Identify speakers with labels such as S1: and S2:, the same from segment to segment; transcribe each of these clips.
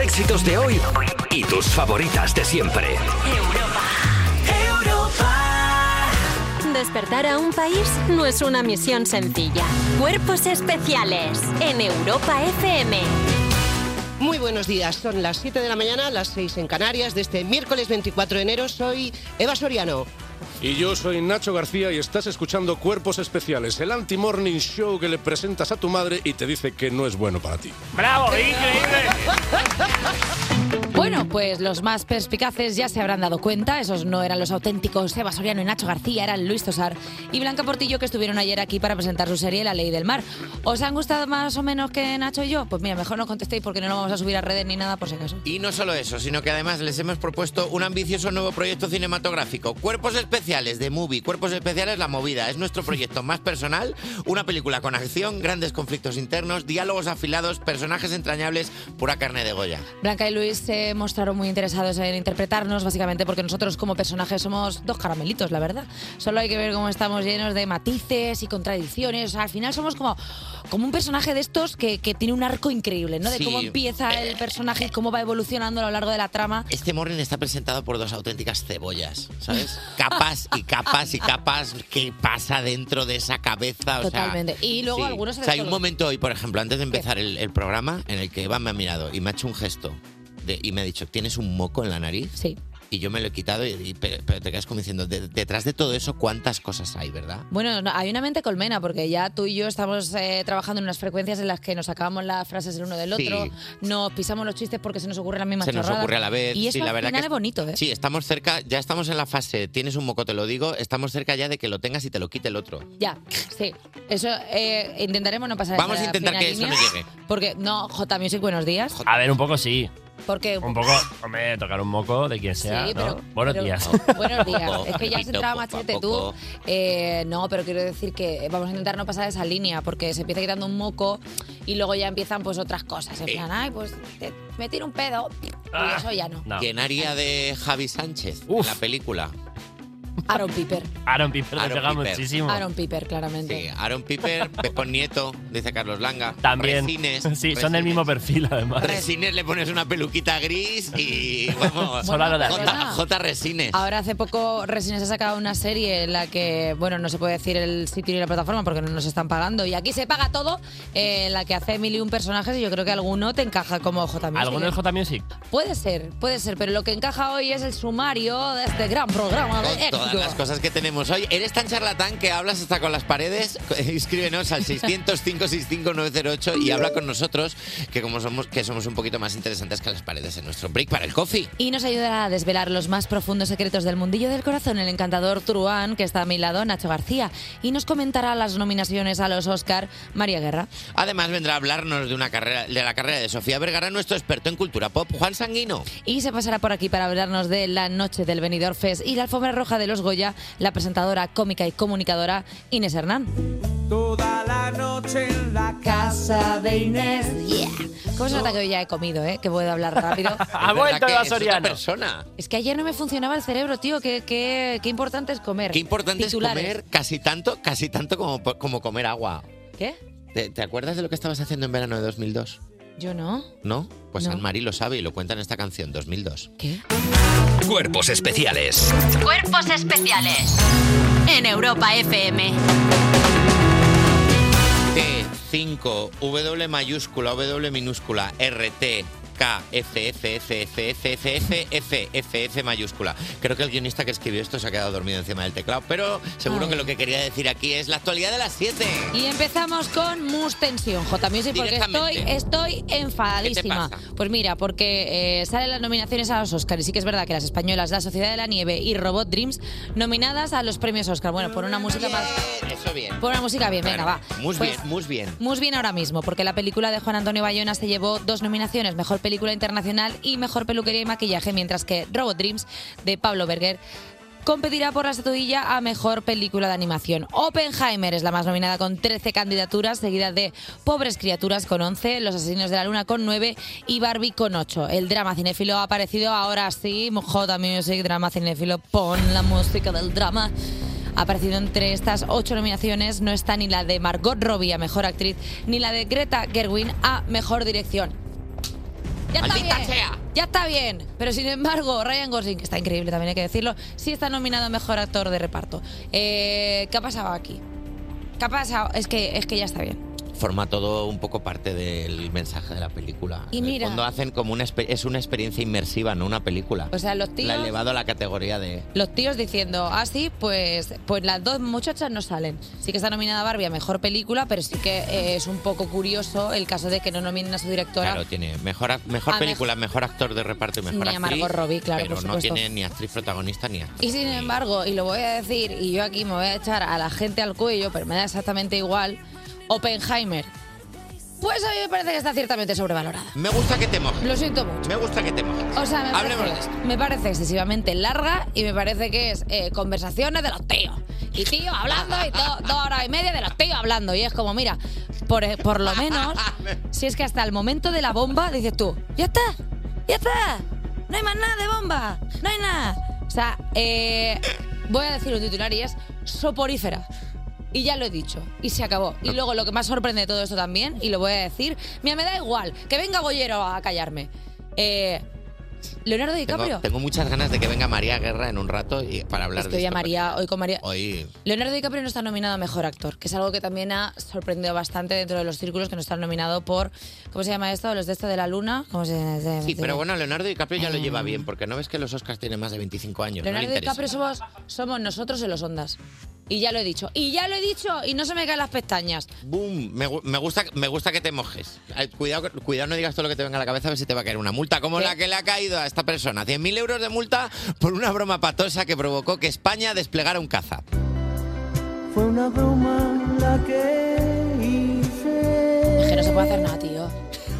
S1: éxitos de hoy y tus favoritas de siempre.
S2: Despertar a un país no es una misión sencilla. Cuerpos especiales en Europa FM.
S3: Muy buenos días, son las 7 de la mañana, las 6 en Canarias, de este miércoles 24 de enero. Soy Eva Soriano.
S4: Y yo soy Nacho García y estás escuchando Cuerpos Especiales, el anti-morning show que le presentas a tu madre y te dice que no es bueno para ti.
S5: ¡Bravo! ¡Increíble!
S6: Bueno, pues los más perspicaces ya se habrán dado cuenta, esos no eran los auténticos Eva Soriano y Nacho García, eran Luis Tosar y Blanca Portillo que estuvieron ayer aquí para presentar su serie La Ley del Mar. ¿Os han gustado más o menos que Nacho y yo? Pues mira, mejor no contestéis porque no lo vamos a subir a redes ni nada por si acaso.
S7: Y no solo eso, sino que además les hemos propuesto un ambicioso nuevo proyecto cinematográfico. Cuerpos especiales de movie, cuerpos especiales la movida. Es nuestro proyecto más personal, una película con acción, grandes conflictos internos, diálogos afilados, personajes entrañables, pura carne de Goya.
S6: Blanca y Luis se mostraron muy interesados en interpretarnos, básicamente porque nosotros como personajes somos dos caramelitos, la verdad. Solo hay que ver cómo estamos llenos de matices y contradicciones. O sea, al final somos como, como un personaje de estos que, que tiene un arco increíble, ¿no?
S7: Sí.
S6: De
S7: Eh.
S6: cómo empieza el personaje y cómo va evolucionando a lo largo de la trama.
S7: Este morning está presentado por dos auténticas cebollas, ¿sabes? Capas y capas y capas. ¿Qué pasa dentro de esa cabeza? O sea,
S6: Totalmente. Y luego algunos se
S7: O sea, hay un
S6: descolocan.
S7: momento hoy, por ejemplo, antes de empezar el, el programa, en el que Eva me ha mirado y me ha hecho un gesto de- y me ha dicho, ¿tienes un moco en la nariz?
S6: Sí.
S7: Y yo me lo he quitado y, y- pero, pero te quedas como diciendo, "De- detrás de todo eso, ¿cuántas cosas hay, verdad?
S6: Bueno, no, hay una mente colmena, porque ya tú y yo estamos eh, trabajando en unas frecuencias en las que nos acabamos las frases el uno del
S7: Sí.
S6: otro, nos pisamos los chistes porque se nos ocurre la misma
S7: Se nos ocurre a la vez.
S6: Y eso
S7: sí, la
S6: al
S7: verdad
S6: final
S7: que
S6: es bonito, ¿eh?
S7: Sí, estamos cerca, ya estamos en la fase, tienes un moco, te lo digo, estamos cerca ya de que lo tengas y te lo quite el otro.
S6: Ya, sí. Eso eh, intentaremos no pasar
S7: Vamos
S6: esa
S7: a intentar
S6: fina
S7: que eso
S6: línea,
S7: no llegue.
S6: Porque, no, J Music, buenos días.
S5: A ver, un poco sí.
S6: Porque
S5: Un poco, hombre, tocar un moco de quien sea.
S6: Eh, Sí,
S5: ¿no?
S6: pero-
S5: Buenos
S6: pero-
S5: días.
S6: Buenos días.
S7: Poco,
S6: es que ya has
S7: poquito,
S6: entrado
S7: poco
S6: más
S7: a
S6: chete tú.
S7: poco.
S6: Eh, no, pero quiero decir que vamos a intentar no pasar esa línea, porque se empieza quitando un moco y luego ya empiezan pues otras cosas. En
S7: Sí.
S6: plan, ay, pues te- me tiro un pedo. Y
S5: Ah.
S6: eso ya no.
S5: No.
S7: ¿Quién haría de Javi Sánchez
S5: Uf.
S7: la película?
S6: Aaron Piper.
S5: Aaron Piper le
S7: Aaron
S5: pega
S7: Piper.
S5: muchísimo.
S6: Aaron Piper, claramente.
S7: Sí, Aaron Piper, Pepón Nieto, dice Carlos Langa.
S5: También.
S7: Resines,
S5: sí, son del
S7: Resines.
S5: mismo ¿eh? perfil, además.
S7: Resines le pones una peluquita gris y vamos.
S5: Solo algo de
S6: Bueno,
S5: arriba.
S7: J, J. Resines.
S6: Ahora hace poco Resines ha sacado una serie en la que, bueno, no se puede decir el sitio ni la plataforma porque no nos están pagando y aquí se paga todo, eh, en la que hace mil y un personajes y yo creo que alguno te encaja como J. Music.
S5: ¿Alguno del J Music?
S6: Puede ser, puede ser, pero lo que encaja hoy es el sumario de este gran programa de
S7: Con todas
S6: éxito.
S7: las cosas que tenemos hoy. ¿Eres tan charlatán que hablas hasta con las paredes? Inscríbenos al 600-565-908 y habla con nosotros, que como somos, que somos un poquito más interesantes que las paredes en nuestro break para el coffee.
S6: Y nos ayudará a desvelar los más profundos secretos del mundillo del corazón el encantador Truán, que está a mi lado, Nacho García, y nos comentará las nominaciones a los Oscar María Guerra.
S7: Además vendrá a hablarnos de una carrera, de la carrera de Sofía Vergara, nuestro experto en cultura pop, Juan Sanguino.
S6: Y se pasará por aquí para hablarnos de la noche del Benidorm Fest y la alfombra roja de los Goya, la presentadora cómica y comunicadora Inés Hernán.
S8: Toda la noche en la
S6: Casa de Inés, yeah. ¿Cómo se nota que hoy ya he comido, eh? Que puedo hablar rápido.
S5: Ha
S7: Es verdad
S5: vuelto
S7: que
S5: Ah, Eva
S7: es otra
S5: Soriano.
S7: persona.
S6: Es que ayer no me funcionaba el cerebro, tío. Qué, qué, qué importante es comer.
S7: Qué importante
S6: Titulares.
S7: es comer casi tanto, casi tanto como, po- como comer agua.
S6: ¿Qué?
S7: ¿Te, te acuerdas de lo que estabas haciendo en verano de 2002?
S6: Yo no.
S7: ¿No? Pues
S6: No.
S7: San Marí lo sabe y lo cuenta en esta canción, 2002.
S6: ¿Qué?
S1: Cuerpos especiales
S2: Cuerpos especiales en Europa FM.
S7: T5, W mayúscula, W minúscula, RT. K, F, F, F, F, F, F, F, F, F, F mayúscula. Creo que el guionista que escribió esto se ha quedado dormido encima del teclado, pero seguro
S6: Ay.
S7: que lo que quería decir aquí es la actualidad de las 7.
S6: Y empezamos con Mus Tensión, J Music, porque estoy,
S7: Directamente.
S6: estoy enfadadísima.
S7: ¿Qué te pasa?
S6: Pues mira, porque eh, salen las nominaciones a los Oscars. Y sí que es verdad que las españolas, La Sociedad de la Nieve y Robot Dreams, nominadas a los premios Oscar. Bueno, por una
S7: Mm,
S6: música más.
S7: Eso bien.
S6: Por una música bien, venga,
S7: Claro.
S6: va.
S7: Mus
S6: Pues,
S7: bien, mus bien.
S6: Muy bien ahora mismo, porque la película de Juan Antonio Bayona se llevó dos nominaciones, Mejor Película Internacional y Mejor Peluquería y Maquillaje, mientras que Robot Dreams de Pablo Berger competirá por la estatuilla a Mejor Película de Animación. Oppenheimer es la más nominada con 13 candidaturas, seguida de Pobres Criaturas con 11, Los Asesinos de la Luna con 9 y Barbie con 8. El drama cinéfilo ha aparecido ahora sí, J Music, drama cinéfilo, pon la música del drama. Ha aparecido entre estas ocho nominaciones no está ni la de Margot Robbie a Mejor Actriz, ni la de Greta Gerwin a Mejor Dirección. Ya está
S7: ¡Maldita
S6: bien.
S7: sea!
S6: Ya está bien. Pero sin embargo, Ryan Gosling, que está increíble también hay que decirlo, sí está nominado a mejor actor de reparto. Eh, ¿Qué ha pasado aquí? ¿Qué ha pasado? Es que, es que ya está bien.
S7: Forma todo un poco parte del mensaje de la película.
S6: Y
S7: En el
S6: mira.
S7: fondo hacen como una espe- es una experiencia inmersiva, no una película.
S6: O sea, los
S7: La ha
S6: tíos,
S7: elevado a la categoría de
S6: los tíos diciendo, ah, sí, pues, pues las dos muchachas no salen. Sí que está nominada Barbie a mejor película, pero sí que eh, es un poco curioso el caso de que no nominen a su directora.
S7: Claro, tiene mejor, ac- mejor
S6: A
S7: película, mejor actor de reparto y mejor
S6: Ni a
S7: actriz.
S6: Margot Robbie, claro,
S7: Pero
S6: por
S7: no
S6: supuesto.
S7: tiene ni actriz protagonista ni actor.
S6: Y sin embargo, y lo voy a decir, y yo aquí me voy a echar a la gente al cuello, pero me da exactamente igual, Oppenheimer. Pues a mí me parece que está ciertamente sobrevalorada.
S7: Me gusta que te mojes.
S6: Lo siento mucho.
S7: Me gusta que te mojes.
S6: O sea, me
S7: Hablemos de
S6: parece,
S7: esto.
S6: me parece excesivamente larga y me parece que es eh, conversaciones de los tíos. Y tío hablando y do- dos horas y media de los tíos hablando. Y es como, mira, por, eh, por lo menos, si es que hasta el momento de la bomba dices tú, ya está, ya está, no hay más nada de bomba, no hay nada. O sea, eh, voy a decir un titular y es soporífera. Y ya lo he dicho, y se acabó. Y luego lo que más sorprende de todo esto también, y lo voy a decir, mira, me da igual, que venga Bollero a callarme. Eh, Leonardo
S7: Tengo,
S6: DiCaprio.
S7: tengo muchas ganas de que venga María Guerra en un rato y, para hablar
S6: es que
S7: de
S6: hoy a
S7: esto.
S6: María, hoy con María.
S7: Hoy
S6: Leonardo DiCaprio no está nominado a mejor actor, que es algo que también ha sorprendido bastante dentro de los círculos que no está nominado por. ¿Cómo se llama esto? Los de esto de la luna. ¿Cómo se se-
S7: Sí,
S6: se-
S7: pero bueno, Leonardo DiCaprio ya lo lleva bien, porque no ves que los Oscars tienen más de 25 años.
S6: Leonardo
S7: no le interesa.
S6: DiCaprio somos, somos nosotros en los ondas. Y ya lo he dicho. Y ya lo he dicho, y no se me caen las pestañas.
S7: Boom, me, gu- me gusta, me gusta que te mojes. Ay, Cuidado, cuidado, no digas todo lo que te venga a la cabeza, a ver si te va a caer una multa, como
S6: ¿Qué?
S7: la que le ha caído a esta persona. 100.000 euros de multa por una broma patosa que provocó que España desplegara un caza.
S8: Fue una broma la que hice.
S6: Es que no se puede hacer nada, tío.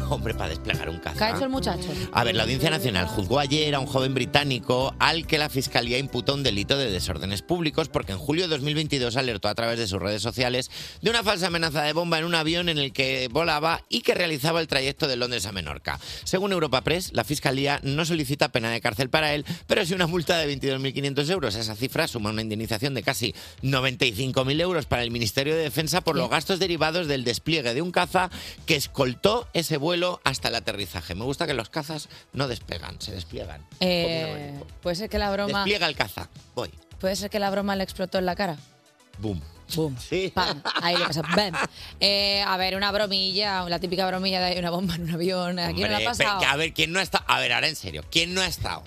S7: Hombre, para desplegar un caza.
S6: ¿Qué ha hecho el muchacho?
S7: A ver, la Audiencia Nacional juzgó ayer a un joven británico al que la Fiscalía imputó un delito de desórdenes públicos porque en julio de 2022 alertó a través de sus redes sociales de una falsa amenaza de bomba en un avión en el que volaba y que realizaba el trayecto de Londres a Menorca. Según Europa Press, la Fiscalía no solicita pena de cárcel para él, pero sí una multa de 22.500 euros. Esa cifra suma una indemnización de casi 95.000 euros para el Ministerio de Defensa por los gastos derivados del despliegue de un caza que escoltó ese vuelo hasta el aterrizaje. Me gusta que los cazas no despegan, se despliegan.
S6: Eh, puede ser que la broma.
S7: Despliega el caza. Voy.
S6: Puede ser que la broma le explotó en la cara.
S7: Boom.
S6: Boom.
S7: Sí.
S6: Pam. Ahí le pasa. Bam. Eh, a ver, una bromilla, la típica bromilla de una bomba en un avión. Aquí no
S7: Hombre,
S6: la ha
S7: pero
S6: pasado.
S7: que a ver, ¿quién no ha estado? A ver, ahora en serio, ¿quién no ha estado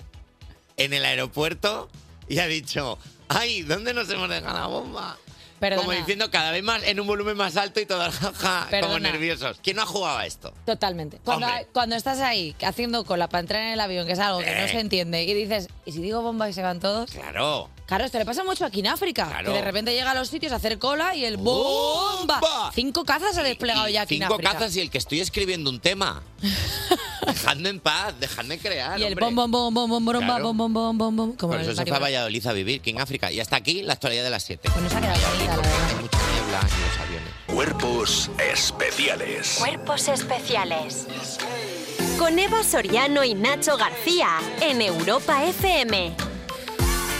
S7: en el aeropuerto y ha dicho, ay, ¿dónde nos hemos dejado la bomba?
S6: Perdona.
S7: Como diciendo cada vez más, en un volumen más alto y todos jaja, como
S6: Perdona.
S7: nerviosos. ¿Quién no ha jugado a esto?
S6: Totalmente. Cuando,
S7: Hombre.
S6: cuando estás ahí haciendo cola para entrar en el avión, que es algo que no
S7: Eh.
S6: se entiende, y dices, ¿y si digo bomba y se van todos?
S7: Claro.
S6: Claro, esto le pasa mucho aquí en África.
S7: Claro.
S6: Que de repente llega a los sitios a hacer cola y el bomba.
S7: ¡Bomba!
S6: Cinco cazas se han desplegado
S7: Y
S6: ya aquí en
S7: cinco
S6: África.
S7: cazas y el que estoy escribiendo un tema. dejadme en paz, dejadme crear.
S6: y el
S7: hombre.
S6: bom, bom, bom, bom, bom, bom,
S7: Claro.
S6: bom, bom, bom, bom, bom, como
S7: Por
S6: el
S7: eso se
S6: Mario
S7: fue a
S6: Bros.
S7: Valladolid a vivir, que en África. Y hasta aquí la actualidad de las 7.
S6: Pues nos ha quedado bonita, la verdad.
S7: Mucha niebla y los aviones.
S1: Cuerpos especiales.
S2: Cuerpos especiales. Con Eva Soriano y Nacho García en Europa FM.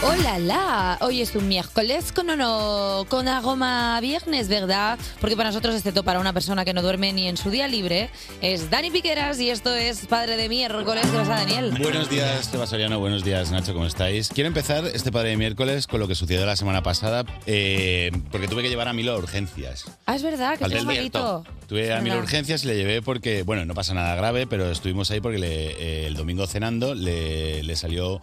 S6: Hola, la. Hoy es un miércoles con ono- con aroma a viernes, ¿verdad? Porque para nosotros, excepto para una persona que no duerme ni en su día libre, es Dani Piqueras y esto es Padre de Miércoles, gracias a Daniel.
S9: Buenos días, Eva Soriano. Buenos días, Nacho. ¿Cómo estáis? Quiero empezar este padre de miércoles con lo que sucedió la semana pasada, eh, porque tuve que llevar a Milo a urgencias.
S6: Ah, es verdad, que
S9: Al
S6: es malito.
S9: desierto. Tuve a
S6: Es
S9: Milo a
S6: verdad.
S9: urgencias y le llevé porque, bueno, no pasa nada grave, pero estuvimos ahí porque le- eh, el domingo cenando le, le salió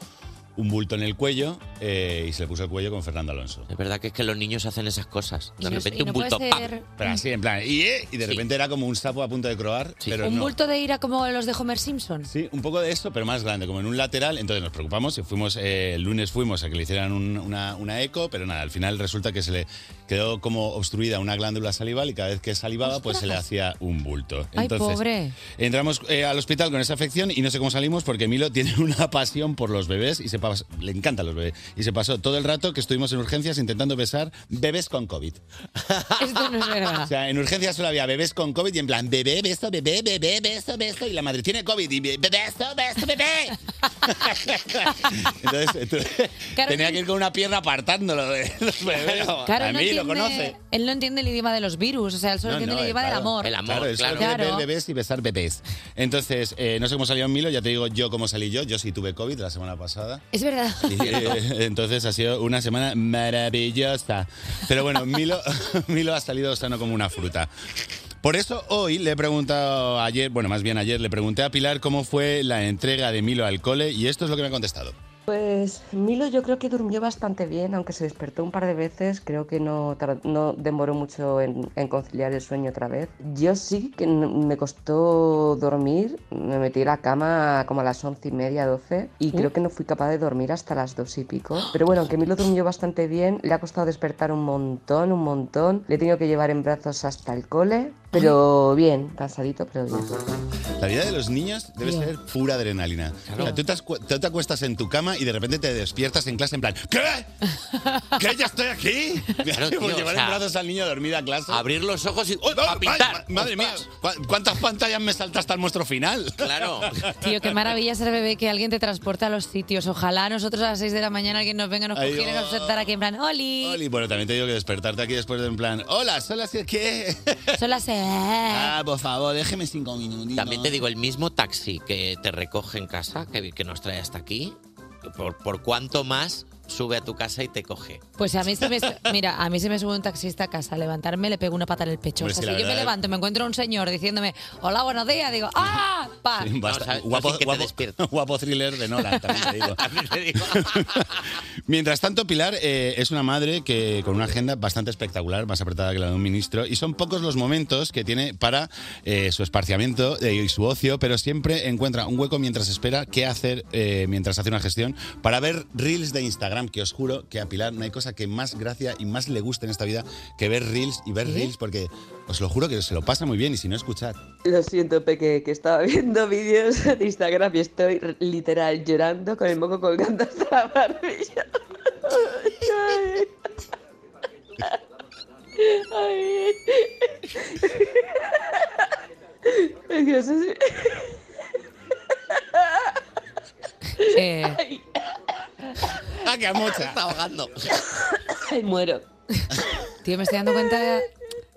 S9: un bulto en el cuello eh, y se le puso el cuello con Fernando Alonso.
S7: Es verdad que es que los niños hacen esas cosas.
S6: Y
S7: De
S6: no-
S7: repente
S6: y
S7: un
S6: no
S7: bulto,
S6: puede
S7: ¡pam!
S6: ser
S9: Pero así, en plan, y, eh, y de
S7: Sí.
S9: repente era como un sapo a punto de croar,
S7: Sí.
S9: pero
S6: Un
S9: no.
S6: bulto de ira como los de Homer Simpson.
S9: Sí, un poco de esto, pero más grande, como en un lateral. Entonces nos preocupamos y fuimos, eh, el lunes fuimos a que le hicieran un- una, una eco, pero nada, al final resulta que se le quedó como obstruida una glándula salival y cada vez que salivaba, pues se le hacía un bulto.
S6: Ay, pobre.
S9: Entramos eh, al hospital con esa afección y no sé cómo salimos porque Milo tiene una pasión por los bebés y se pas- le encantan los bebés. y se pasó todo el rato que estuvimos en urgencias intentando besar bebés con COVID.
S6: Esto no es
S9: O
S6: verdad.
S9: sea, en urgencias solo había bebés con COVID y en plan, bebé, beso, bebé, bebé, beso, beso. Y la madre tiene COVID y be- beso, beso, bebé. Entonces, entonces,
S6: Claro,
S9: tenía
S6: no-
S9: que ir con una pierna apartándolo de los bebés.
S6: Claro,
S9: a
S6: no
S9: mí
S6: entiende,
S9: lo conoce.
S6: Él no entiende el idioma de los virus, o sea, él solo
S9: No,
S6: entiende
S9: no,
S6: el
S9: eh,
S6: idioma
S9: claro.
S6: del amor.
S7: El amor,
S9: Claro, es
S7: claro.
S9: solo querer
S6: Claro.
S9: ver bebés y besar bebés. Entonces, eh, no sé cómo salió en Milo, ya te digo yo cómo salí yo. Yo sí tuve COVID la semana pasada.
S6: Es verdad.
S9: Y, eh, Entonces ha sido una semana maravillosa. Pero bueno, Milo, Milo ha salido sano como una fruta. Por eso hoy le he preguntado ayer, bueno, más bien ayer le pregunté a Pilar cómo fue la entrega de Milo al cole y esto es lo que me ha contestado.
S10: Pues Milo yo creo que durmió bastante bien, aunque se despertó un par de veces, creo que no, tar- no demoró mucho en, en conciliar el sueño otra vez. Yo sí que n- me costó dormir, me metí en la cama como a las once y media, doce, y creo que no fui capaz de dormir hasta las dos y pico. Pero bueno, aunque Milo durmió bastante bien, le ha costado despertar un montón, un montón, le he tenido que llevar en brazos hasta el cole, pero bien, cansadito, pero bien.
S9: La vida de los niños debe ser pura adrenalina. O sea, tú, te ascu- tú te acuestas en tu cama y de repente te despiertas en clase en plan, ¿qué? ¿Qué? ¿Ya estoy aquí?
S7: Claro, tío,
S9: Por
S7: o
S9: llevar
S7: sea,
S9: en brazos al niño dormida a clase.
S7: Abrir los ojos y. ¡Uy,
S9: ¡No,
S7: a pintar!
S9: ma- madre mía, ¿cu- ¿cuántas pantallas me salta hasta el monstruo final?
S7: Claro.
S6: Tío, qué maravilla ser bebé que alguien te transporta a los sitios. Ojalá nosotros a las 6 de la mañana alguien nos venga, nos
S9: Ay,
S6: cogiera y nos
S9: oh.
S6: sentara aquí en plan, ¡Oli!
S9: Oli, bueno, también te digo que despertarte aquí después de en plan, hola, son las que- ¿qué?
S6: Son las seis".
S9: Ah, por favor, déjeme cinco minutitos.
S7: También te digo, el mismo taxi que te recoge en casa, que, que nos trae hasta aquí, por, por cuánto más sube a tu casa y te coge.
S6: Pues a mí se me mira, a mí se me sube un taxista a casa a levantarme, le pego una pata en el pecho.
S9: Hombre,
S6: o sea,
S9: sí, la
S6: si yo me
S9: verdad es-
S6: levanto, me encuentro a un señor diciéndome, "Hola, buenos días", digo, "Ah, pa".
S9: Basta-
S7: No, ¿sabes? No,
S9: guapo,
S7: sin que te
S9: guapo-
S7: despiertes.
S9: guapo thriller de Nolan, también te digo.
S7: También te digo.
S9: Mientras tanto, Pilar eh, es una madre que con una agenda bastante espectacular, más apretada que la de un ministro, y son pocos los momentos que tiene para eh, su esparciamiento eh, y su ocio, pero siempre encuentra un hueco mientras espera qué hacer, eh, mientras hace una gestión, para ver reels de Instagram, que os juro que a Pilar no hay cosa que más gracia y más le guste en esta vida que ver reels y ver reels, porque os lo juro que se lo pasa muy bien y si no, escuchad.
S10: Lo siento, Peque, que estaba viendo vídeos de Instagram y estoy r- literal llorando con el moco colgando hasta la barbilla. Ay. Ay. Es que no sé si-
S6: Eh,
S9: ¡Ah, que a
S7: Se
S9: mucha!
S7: está ahogando.
S10: Ay, muero.
S6: tío, me estoy dando cuenta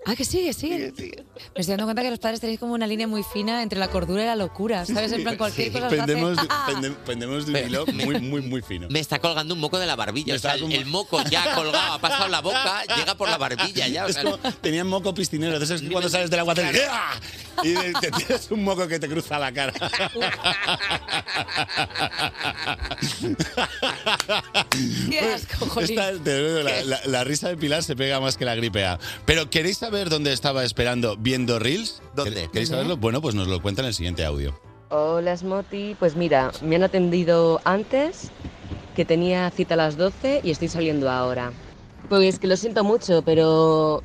S6: Ah, que sigue, sigue. Me estoy dando cuenta que los padres tenéis como una línea muy fina entre la cordura y la locura, ¿sabes? En plan cualquier cosa os hace,
S9: Pendemos,
S6: "Ah".
S9: pende- pendemos de un
S7: Pero-
S9: hilo muy, muy, muy fino.
S7: Me está colgando un moco de la barbilla.
S9: Me
S7: O sea, el,
S9: está como-
S7: el moco ya colgado, ha pasado la boca, llega por la barbilla ya. O
S9: Es
S7: sea,
S9: como- tenían moco piscinero, entonces es cuando sales del agua haces ¡Ah! y de- te tiras un moco que te cruza la cara.
S6: Qué asco, jolín.
S9: Esta- te digo, la, la- la risa de Pilar se pega más que la gripe A. Pero ¿queréis saber dónde estaba esperando viendo Reels?
S7: ¿Dónde?
S9: ¿Queréis saberlo? Bueno, pues nos lo cuenta en el siguiente audio.
S10: Hola, Smoti. Pues mira, me han atendido antes, que tenía cita a las 12 y estoy saliendo ahora. Pues que lo siento mucho, pero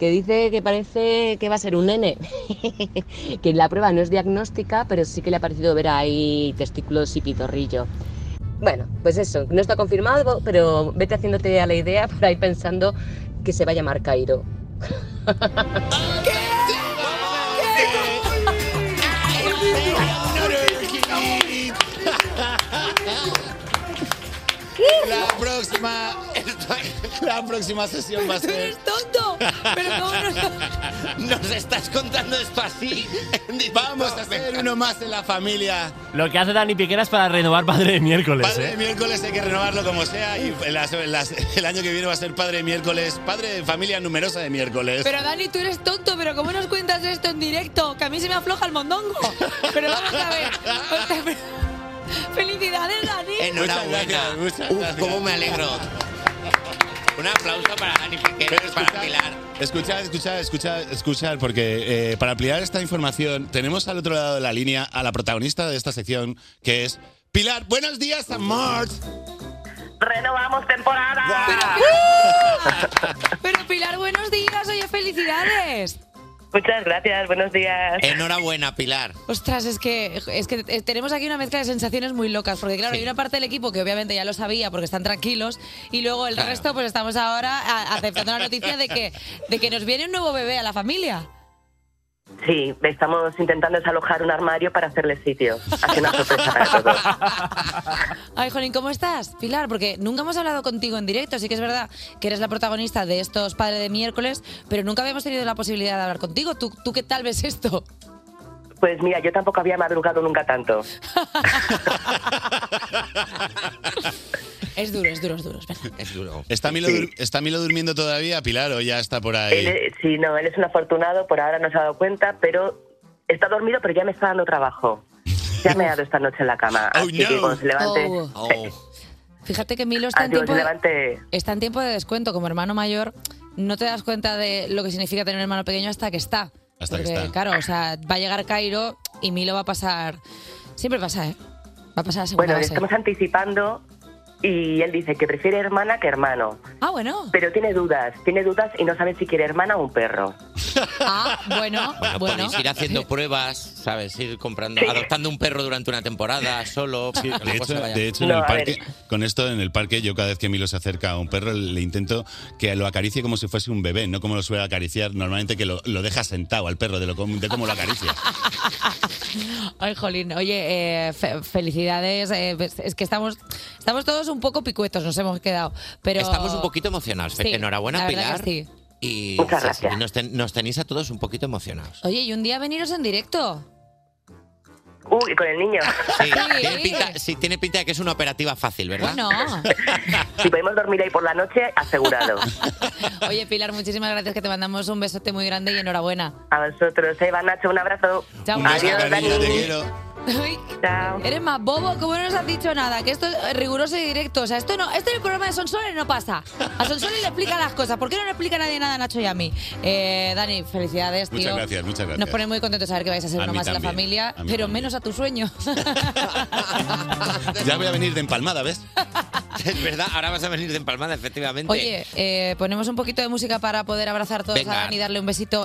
S10: que dice que parece que va a ser un nene. que la prueba no es diagnóstica, pero sí que le ha parecido ver ahí testículos y pitorrillo. Bueno, pues eso, no está confirmado, pero vete haciéndote a la idea por ahí pensando que se va a llamar Cairo.
S9: La próxima, la próxima sesión va a ser...
S6: ¡Eres tonto! Pero cómo no-
S7: Nos estás contando esto así. en directo.
S9: Vamos a hacer uno más en la familia.
S5: Lo que hace Dani Piqueras para renovar Padre de Miércoles,
S9: Padre de
S5: ¿eh?
S9: miércoles hay que renovarlo como sea y las- las- el año que viene va a ser padre de miércoles, padre de familia numerosa de miércoles.
S6: Pero Dani, tú eres tonto, pero ¿cómo nos cuentas esto en directo? Que a mí se me afloja el mondongo. Pero vamos a ver. O sea, pero- ¡Felicidades, Dani!
S9: Muchas
S7: Enhorabuena.
S9: gracias, muchas
S7: Uf,
S9: gracias.
S7: cómo me alegro. Un aplauso para Dani Piqueras, para Pilar.
S9: Escuchad, escuchad, escuchad, escuchad, porque eh, para ampliar esta información tenemos al otro lado de la línea a la protagonista de esta sección, que es Pilar. Buenos días, amor.
S11: Renovamos temporada.
S6: Pero Pilar, buenos días, oye, felicidades.
S11: Muchas gracias, buenos días.
S7: Enhorabuena, Pilar.
S6: Ostras, es que, es que eh, tenemos aquí una mezcla de sensaciones muy locas, porque claro, hay una parte del equipo que obviamente ya lo sabía porque están tranquilos, y luego el
S7: Claro.
S6: resto pues estamos ahora a- aceptando la noticia de que, de que nos viene un nuevo bebé a la familia.
S11: Sí, estamos intentando desalojar un armario para hacerle sitio. Hace una sorpresa para todos.
S6: Ay, Jolín, ¿cómo estás? Pilar, porque nunca hemos hablado contigo en directo, sí que es verdad que eres la protagonista de estos Padres de Miércoles, pero nunca habíamos tenido la posibilidad de hablar contigo. ¿Tú, tú qué tal ves esto?
S11: Pues mira, yo tampoco había madrugado nunca tanto.
S6: Es duro, es duro, es duro, es verdad.
S7: Es duro.
S9: ¿Está Milo, dur- ¿Está Milo durmiendo todavía, Pilar, o ya está por ahí?
S11: Él es- sí, no, él es un afortunado, por ahora no se ha dado cuenta, pero está dormido, pero ya me está dando trabajo. Ya me ha dado esta noche en la cama. así que cuando se levante.
S6: Oh.
S11: eh,
S6: Fíjate que Milo está en
S11: así cuando
S6: tiempo
S11: se
S6: de,
S11: levante.
S6: está en tiempo de descuento como hermano mayor. No te das cuenta de lo que significa tener un hermano pequeño hasta que está.
S9: Hasta que
S6: Porque,
S9: está.
S6: Claro, o sea, va a llegar Cairo y Milo va a pasar. Siempre pasa, ¿eh? Va a pasar a segunda
S11: Bueno, le
S6: base.
S11: estamos anticipando y él dice que prefiere hermana que hermano.
S6: Ah, bueno.
S11: Pero tiene dudas, tiene dudas y no sabe si quiere hermana o un perro.
S6: Ah, bueno.
S7: Bueno, podéis ir haciendo pruebas, ¿sabes? Ir comprando, adoptando un perro durante una temporada, solo. que
S9: De
S7: luego se
S9: hecho,
S7: vaya.
S9: de hecho, en el parque, con esto en el parque, yo cada vez que Milo se acerca a un perro, le intento que lo acaricie como si fuese un bebé, no como lo suele acariciar normalmente, que lo, lo deja sentado al perro, de, lo, com- de cómo lo acaricia.
S6: Ay, Jolín, oye, eh, fe- felicidades. eh, es que estamos, estamos todos un poco picuetos, nos hemos quedado. Pero
S7: Estamos un poquito emocionados.
S6: Sí,
S7: Enhorabuena,
S6: la verdad
S7: Pilar.
S6: que sí.
S7: Y
S11: Muchas
S7: sí, sí,
S11: gracias.
S7: nos, ten- nos tenéis a todos un poquito emocionados.
S6: Oye, y un día veniros en directo.
S11: Uy, con el niño.
S7: Sí, tiene pinta, sí, tiene pinta de que es una operativa fácil, ¿verdad?
S6: Bueno.
S11: Si podemos dormir ahí por la noche, asegurado.
S6: Oye, Pilar, muchísimas gracias, que te mandamos un besote muy grande y enhorabuena.
S11: A vosotros, Eva, Nacho, un abrazo.
S6: Chao,
S9: Un beso,
S11: Adiós,
S9: cariño,
S11: Dani.
S9: te quiero.
S6: Ay,
S11: Chao.
S6: Eres más bobo, como no nos has dicho nada, que esto es riguroso y directo. O sea, esto no, esto en el programa de Sonsoles no pasa. A Sonsoles le explica las cosas. ¿Por qué no le explica a nadie nada a Nacho y a mí? Eh, Dani, felicidades, tío.
S9: Muchas gracias, muchas gracias.
S6: Nos pone muy contentos saber que vais a ser
S9: A
S6: uno
S9: mí
S6: más de la
S9: también,
S6: familia,
S9: a
S6: pero
S9: mí también.
S6: menos a tu sueño.
S9: Ya voy a venir de empalmada, ¿ves?
S7: Es verdad, ahora vas a venir de empalmada, efectivamente.
S6: Oye, eh, ponemos un poquito de música para poder abrazar todos
S7: Venga.
S6: a Dani y darle un besito.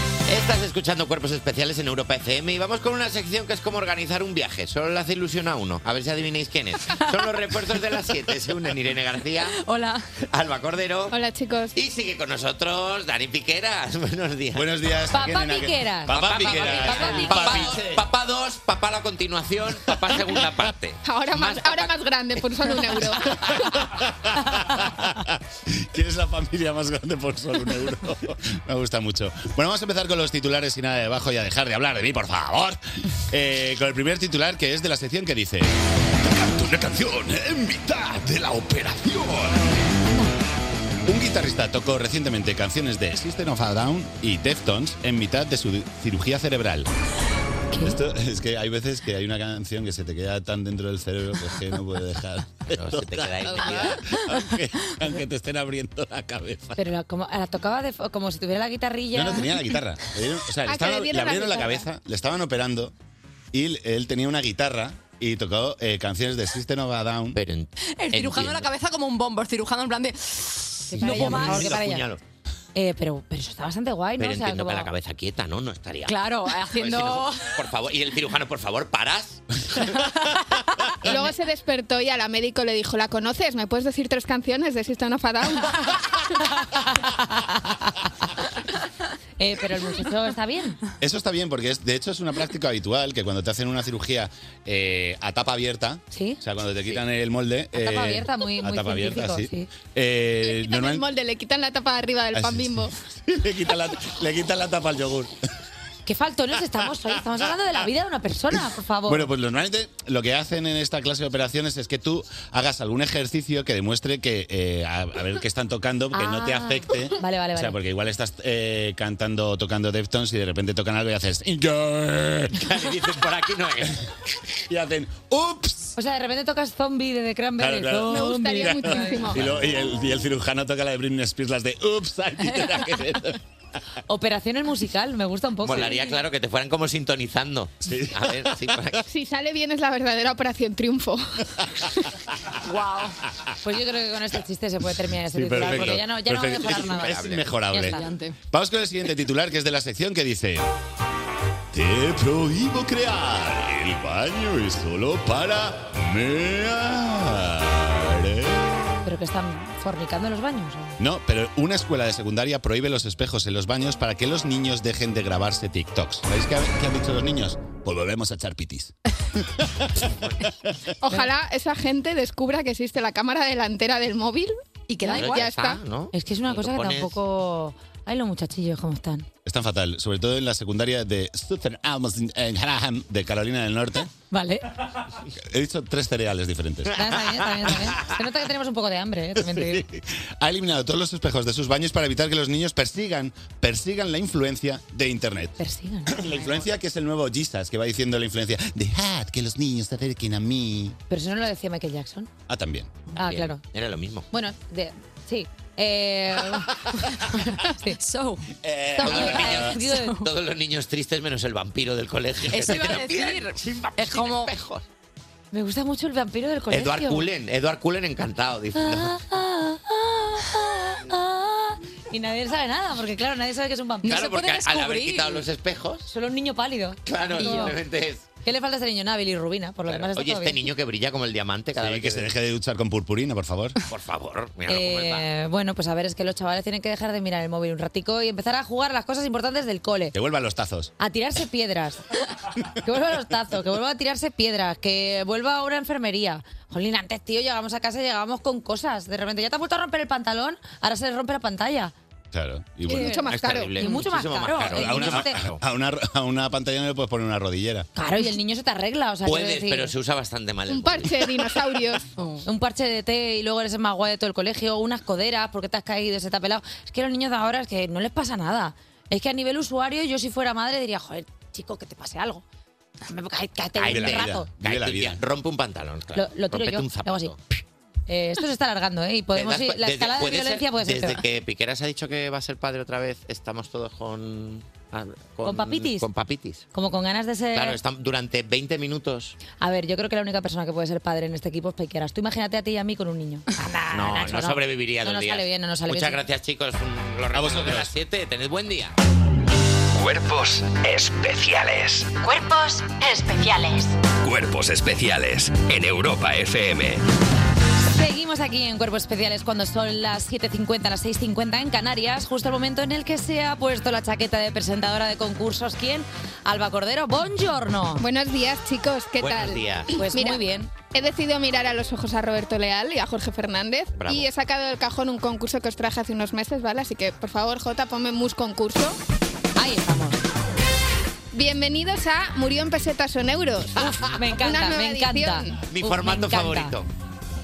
S7: Estás escuchando Cuerpos Especiales en Europa FM y vamos con una sección que es como organizar un viaje. Solo le hace ilusión a uno. A ver si adivináis quién es. Son los refuerzos de las 7. Se unen Irene García,
S12: Hola.
S7: Alba Cordero
S12: Hola, chicos.
S7: y sigue con nosotros Dani Piqueras. Buenos días.
S9: Buenos días.
S6: Papá ¿Qué nena que- Piqueras.
S7: Papá
S9: Papá Piqueras.
S7: Piqueras.
S9: Papá
S7: Papá, papá dos, papá la continuación, papá segunda parte.
S12: Ahora más, ahora más grande, por solo un euro.
S9: ¿Quién es la familia más grande por solo un euro? Me gusta mucho. Bueno, vamos a empezar con los titulares y nada de abajo y a dejar de hablar de mí, por favor. Eh, con el primer titular que es de la sección que dice... Canto una canción en mitad de la operación. Un guitarrista tocó recientemente canciones de System of a Down y Deftones en mitad de su cirugía cerebral. Esto es que hay veces que hay una canción que se te queda tan dentro del cerebro que es que no puede dejar.
S7: Pero se te queda ahí metida.
S9: aunque, aunque te estén abriendo la cabeza.
S6: Pero la- como, la tocaba de- como si tuviera la guitarrilla.
S9: No, no tenía la guitarra. Le dieron- o sea, le,
S6: Ah, que
S9: estaban-
S6: le dieron
S9: le
S6: la
S9: abrieron la,
S6: guitarra.
S9: cabeza, le estaban operando y él- él tenía una guitarra y tocó eh, canciones de System of a Down.
S7: Pero
S12: El cirujano en la cabeza como un bombo, el cirujano en plan de...
S6: para
S12: No
S6: ella,
S12: puedo
S6: por
S12: más.
S6: favor, que para ella. Eh, pero, pero eso está bastante guay, ¿no?
S7: Pero
S6: O sea,
S7: entiendo que
S6: como-
S7: la cabeza quieta, ¿no? No estaría.
S12: Claro, haciendo...
S7: Por favor, y el cirujano, por favor, paras.
S12: Y luego se despertó y a la médico le dijo, ¿la conoces? ¿Me puedes decir tres canciones de System of a Down?
S6: Eh, pero el muchacho está bien.
S9: Eso está bien porque es, de hecho es una práctica habitual que cuando te hacen una cirugía eh, a tapa abierta, o sea, cuando te quitan el molde...
S12: A tapa
S9: eh,
S12: abierta, muy-
S9: A
S12: muy
S9: tapa abierta, sí.
S12: científico, sí.
S9: Eh,
S12: En el
S9: normal-
S12: molde le quitan la tapa de arriba del
S9: Ah,
S12: pan
S9: sí, sí.
S12: bimbo.
S9: le, quitan la, le quitan la tapa al yogur.
S6: Qué faltones estamos hoy. Estamos hablando de la vida de una persona, por favor.
S9: Bueno, pues normalmente lo que hacen en esta clase de operaciones es que tú hagas algún ejercicio que demuestre que eh, a, a ver qué están tocando, que no te
S6: Ah.
S9: afecte.
S6: Vale, vale,
S9: O sea,
S6: vale.
S9: porque igual estás eh, cantando o tocando Deftones y de repente tocan algo y haces... Y dicen,
S7: por aquí no es.
S9: Y hacen... "Uh". ¡Ups!
S6: O sea, de repente tocas zombie de The
S9: Claro,
S6: Cranberries.
S9: claro.
S6: Zombie. Ah.
S9: Y, luego- y el, y el cirujano toca la de Britney Spears, las de... ¡Ups! Aquí tenía que ver.
S6: Operaciones musical, me gusta un poco.
S7: Molaría, claro, que te fueran como sintonizando. A ver, sí, para que-
S12: Si sale bien es la verdadera operación triunfo.
S6: Wow. Pues yo creo que con este chiste se puede terminar este
S9: Sí,
S6: titular,
S9: perfecto,
S6: porque ya no, ya no va a
S9: perfecto.
S6: mejorar nada.
S9: Es inmejorable.
S6: Ya está.
S9: Vamos con el siguiente titular, que es de la sección que dice... Te prohíbo crear. El baño es solo para ¿eh? mear.
S6: Pero que están fornicando en los baños. ¿o?
S9: No, pero una escuela de secundaria prohíbe los espejos en los baños para que los niños dejen de grabarse TikToks. ¿Sabéis qué, ha- qué han dicho los niños? Pues volvemos a echar pitis.
S12: Ojalá esa gente descubra que existe la cámara delantera del móvil y
S6: que da igual.
S12: Ya está.
S6: Es que es una cosa que
S9: pones-
S6: tampoco. Ay, los muchachillos, ¿cómo están?
S9: Están fatal, sobre todo en la secundaria de Southern Almas en Haraham, de Carolina del Norte.
S6: Vale.
S9: He dicho tres cereales diferentes.
S6: Está bien, está bien, está bien. Se nota que tenemos un poco de hambre, ¿eh? también te digo.
S9: Ha eliminado todos los espejos de sus baños para evitar que los niños persigan, persigan la influencia de Internet.
S6: Persigan.
S9: La influencia que es el nuevo Jesus, que va diciendo la influencia, dejad que los niños se acerquen a mí.
S6: Pero eso no lo decía Michael Jackson.
S9: Ah, también.
S6: Ah, claro.
S7: Era lo mismo.
S6: Bueno, de- sí. Eh, sí. So.
S7: Eh, Todos los niños tristes menos el vampiro del colegio.
S6: Eso iba a decir. Es como. Me gusta mucho el vampiro del colegio.
S7: Eduard Cullen, Eduard Cullen encantado. Dice,
S6: Ah, ah, ah, ah, ah. Y nadie sabe nada, porque claro, nadie sabe que es un vampiro.
S7: Claro,
S6: no se
S7: porque
S6: puede
S7: al haber
S6: descubrir.
S7: quitado los espejos.
S6: Solo un niño pálido.
S7: Claro,
S6: Y yo.
S7: simplemente es.
S6: ¿Qué le falta a este niño? Nada, bilirrubina. Por lo demás está
S7: Oye,
S6: todo
S7: este
S6: bien.
S7: niño que brilla como el diamante cada
S9: Sí,
S7: vez
S9: que se deje de duchar con purpurina, por favor.
S7: Por favor, mira
S6: Eh, bueno, pues a ver, es que los chavales tienen que dejar de mirar el móvil un ratico y empezar a jugar a las cosas importantes del cole.
S9: Que vuelvan los tazos.
S6: A tirarse piedras. que vuelva a los tazos, que vuelva a tirarse piedras, que vuelva a una enfermería. Jolín, antes, tío, llegábamos a casa y llegábamos con cosas. De repente, ya te has vuelto a romper el pantalón, ahora se le rompe la pantalla.
S9: Claro.
S6: Y mucho más Es caro. terrible. Y mucho más Muchísimo más caro. caro.
S9: A una,
S6: Entonces
S9: a- a una- a una pantalla no le puedes poner una rodillera.
S6: Claro, y el niño se te arregla, o sea, quiero
S7: Puedes,
S6: decir,
S7: pero se usa bastante mal. el-
S6: parche de dinosaurios. un parche de té y luego eres el más guay de todo el colegio, unas coderas porque te has caído, se te ha pelado. Es que los niños de ahora es que no les pasa nada. Es que a nivel usuario, yo si fuera madre diría, joder, chico, que te pase algo. Me- cá- Cállate
S7: Ay,
S6: un
S7: vive la
S6: rato.
S7: vida, vive la vida. Rompe un pantalón.
S6: Lo,
S7: Claro.
S6: lo tiro
S7: Rómpete
S6: yo,
S7: un
S6: lo hago
S7: zapato.
S6: así. Eh, esto se está alargando, ¿eh? Y podemos
S7: Te das
S6: ir-
S7: cu-
S6: la
S7: desde-
S6: escalada de
S7: puede ser-
S6: violencia puede ser
S7: Desde
S6: peor.
S7: que Piqueras ha dicho que va a ser padre otra vez, estamos todos con... a-
S6: ¿Con papitis? Eh.
S7: Con papitis.
S6: Como con ganas de ser...
S7: Claro, están durante 20 minutos.
S6: A ver, yo creo que la única persona que puede ser padre en este equipo es Pequeras. Tú imagínate a ti y a mí con un niño.
S7: no,
S6: Ah, Nacho,
S7: no
S6: no.
S7: sobreviviría
S6: No
S7: dos
S6: nos
S7: días.
S6: sale bien, no nos sale
S7: Muchas
S6: bien.
S7: gracias, chicos. Un- Los vosotros de las 7. Tened buen día.
S13: Cuerpos especiales.
S2: Cuerpos especiales.
S13: Cuerpos especiales en Europa FM.
S6: Seguimos aquí en Cuerpos Especiales cuando son las 7.50, las 6.50 en Canarias, justo el momento en el que se ha puesto la chaqueta de presentadora de concursos. ¿Quién? Alba Cordero, buongiorno.
S12: Buenos días, chicos. ¿Qué
S6: Buenos
S12: tal?
S6: días. Pues muy bien.
S12: He decidido mirar a los ojos a Roberto Leal y a Jorge Fernández
S6: Bravo.
S12: y he sacado del cajón un concurso que os traje hace unos meses, ¿vale? Así que, por favor, Jota, ponme mus concurso.
S6: Ahí estamos.
S12: Bienvenidos a Murió en pesetas o en euros.
S6: me encanta,
S12: Una nueva
S6: me encanta.
S12: edición.
S7: Mi formato favorito.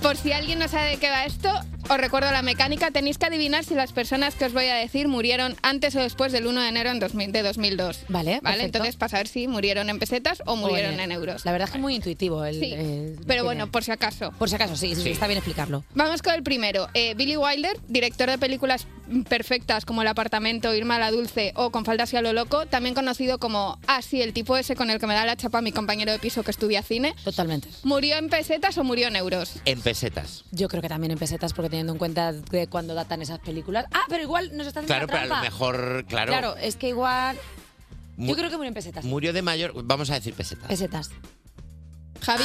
S12: Por si alguien no sabe de qué va esto, os recuerdo la mecánica. Tenéis que adivinar si las personas que os voy a decir murieron antes o después del 1 de enero en 2000 de 2002.
S6: Vale, perfecto.
S12: Vale, entonces para saber si murieron en pesetas o Oh, murieron
S6: Oye,
S12: en euros.
S6: La verdad es que es muy intuitivo el...
S12: Sí,
S6: eh,
S12: pero
S6: tiene-
S12: bueno, por si acaso.
S6: Por si acaso, sí, sí,
S12: Sí.
S6: está bien explicarlo.
S12: Vamos con el primero. Eh, Billy Wilder, director de películas perfectas como El apartamento, Irma la Dulce o Con faldas y a lo loco, también conocido como Ah, sí, el tipo ese con el que me da la chapa mi compañero de piso que estudia cine.
S6: Totalmente.
S12: ¿Murió en pesetas o murió en euros?
S7: En pesetas.
S6: Yo creo que también en pesetas, porque teniendo en cuenta de cuándo datan esas películas. Ah, pero igual nos están
S7: Claro, pero
S6: haciendo
S7: a lo
S6: trampa.
S7: mejor, claro.
S6: Claro, es que igual...
S7: mu-
S6: Yo creo que murió en pesetas.
S7: Murió de mayor... Vamos a decir pesetas.
S6: Pesetas.
S12: Javi.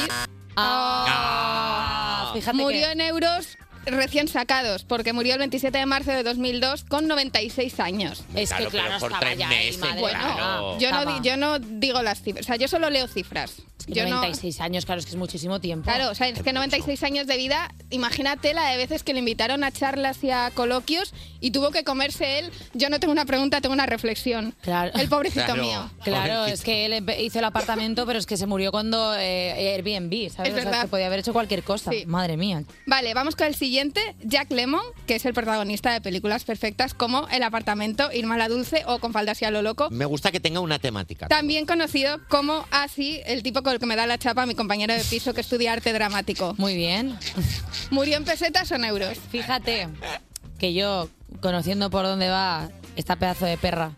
S7: Ah.
S6: fíjate
S12: murió
S6: que-
S12: en euros recién sacados, porque murió el 27 de marzo de 2002 con 96 años.
S7: Es que, Claro, pero claro, por estaba tres ya ahí, meses, madre
S12: bueno,
S7: claro.
S12: yo, no,
S7: Estaba.
S12: di- yo no digo las cifras, o sea, yo solo leo cifras.
S6: que
S12: yo no-
S6: 96 años, claro, es que es muchísimo tiempo.
S12: Claro, o sea, es que 96 años de vida, imagínate la de veces que le invitaron a charlas y a coloquios y tuvo que comerse él, yo no tengo una pregunta, tengo una reflexión. El pobrecito
S6: Claro.
S12: mío.
S6: Claro, es que él hizo el apartamento, pero es que se murió cuando eh, Airbnb, ¿sabes?
S12: Es
S6: O sea,
S12: verdad.
S6: que podía haber hecho cualquier cosa. Madre mía.
S12: Vale, vamos con el siguiente, Jack Lemon, que es el protagonista de películas perfectas como El apartamento, Irma la Dulce o Con faldas y a lo loco.
S7: Me gusta que tenga una temática.
S12: También conocido como así, el tipo con el que me da la chapa mi compañero de piso que estudia arte dramático.
S6: Muy bien.
S12: ¿Murió en pesetas o en euros?
S6: Fíjate que yo, conociendo por dónde va esta pedazo de perra.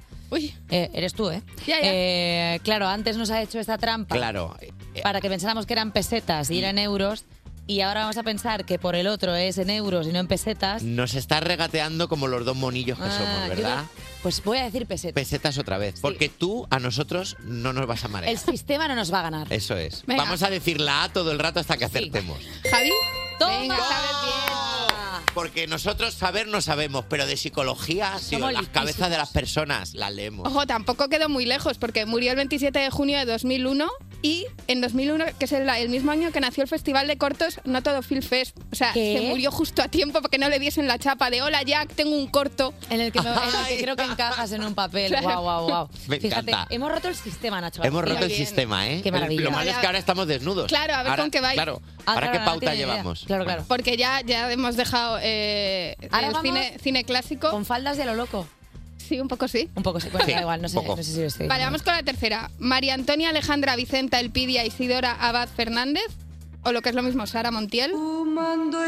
S6: Eh, eres tú, ¿eh? Eh, Claro, antes nos ha hecho esta trampa eh,
S7: Claro. Mm.
S6: para que pensáramos que eran pesetas y eran euros. Y ahora vamos a pensar que por el otro es en euros y no en pesetas.
S7: Nos está regateando como los dos monillos que
S6: Ah,
S7: somos,
S6: yo
S7: ¿verdad?
S6: creo- Pues voy a decir pesetas.
S7: Pesetas otra vez. Porque tú a nosotros no nos vas a marear.
S6: El sistema no nos va a ganar.
S7: Eso es.
S6: Venga.
S7: Vamos a decir la A todo el rato hasta que acertemos.
S6: Javi, Venga,
S7: Porque nosotros saber no sabemos, pero de psicología, sí,
S12: Somos
S7: las cabezas de las personas las leemos.
S12: Ojo, tampoco quedó muy lejos porque murió el 27 de junio de 2001 y en 2001, que es el, el mismo año que nació el Festival de Cortos No Todo Film Fest. O sea,
S6: ¿Qué?
S12: se murió justo a tiempo porque no le diesen la chapa de hola Jack, tengo un corto.
S6: En el que, me- en el que creo que encajas en un papel. Guau, guau, guau.
S7: Me
S6: Fíjate,
S7: encanta.
S6: hemos roto el sistema, Nacho.
S7: Hemos
S6: García.
S7: roto el sistema, ¿eh?
S6: Qué maravilla. Ah,
S7: Lo malo es que ahora estamos desnudos.
S12: Claro, a ver
S7: Ahora-
S12: con qué vais. Ah,
S7: Claro, ¿para qué pauta llevamos? Bueno,
S12: Porque ya, ya hemos dejado eh,
S6: Ahora
S12: el
S6: vamos
S12: cine, cine clásico. Con
S6: faldas de lo loco.
S12: Sí, un poco sí.
S6: Un poco sí, bueno,
S12: Sí,
S6: da igual, no sé,
S12: poco.
S6: no sé si lo estoy.
S12: Vale, vamos con la tercera. María Antonia Alejandra Vicenta Elpidia Isidora Abad Fernández, o lo que es lo mismo, Sara Montiel.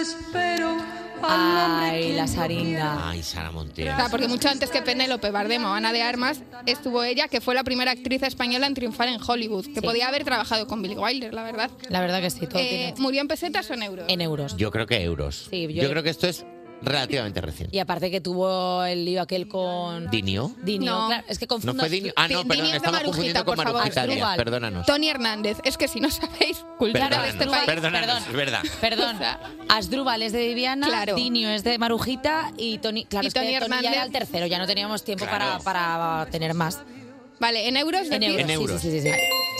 S12: espero
S6: Ay, la saringa.
S7: Ay, Sara Montiel.
S12: porque mucho antes que Penélope Bardem o Ana de Armas estuvo ella, que fue la primera actriz española en triunfar en Hollywood, que podía haber trabajado con Billy Wilder, la verdad.
S6: La verdad que sí, todo
S12: Eh,
S6: tiene-
S12: ¿Murió en pesetas o en euros?
S6: En euros.
S7: Yo creo que euros.
S6: Sí, yo-
S7: yo... creo que esto es relativamente reciente.
S6: Y aparte que tuvo el lío aquel con
S7: ¿Dinio?
S6: Dinio. Claro, es que confundo.
S7: No fue Dinio. Ah, no, perdón,
S12: Dinio es de
S7: estamos
S12: Marujita,
S7: confundiendo
S12: por
S7: con
S12: favor.
S7: Marujita Díaz,
S12: Asdrúbal.
S7: perdónanos.
S12: Tony Hernández, es que si no sabéis cultura de
S7: Perdónanos,
S12: este país.
S7: perdónanos, es verdad.
S6: Perdón, Asdrúbal es de Viviana,
S12: Claro.
S6: Dinio es de Marujita y Tony, claro,
S12: Y
S6: es que
S12: Tony
S6: Tony ya
S12: Hernández.
S6: era el tercero, ya no teníamos tiempo
S12: Claro.
S6: para, para tener más.
S12: Vale, en euros.
S6: En
S12: decís?
S6: euros, En sí, euros. sí, sí, sí.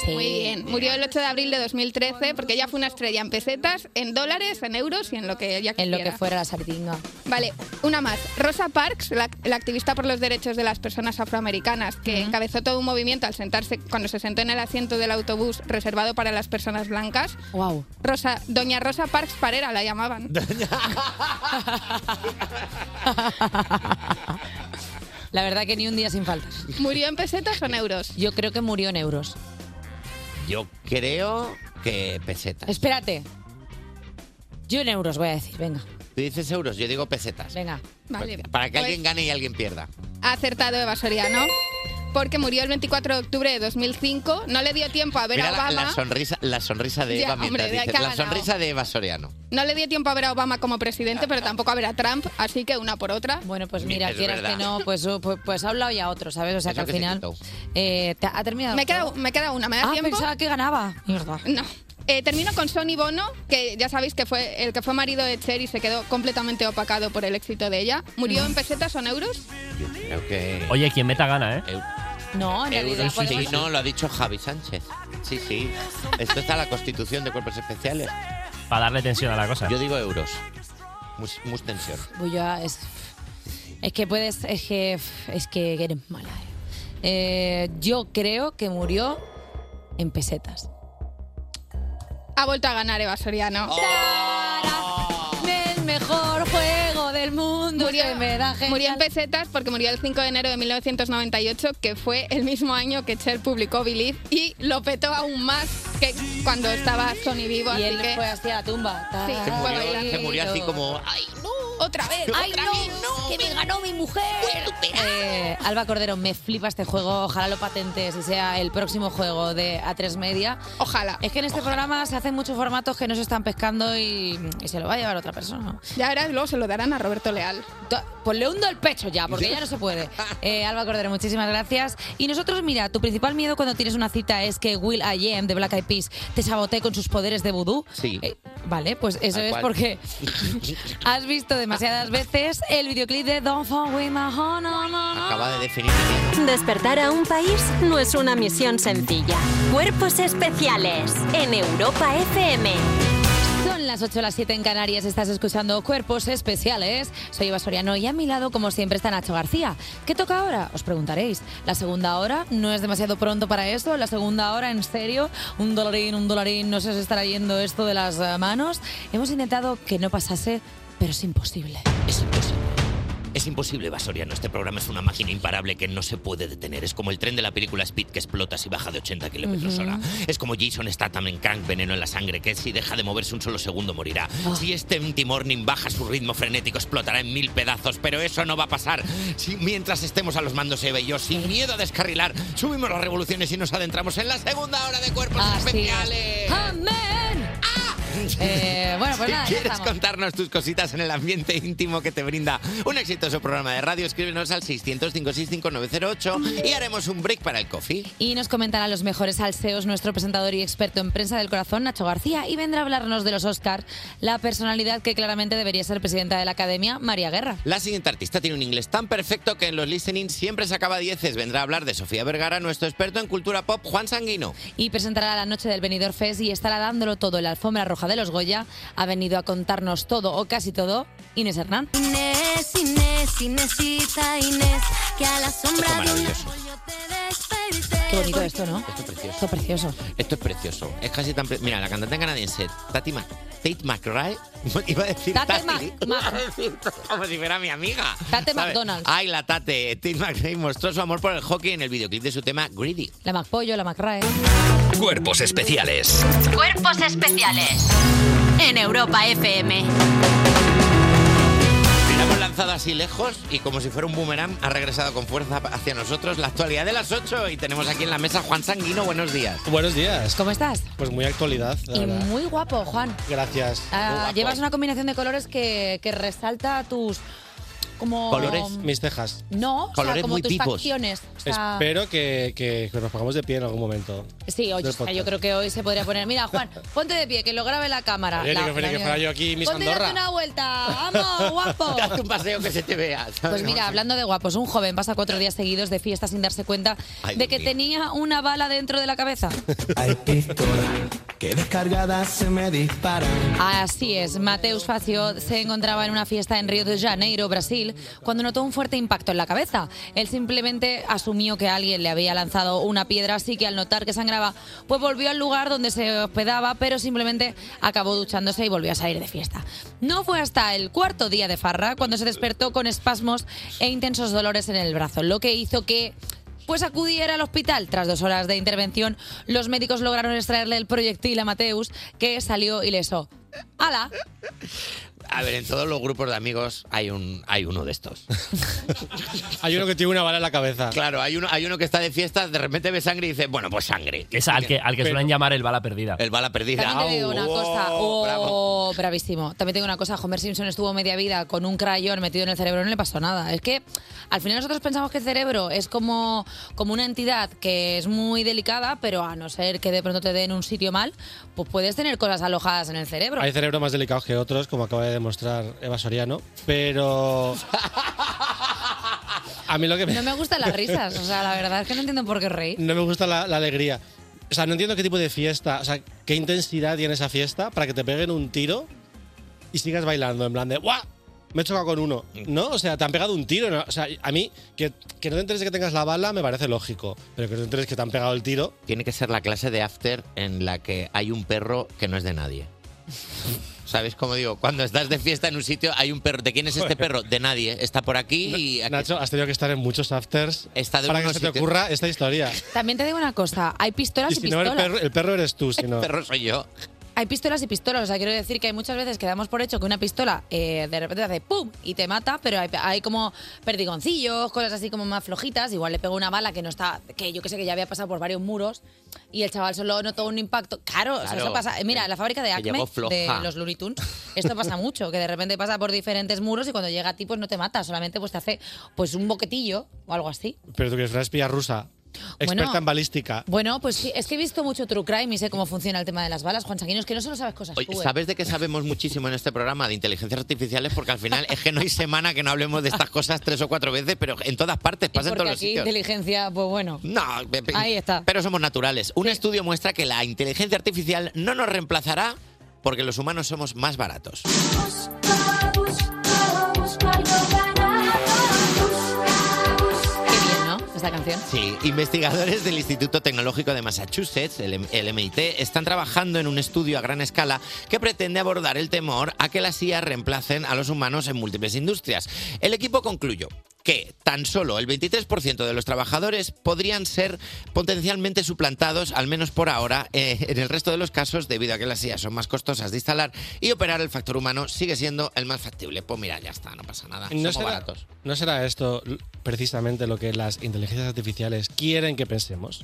S6: Sí.
S12: Muy bien. Murió el 8 de abril de 2013 porque ella fue una estrella en pesetas, en dólares, en euros y en lo que ella
S6: En
S12: quisiera.
S6: lo que fuera la sardinga.
S12: Vale, una más. Rosa Parks, la, la activista por los derechos de las personas afroamericanas, que encabezó todo un movimiento al sentarse, cuando se sentó en el asiento del autobús reservado para las personas blancas.
S6: Wow.
S12: Rosa, Doña Rosa Parks Parera la llamaban.
S6: La verdad que ni un día sin faltas.
S12: ¿Murió en pesetas o en euros?
S6: Yo creo que murió en euros.
S7: Yo creo que pesetas.
S6: Espérate. Yo en euros voy a decir, venga,
S7: Tú dices euros, yo digo pesetas.
S6: venga.
S12: Vale.
S7: Para que
S12: Pues-
S7: alguien gane y alguien pierda.
S12: Ha acertado Eva Soriano. Porque murió el 24 de octubre de 2005. No le dio tiempo a ver
S7: Mira
S12: a
S7: la,
S12: Obama.
S7: la sonrisa, la sonrisa de
S12: Ya,
S7: Eva mientras
S12: hombre,
S7: dice,
S12: que ha
S7: La
S12: ganado.
S7: sonrisa de Eva Soriano.
S12: No le dio tiempo a ver a Obama como presidente, pero tampoco a ver a Trump, así que una por otra.
S6: Bueno, pues mira,
S7: Ah, Es
S6: quieras
S7: verdad.
S6: que no, pues, uh, pues, pues a un lado y a otro, ¿sabes? O sea
S7: Eso
S6: que al
S7: que se
S6: final.
S7: quitó.
S6: eh, ¿te- ¿Ha terminado?
S12: Me queda, me queda una, ¿me da
S6: ah,
S12: tiempo?
S6: pensaba que ganaba. Mierda.
S12: No. Eh, termino con Sonny Bono, que ya sabéis que fue el que fue marido de Cher y se quedó completamente opacado por el éxito de ella. Murió en pesetas o en euros.
S7: Creo que...
S5: Oye, quien meta gana, ¿eh?
S6: No, en realidad pues
S7: Euros,
S12: "Pues
S6: podemos-
S7: sí, no, lo ha dicho Javi Sánchez. Sí, sí. Esto está en la constitución de cuerpos especiales.
S5: Para darle tensión a la cosa.
S7: Yo digo euros. Mus, mus tensión.
S6: Uy, ya es, es que puedes, es que es que eres mala. eh. Eh, yo creo que murió en pesetas.
S12: Ha vuelto a ganar Eva Soriano.
S7: Oh.
S6: El mejor juego del mundo.
S12: Murió,
S6: que me da genial.
S12: murió en pesetas porque murió el 5 de enero de 1998, que fue el mismo año que Cher publicó Believe y lo petó aún más que cuando estaba Sonny vivo. así
S6: Y él
S12: que-
S6: fue hacia la tumba.
S12: Sí,
S7: Se
S12: fue
S7: murió,
S12: bailando.
S7: se murió así como... ¡Ay,
S12: Otra vez,
S6: ¡Ay,
S12: otra
S6: no!
S12: vez, no,
S6: ¡Que me ganó mi mujer! Eh, Alba Cordero, me flipa este juego. Ojalá lo patentes y sea el próximo juego de A3 Media.
S12: Ojalá.
S6: Es que en este programa se hacen muchos formatos que no se están pescando y, y se lo va a llevar otra persona.
S12: Ya verás, luego se lo darán a Roberto Leal.
S6: Pues le hundo el pecho ya, porque ya no se puede. Eh, Alba Cordero, muchísimas gracias. Y nosotros, mira, tu principal miedo cuando tienes una cita es que Will I Am de Black Eyed Peas te sabotee con sus poderes de vudú.
S7: Sí.
S6: Vale, pues eso
S7: Tal
S6: es
S7: cual.
S6: porque has visto demasiadas veces el videoclip de Don't Fall With My Heart On, On, On.
S7: Acaba de definir...
S2: Despertar a un país no es una misión sencilla. Cuerpos especiales en Europa FM.
S6: Son las 8 o las 7 en Canarias, estás escuchando Cuerpos Especiales. Soy Eva Soriano y a mi lado, como siempre, está Nacho García. ¿Qué toca ahora? Os preguntaréis. La segunda hora no es demasiado pronto para eso. La segunda hora, en serio, un dolarín, un dolarín, no se os estará yendo esto de las eh, manos. Hemos intentado que no pasase, pero es imposible.
S7: Es imposible. Es es imposible, Vasoriano. Este programa es una máquina imparable que no se puede detener. Es como el tren de la película Speed que explota si baja de 80 kilómetros
S14: Ujú.
S7: hora. Es como Jason Statham en Crank, veneno en la sangre, que si deja de moverse un solo segundo morirá. Si este Empty Morning baja su ritmo frenético, explotará en mil pedazos, pero eso no va a pasar. Si mientras estemos a los mandos, Eva y yo, sin miedo a descarrilar, subimos las revoluciones y nos adentramos en la segunda hora de cuerpos especiales.
S6: Ah, ¡Amén! Eh, bueno, pues
S7: si
S6: nada, ya
S7: quieres
S6: estamos.
S7: contarnos tus cositas en el ambiente íntimo que te brinda un exitoso programa de radio, escríbenos al 600 565 y haremos un break para el coffee.
S6: Y nos comentará los mejores alceos nuestro presentador y experto en prensa del corazón, Nacho García, y vendrá a hablarnos de los Oscar, la personalidad que claramente debería ser presidenta de la Academia, María Guerra.
S7: La siguiente artista tiene un inglés tan perfecto que en los listening siempre se acaba dieces. Vendrá a hablar de Sofía Vergara, nuestro experto en cultura pop, Juan Sanguino.
S6: Y presentará la noche del Benidorm Fest y estará dándolo todo en la alfombra roja de los Goya. Ha venido a contarnos todo o casi todo Inés Hernán.
S15: Inés, Inés, Inésita, Inés, que a la sombra
S7: Esto es
S15: de un
S7: maravilloso.
S15: árbol yo te desperté.
S6: Qué bonito esto, ¿no?
S7: Esto es precioso.
S6: Esto es precioso.
S7: Esto es precioso. Es casi tan pre- Mira, la cantante canadiense Tati Mac Tate McRae iba a decir
S6: Tate
S7: Tati,
S6: Mac-
S7: iba a decir como si fuera mi amiga.
S6: Tate
S7: ¿sabes?
S6: McDonald's.
S7: Ay, la Tate. Tate McRae mostró su amor por el hockey en el videoclip de su tema Greedy.
S6: La Macpollo, la Macrae.
S13: Cuerpos especiales.
S2: Cuerpos especiales en Europa FM.
S7: La hemos lanzado así lejos y como si fuera un boomerang ha regresado con fuerza hacia nosotros la actualidad de las 8 y tenemos aquí en la mesa a Juan Sanguino. Buenos días.
S16: Buenos días.
S6: ¿Cómo estás?
S16: Pues muy actualidad, la
S6: Y
S16: verdad.
S6: muy guapo, Juan.
S16: Gracias.
S6: Ah, llevas una combinación de colores que, que resalta tus. Como.
S16: Mis cejas.
S6: No, o sea,
S16: Colores
S6: como
S16: muy
S6: tus
S16: vivos.
S6: facciones. O sea,
S16: Espero que, que- que nos pongamos de pie en algún momento.
S6: Sí, oye,
S16: del
S6: o sea,
S16: podcast.
S6: yo creo que hoy se podría poner. Mira, Juan, ponte de pie, que lo grabe la cámara.
S16: Oye,
S6: La-
S16: que feliz
S6: la-
S16: que fuera yo aquí, Miss
S6: Ponte y date
S16: Andorra.
S6: una vuelta, vamos, guapo.
S7: Haz un paseo que se te vea.
S6: Pues mira, hablando de guapos, un joven pasa cuatro días seguidos de fiesta sin darse cuenta
S7: Ay,
S6: de
S7: Dios
S6: que
S7: mío.
S6: tenía una bala dentro de la cabeza.
S8: Hay pistola que descargada se me dispara.
S6: Así es, Mateus Facio se encontraba en una fiesta en Río de Janeiro, Brasil, cuando notó un fuerte impacto en la cabeza. Él simplemente asumió que alguien le había lanzado una piedra, así que al notar que sangraba, pues volvió al lugar donde se hospedaba, pero simplemente acabó duchándose y volvió a salir de fiesta. No fue hasta el cuarto día de farra cuando se despertó con espasmos e intensos dolores en el brazo, lo que hizo que pues acudiera al hospital. Tras dos horas de intervención, los médicos lograron extraerle el proyectil a Mateus, que salió ileso. ¡Hala!
S7: A ver, en todos los grupos de amigos hay un hay uno de estos.
S16: Hay uno que tiene una bala en la cabeza.
S7: Claro, hay uno, hay uno que está de fiesta, de repente ve sangre y dice, bueno, pues sangre.
S5: Es al que, al que suelen llamar el bala perdida.
S7: El bala perdida.
S6: También te digo una cosa. Oh,
S7: bravo.
S6: bravísimo. También tengo una cosa. Homer Simpson estuvo media vida con un crayón metido en el cerebro, no le pasó nada. Es que al final nosotros pensamos que el cerebro es como, como una entidad que es muy delicada, pero a no ser que de pronto te den un sitio mal, pues puedes tener cosas alojadas en el cerebro.
S16: Hay cerebros más delicados que otros, como acaba de demostrar Eva Soriano, pero... A mí lo que me...
S6: No me gustan las risas, o sea, la verdad es que no entiendo por qué reír.
S16: No me gusta la, la alegría. O sea, no entiendo qué tipo de fiesta, o sea, qué intensidad tiene esa fiesta para que te peguen un tiro y sigas bailando, en plan de ¡guau! Me he chocado con uno, ¿no? O sea, te han pegado un tiro, ¿no? O sea, a mí, que, que no te enteres de que tengas la bala me parece lógico, pero que no te enteres que te han pegado el tiro.
S7: Tiene que ser la clase de after en la que hay un perro que no es de nadie. ¿Sabes cómo digo? Cuando estás de fiesta en un sitio, hay un perro. ¿De quién es este perro? De nadie. Está por aquí y aquí
S16: Nacho, has tenido que estar en muchos afters
S7: está de
S16: para que
S7: unos
S16: se te
S7: sitios-
S16: ocurra esta historia.
S6: También te digo una cosa, hay
S16: Y
S6: pistolas y,
S16: si no,
S6: pistolas.
S16: el perro, el perro eres tú, si no.
S7: perro soy yo.
S6: Hay pistolas y pistolas, o sea, quiero decir que hay muchas veces que damos por hecho que una pistola eh, de repente hace ¡pum! y te mata, pero hay, hay como perdigoncillos, cosas así como más flojitas, igual le pegó una bala que no está, que yo que sé, que ya había pasado por varios muros y el chaval solo notó un impacto. Claro, o sea,
S7: Claro.
S6: eso pasa. eh, Mira, la fábrica de
S7: Que
S6: Acme,
S7: llegó floja.
S6: de los Looney Tunes, esto pasa mucho, que de repente pasa por diferentes muros y cuando llega a ti pues no te mata, solamente pues te hace pues un boquetillo o algo así.
S16: Pero tú que eres una espía rusa, experta
S6: Bueno.
S16: en balística.
S6: Bueno, pues sí, es que he visto mucho True Crime y sé cómo funciona el tema de las balas, Juan Sanguino, es que no solo sabes cosas
S7: Oye,
S6: tú, ¿eh?
S7: ¿sabes de qué sabemos muchísimo en este programa? De inteligencias artificiales, porque al final es que no hay semana que no hablemos de estas cosas tres o cuatro veces, pero en todas partes, pasa en
S6: Porque
S7: todos los
S6: aquí
S7: sitios.
S6: inteligencia, pues bueno.
S7: No, pe- pe-
S6: Ahí está.
S7: pero somos naturales. Un estudio muestra que la inteligencia artificial no nos reemplazará porque los humanos somos más baratos.
S6: Qué bien, ¿no? Está esta canción.
S7: Sí, investigadores del Instituto Tecnológico de Massachusetts, el, M- el MIT, están trabajando en un estudio a gran escala que pretende abordar el temor a que las IA reemplacen a los humanos en múltiples industrias. El equipo concluyó que tan solo el 23% de los trabajadores podrían ser potencialmente suplantados, al menos por ahora, eh, en el resto de los casos, debido a que las IA son más costosas de instalar y operar el factor humano sigue siendo el más factible. Pues mira, ya está, no pasa nada.
S16: ¿No
S7: Somos
S16: será,
S7: baratos.
S16: ¿No será esto l- precisamente lo que las inteligencias artificiales quieren que pensemos?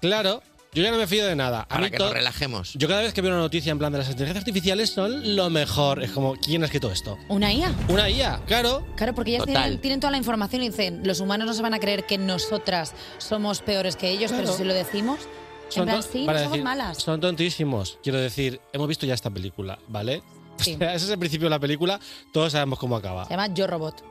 S16: Claro, yo ya no me fío de nada. A
S7: Para
S16: mí
S7: que nos
S16: to-
S7: relajemos.
S16: Yo cada vez que veo una noticia en plan de las inteligencias artificiales son lo mejor. Es como, ¿quién ha escrito esto?
S6: ¿Una IA?
S16: Una IA, claro.
S6: Claro, porque ellas
S16: Total.
S6: tienen, tienen toda la información y dicen, los humanos no se van a creer que nosotras somos peores que ellos,
S16: Claro.
S6: pero si lo decimos, en plan,
S16: to-
S6: sí, no
S16: para
S6: somos
S16: decir,
S6: malas.
S16: Son tontísimos. Quiero decir, hemos visto ya esta película, ¿vale?
S6: Sí.
S16: Ese es el principio de la película, todos sabemos cómo acaba.
S6: Se llama Yo Robot.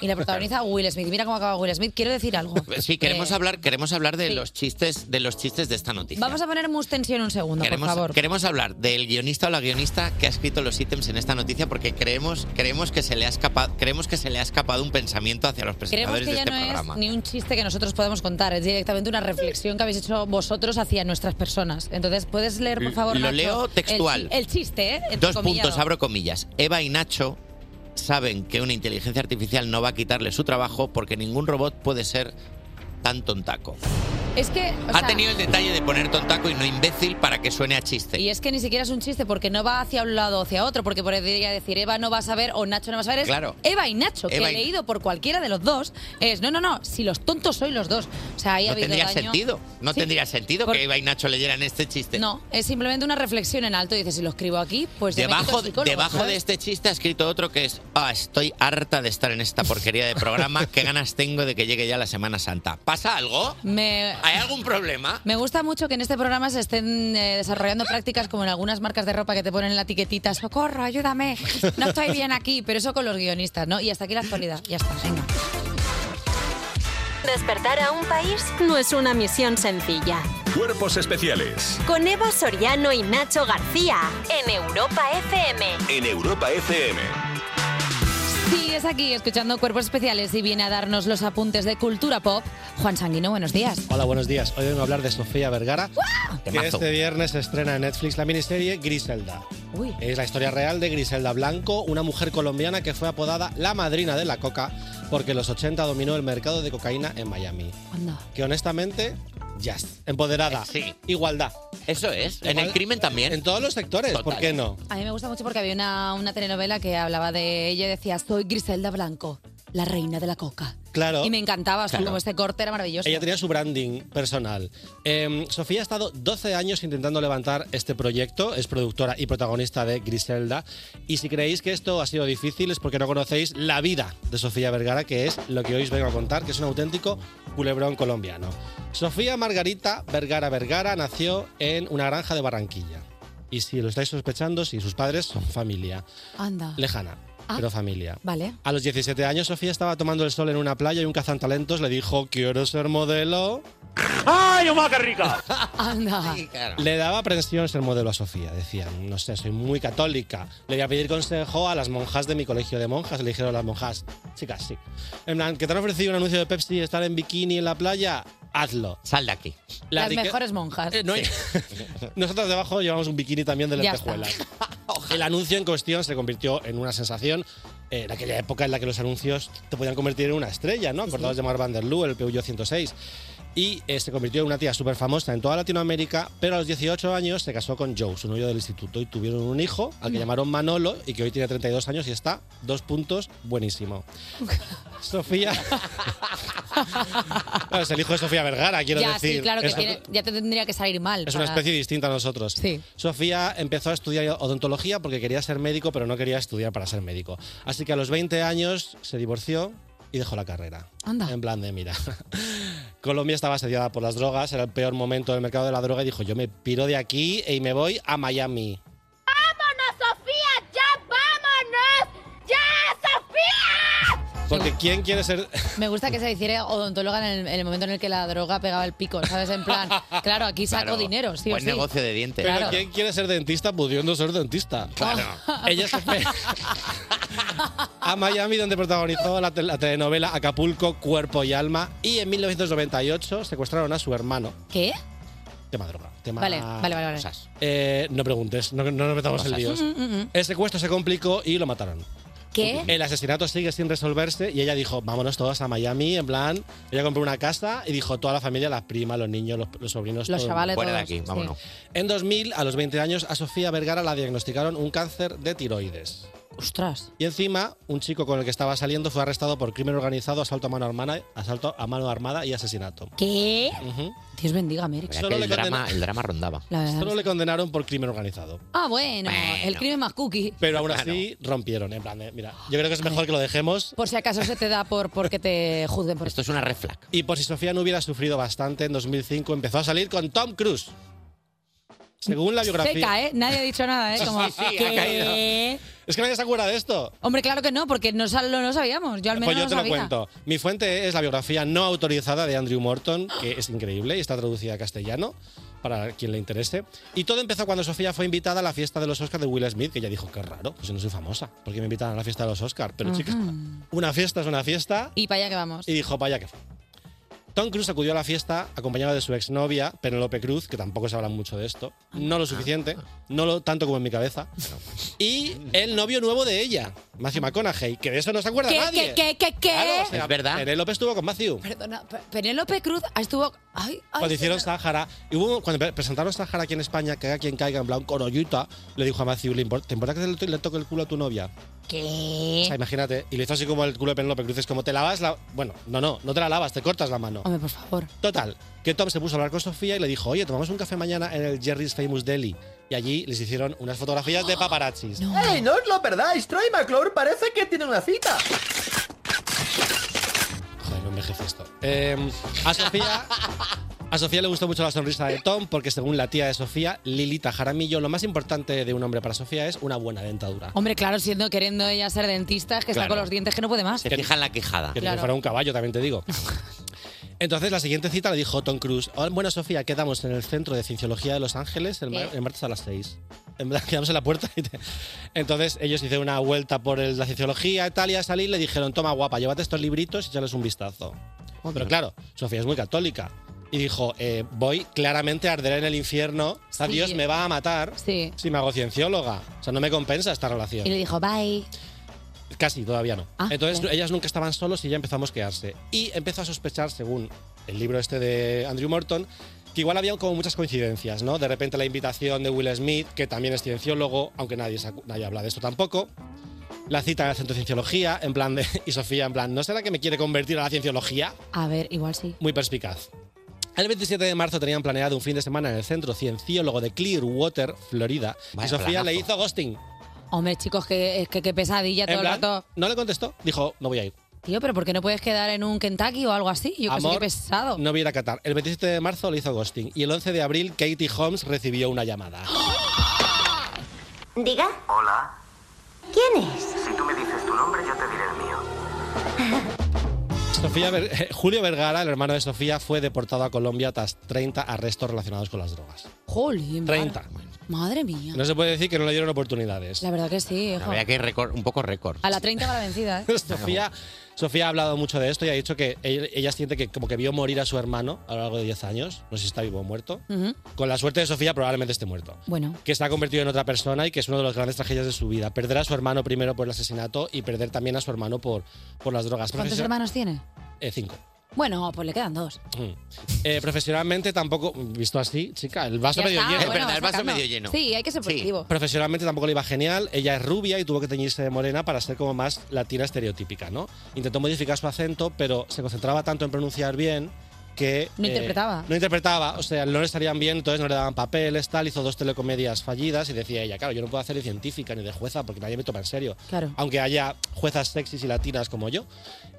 S6: Y la protagoniza Will Smith. Mira cómo acaba Will Smith. Quiero decir algo.
S7: Sí, queremos
S6: Eh,
S7: hablar, queremos hablar de
S6: sí.
S7: los chistes, de los chistes de esta noticia.
S6: Vamos a poner mus tensión un segundo,
S7: queremos,
S6: por favor.
S7: queremos hablar del guionista o la guionista que ha escrito los ítems en esta noticia porque creemos, creemos que se le ha escapado, creemos que se le ha escapado un pensamiento hacia los
S6: Creemos
S7: presentadores
S6: que
S7: de
S6: ya
S7: este
S6: no
S7: programa.
S6: es ni un chiste que nosotros podamos contar, es directamente una reflexión que habéis hecho vosotros hacia nuestras personas. Entonces, ¿puedes leer, por favor,
S7: Lo
S6: Nacho,
S7: leo
S6: el chi-
S7: textual.
S6: El, chiste, ¿eh?
S7: Dos
S6: Entrecomillado.
S7: puntos, abro comillas. Eva y Nacho saben que una inteligencia artificial no va a quitarle su trabajo porque ningún robot puede ser tan tontaco.
S6: Es que. o
S7: ha
S6: sea,
S7: tenido el detalle de poner tontaco y no imbécil para que suene a chiste.
S6: Y es que ni siquiera es un chiste porque no va hacia un lado o hacia otro, porque podría decir Eva no va a saber o Nacho no va a saber. Es
S7: Claro.
S6: Eva y Nacho,
S7: Eva
S6: que
S7: y-
S6: leído por cualquiera de los dos, es no, no, no, si los tontos sois los dos. O sea, ahí ha
S7: No
S6: habido
S7: tendría
S6: daño.
S7: sentido. No tendría sentido que Eva y Nacho leyeran este chiste.
S6: No, es simplemente una reflexión en alto. Dices, si lo escribo aquí, pues ya me quito
S7: Debajo,
S6: el psicólogo,
S7: debajo
S6: ¿sabes?
S7: de este chiste ha escrito otro que es, ah, estoy harta de estar en esta porquería de programa, qué ganas tengo de que llegue ya la Semana Santa. ¿Pasa algo?
S6: Me,
S7: ¿Hay algún problema?
S6: me gusta mucho que en este programa se estén eh, desarrollando prácticas como en algunas marcas de ropa que te ponen en la etiquetita, socorro, ayúdame, no estoy bien aquí, pero eso con los guionistas, ¿no? Y hasta aquí la actualidad, ya está, venga.
S2: Despertar a un país no es una misión sencilla.
S1: Cuerpos especiales
S2: Con Eva Soriano y Nacho García en Europa FM.
S1: en Europa FM.
S6: Sigues aquí escuchando Cuerpos Especiales y viene a darnos los apuntes de cultura pop Juan Sanguino, buenos días.
S16: Hola, buenos días. Hoy vengo a hablar de Sofía Vergara, que este viernes se estrena en Netflix la miniserie Griselda. Es la historia real de Griselda Blanco, una mujer colombiana que fue apodada la madrina de la coca porque en los 80 dominó el mercado de cocaína en Miami. Que honestamente, ya yes. empoderada, igualdad.
S7: Eso es, en el crimen también.
S16: En todos los sectores, ¿por qué no?
S6: A mí me gusta mucho porque había una, una telenovela que hablaba de ella y decía, soy Griselda Blanco, la reina de la coca.
S16: Claro.
S6: Y me encantaba, su-
S16: Claro.
S6: como este corte era maravilloso.
S16: Ella tenía su branding personal. Eh, Sofía ha estado 12 años intentando levantar este proyecto, es productora y protagonista de Griselda. Y si creéis que esto ha sido difícil es porque no conocéis la vida de Sofía Vergara, que es lo que hoy os vengo a contar, que es un auténtico culebrón colombiano. Sofía Margarita Vergara Vergara nació en una granja de Barranquilla. Y si lo estáis sospechando, sí, sus padres son familia.
S6: Anda.
S16: Lejana,
S6: Ah.
S16: pero familia.
S6: Vale.
S16: A los 17 años, Sofía estaba tomando el sol en una playa y un cazantalentos le dijo, quiero ser modelo.
S14: ¡Ay, mamá, qué rica!
S6: Anda.
S16: Le daba aprensión ser modelo a Sofía. Decía, no sé, soy muy católica. Le voy a pedir consejo a las monjas de mi colegio de monjas. Le dijeron las monjas, chicas, sí. En plan, que te han ofrecido un anuncio de Pepsi, estar en bikini en la playa, hazlo.
S7: Sal de aquí.
S16: La
S6: Las
S16: rique- Eh,
S6: mejores monjas.
S16: Nosotros debajo llevamos un bikini también de
S6: Ya está.
S16: lentejuelas. El anuncio en cuestión se convirtió en una sensación eh, en aquella época en la que los anuncios te podían convertir en una estrella, ¿no? Acordados de Mark Van der Loo, el Peugeot 106. Y eh, se convirtió en una tía súper famosa en toda Latinoamérica, pero a los 18 años se casó con Joe, su novio del instituto, y tuvieron un hijo al
S6: Mm.
S16: que llamaron Manolo y que hoy tiene 32 años y está dos puntos buenísimo. Sofía. Claro, es el hijo de Sofía Vergara, quiero
S6: ya,
S16: decir.
S6: sí, claro que
S16: Es-
S6: tiene- ya te tendría que salir mal.
S16: es una
S6: para-
S16: especie distinta a nosotros. Sofía empezó a estudiar odontología porque quería ser médico, pero no quería estudiar para ser médico. Así que a los 20 años se divorció y dejó la carrera.
S6: Anda.
S16: En plan de, mira, Colombia estaba asediada por las drogas, era el peor momento del mercado de la droga y dijo, yo me piro de aquí y me voy a Miami.
S14: ¡Vámonos, Sofía! ¡Ya vámonos! ¡Ya, Sofía!
S16: Porque ¿quién quiere ser...?
S6: Me gusta que se hiciera odontóloga en el, en el momento en el que la droga pegaba el pico, ¿sabes? En plan, claro, aquí saco
S16: Claro,
S6: dinero, sí o
S16: buen
S6: sí.
S16: negocio
S7: de dientes.
S16: Pero
S6: Claro.
S16: Pues
S6: Oh.
S16: ¿quién quiere ser dentista pudiendo ser dentista?
S7: Claro.
S16: Ella se fue. a Miami, donde protagonizó la, tel- la telenovela Acapulco, Cuerpo y Alma. Y en 1998 secuestraron a su hermano.
S6: ¿Qué?
S16: Tema droga. Tema
S6: Vale, vale, vale. vale.
S16: cosas. Eh, no preguntes, no, no nos metamos en
S6: Cosas.
S16: líos.
S6: Mm, mm, mm.
S16: El secuestro se complicó y lo mataron.
S6: ¿Qué?
S16: El asesinato sigue sin resolverse y ella dijo, vámonos todos a Miami, en plan, ella compró una casa y dijo, toda la familia, las primas, los niños, los, los sobrinos,
S6: Los
S16: todo el
S6: chavales
S16: mundo".
S6: Fuera de todos, aquí, sí. vámonos.
S16: En 2000, a los 20 años, a Sofía Vergara la diagnosticaron un cáncer de tiroides.
S6: Ostras.
S16: Y encima, un chico con el que estaba saliendo fue arrestado por crimen organizado, asalto a mano armada, asalto a mano armada y asesinato.
S6: ¿Qué? Dios bendiga, Merck.
S16: Verá Pues que Solo el le condena- drama- el drama
S7: rondaba.
S6: La verdad
S16: Solo
S6: es-
S16: le condenaron por crimen organizado.
S6: Ah, bueno, el crimen más cookie.
S16: Pero aún así rompieron, en plan, de, mira, yo creo que es mejor que lo dejemos
S6: Por si acaso se te da por porque te juzguen por
S7: Esto es una red flag.
S16: Y por si Sofía no hubiera sufrido bastante, en 2005 empezó a salir con Tom Cruise. Según la biografía.
S6: Seca, ¿eh? Nadie ha dicho nada, ¿eh? Como,
S16: Sí, sí, ha
S6: ¿qué?
S16: caído. Es que nadie se acuerda de esto.
S6: Hombre, claro que no, porque no, sal- no lo sabíamos. Yo al menos
S16: Pues yo
S6: no
S16: te lo
S6: sabía.
S16: cuento. Mi fuente es la biografía no autorizada de Andrew Morton, que es increíble y está traducida a castellano, para quien le interese. Y todo empezó cuando Sofía fue invitada a la fiesta de los Oscars de Will Smith, que ella dijo, qué raro, pues yo no soy famosa, porque me invitan a la fiesta de los Oscars. Pero
S6: Ajá.
S16: chicas, una fiesta es una fiesta
S6: Y para allá que vamos.
S16: y dijo, vaya que fue. Tom Cruise acudió a la fiesta acompañado de su exnovia, Penelope Cruz, que tampoco se habla mucho de esto.
S6: Ah,
S16: No lo suficiente, no lo tanto como en mi cabeza. Y el novio nuevo de ella, Matthew McConaughey, que de eso no se acuerda
S6: ¿Qué,
S16: nadie.
S6: qué, qué, qué, qué?
S16: Claro, o sea, Penélope estuvo con Matthew.
S6: Perdona, Pe- Penélope Cruz estuvo. Ay, ay,
S16: Cuando hicieron Sahara, y hubo, cuando pre- presentaron Sahara aquí en España, caiga quien caiga, en plan con Oyuta, le dijo a Matthew, "¿Le impor- ¿te importa que te- le toque el culo a tu novia?
S6: ¿Qué?
S16: O sea, imagínate, y le hizo así como el culo de Penélope Cruz, es como te lavas la... Bueno, no, no, no te la lavas, te cortas la mano.
S6: Hombre, por favor.
S16: Total, que Tom se puso a hablar con Sofía y le dijo, oye, tomamos un café mañana en el Jerry's Famous Deli. Y allí les hicieron unas fotografías de paparazzis.
S17: ¡Ey, no os lo perdáis! Troy McClure parece que tiene una cita.
S16: Joder, me envejece esto. Eh, a Sofía... A Sofía le gustó mucho la sonrisa de Tom porque según la tía de Sofía, Lilita Jaramillo, lo más importante de un hombre para Sofía es una buena dentadura.
S6: Hombre, claro, siendo queriendo ella ser dentista, es que está
S16: Claro.
S6: con los dientes que no puede más.
S16: Se fija en la quijada. Que
S6: Claro.
S16: fuera un caballo, también te digo. Entonces, la siguiente cita le dijo Tom Cruise: "Oh, Bueno, Sofía, quedamos en el Centro de Cienciología de Los Ángeles el, ma-
S6: ¿Qué?
S16: el martes a las 6. En verdad, quedamos en la puerta. y te- Entonces, ellos hicieron una vuelta por el- la cienciología y tal, y al salir le dijeron: Toma, guapa, llévate estos libritos y échales un vistazo.
S6: Oh,
S16: Pero claro, Sofía es muy católica. Y dijo: "Eh, Voy claramente a arder en el infierno. O sea,
S6: Sí.
S16: Dios me va a matar si me hago ciencióloga. O sea, no me compensa esta relación.
S6: Y le dijo, bye.
S16: Casi, todavía no.
S6: Ah,
S16: Entonces
S6: bien.
S16: ellas nunca estaban solos y ya empezó a mosquearse. Y empezó a sospechar, según el libro este de Andrew Morton, que igual había como muchas coincidencias, ¿no? De repente la invitación de Will Smith, que también es cienciólogo, aunque nadie, se acu- nadie habla de esto tampoco. La cita en el centro de cienciología, en plan de. Y Sofía, en plan, ¿no será que me quiere convertir a la cienciología?
S6: A ver, igual sí.
S16: Muy perspicaz. El 27 de marzo tenían planeado un fin de semana en el centro cienciólogo de Clearwater, Florida. y Sofía le hizo ghosting.
S6: Hombre, chicos, que, es que, que pesadilla todo
S16: En plan,
S6: el rato.
S16: no le contestó, dijo, no voy a ir.
S6: Tío, pero ¿por qué no puedes quedar en un Kentucky o algo así? Yo que sé, qué
S16: Amor,
S6: pesado.
S16: No voy a ir a Qatar. El 27 de marzo le hizo ghosting y el 11 de abril Katie Holmes recibió una llamada.
S18: Diga,
S19: Hola,
S18: ¿quién es?
S19: si tú me dices tu nombre, yo te diré el mío.
S16: Sofía Ver- eh, Julio Vergara, el hermano de Sofía, fue deportado a Colombia tras 30 arrestos relacionados con las drogas.
S6: Jolín,
S16: 30.
S6: Madre mía.
S16: No se puede decir que no le dieron oportunidades.
S6: La verdad que sí, hijo.
S7: Habría que ir récord- un poco récord.
S6: A la 30 va la vencida, ¿eh?
S16: Sofía, Sofía ha hablado mucho de esto y ha dicho que ella, ella siente que como que vio morir a su hermano a lo largo de 10 años. No sé si está vivo o muerto.
S6: Ujú.
S16: Con la suerte de Sofía probablemente esté muerto.
S6: Bueno.
S16: que se ha convertido en otra persona y que es una de las grandes tragedias de su vida. Perder a su hermano primero por el asesinato y perder también a su hermano por, por las drogas.
S6: ¿Cuántos
S16: Profesio-
S6: hermanos tiene?
S16: Eh, cinco.
S6: Bueno, pues le quedan dos.
S16: Mm. Eh, profesionalmente tampoco, visto así, chica, el vaso
S6: Ya
S16: medio
S6: está,
S16: lleno. ¿eh?
S6: bueno, vas sacando. Sí, hay que ser positivo.
S16: Profesionalmente tampoco le iba genial. Ella es rubia y tuvo que teñirse de morena para ser como más latina estereotípica, ¿no? Intentó modificar su acento, pero se concentraba tanto en pronunciar bien que... eh,
S6: No interpretaba.
S16: No interpretaba, o sea, no le salían bien, entonces no le daban papeles, tal. Hizo dos telecomedias fallidas y decía ella, claro, yo no puedo hacer de científica ni de jueza porque nadie me toma en serio.
S6: Claro.
S16: Aunque haya juezas sexys y latinas como yo.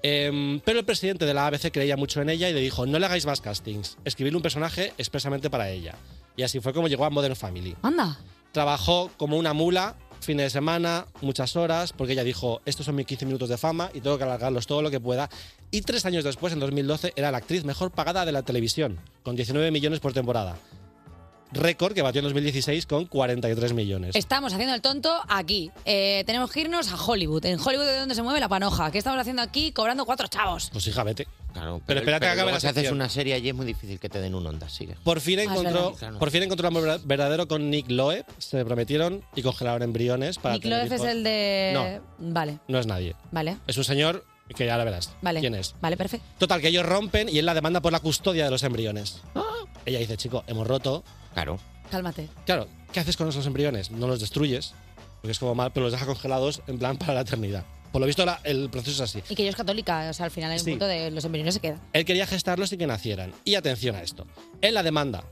S16: Em, pero el presidente de la ABC creía mucho en ella y le dijo, no le hagáis más castings, escribirle un personaje expresamente para ella. Y así fue como llegó a Modern Family
S6: Anda.
S16: trabajó como una mula, fines de semana, muchas horas, porque ella dijo, estos son mis 15 minutos de fama y tengo que alargarlos todo lo que pueda. Y tres años después, en 2012, era la actriz mejor pagada de la televisión, con 19 millones por temporada. récord que batió en 2016 con 43 millones.
S6: Estamos haciendo el tonto aquí. Eh, tenemos que irnos a Hollywood. En Hollywood es donde se mueve la panoja. ¿Qué estamos haciendo aquí cobrando cuatro chavos?
S16: Pues hija, vete.
S7: Claro,
S16: Pero espérate que acabe
S7: luego
S16: la
S7: si haces
S16: sección.
S7: una serie allí es muy difícil que te den un onda, sigue.
S16: Por fin,
S7: Ah, es
S16: encontró,
S7: verdad. Claro.
S16: por fin encontró el amor verdadero con Nick Loeb. Se prometieron y congelaron embriones para.
S6: Nick
S16: tener
S6: Loeb es
S16: hijos.
S6: el de... Vale,
S16: No, no es nadie.
S6: vale,
S16: Es un señor que ya la verás.
S6: Vale.
S16: ¿Quién es?
S6: vale, perfecto.
S16: Total, que ellos rompen y él la demanda por la custodia de los embriones. Ella dice, chico, hemos roto.
S7: Claro.
S6: Cálmate.
S16: Claro, ¿qué haces con esos embriones? No los destruyes, porque es como mal, pero los deja congelados en plan para la eternidad. Por lo visto, la- el proceso es así.
S6: Y que yo es católica, o sea, al final hay un
S16: Sí.
S6: punto de los embriones se quedan.
S16: Él quería gestarlos y que nacieran. Y atención a esto. En la demanda,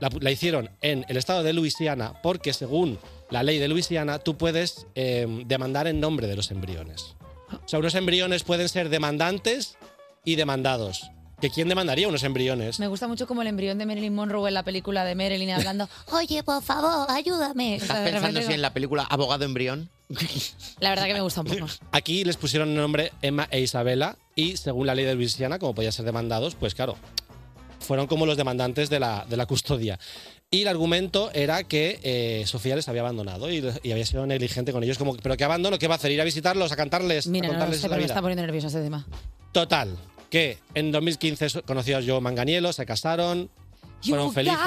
S16: la, pu- la hicieron en el estado de Luisiana, porque según la ley de Luisiana, tú puedes eh, demandar en nombre de los embriones. O sea, unos embriones pueden ser demandantes y demandados. ¿Que quién demandaría unos embriones?
S6: Me gusta mucho como el embrión de Marilyn Monroe en la película de Marilyn hablando, oye, por favor, ayúdame. O sea,
S7: ¿Estás
S6: de
S7: pensando
S6: repente-
S7: si en la película Abogado Embrión?
S6: La verdad que me gusta un poco.
S16: Aquí les pusieron el nombre Emma e Isabela y según la ley de Luisiana, como podían ser demandados, pues claro, fueron como los demandantes de la, de la custodia. Y el argumento era que eh, Sofía les había abandonado y, y había sido negligente con ellos. Como, ¿pero qué abandono? ¿Qué va a hacer? ¿Ir a visitarlos? ¿A cantarles? ¿A
S6: Mira, no lo
S16: contarles la
S6: sé, pero me está
S16: vida?
S6: poniendo nerviosa este tema.
S16: Total, que en 2015 so- conoció a Joe Manganiello, se casaron, fueron
S6: Got
S16: felices.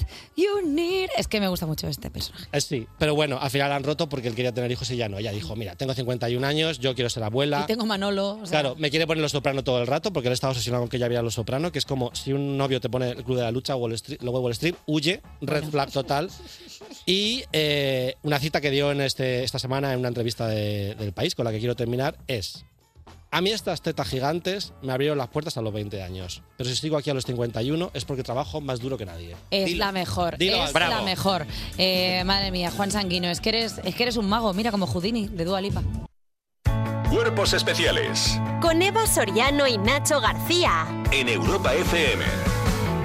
S6: it, you need- Es que me gusta mucho este personaje.
S16: Eh, Sí, pero bueno, al final han roto porque él quería tener hijos y ya no. Ella dijo, mira, tengo 51 años, yo quiero ser abuela.
S6: Y tengo Manolo. o sea,
S16: Ah. Claro, me quiere poner los soprano todo el rato porque él estaba obsesionado con que ya había los soprano, que es como si un novio te pone el club de la lucha o Wall Street, luego Wall Street, huye, red flag total. Y eh, una cita que dio en este, esta semana en una entrevista de- del país con la que quiero terminar es: A mí estas tetas gigantes me abrieron las puertas a los 20 años, pero si sigo aquí a los 51 es porque trabajo más duro que nadie.
S6: Es la mejor,
S16: Dilo,
S6: es
S16: bravo.
S6: la mejor. Eh, madre mía, Juan Sanguino, es que eres, es que eres un mago, mira como Houdini de Dua Lipa.
S1: Cuerpos especiales
S2: Con Eva Soriano y Nacho García.
S1: en Europa FM.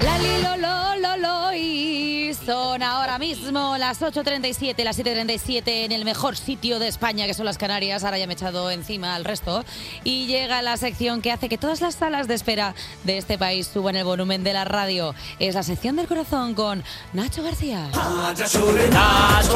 S6: La li, lo, lo, lo, lo, y son ahora mismo las 8.37, las 7.37 en el mejor sitio de España, que son las Canarias. Ahora ya me he echado encima al resto. Y llega la sección que hace que todas las salas de espera de este país suban el volumen de la radio. Es la sección del corazón con Nacho García.
S7: Ah, Nacho,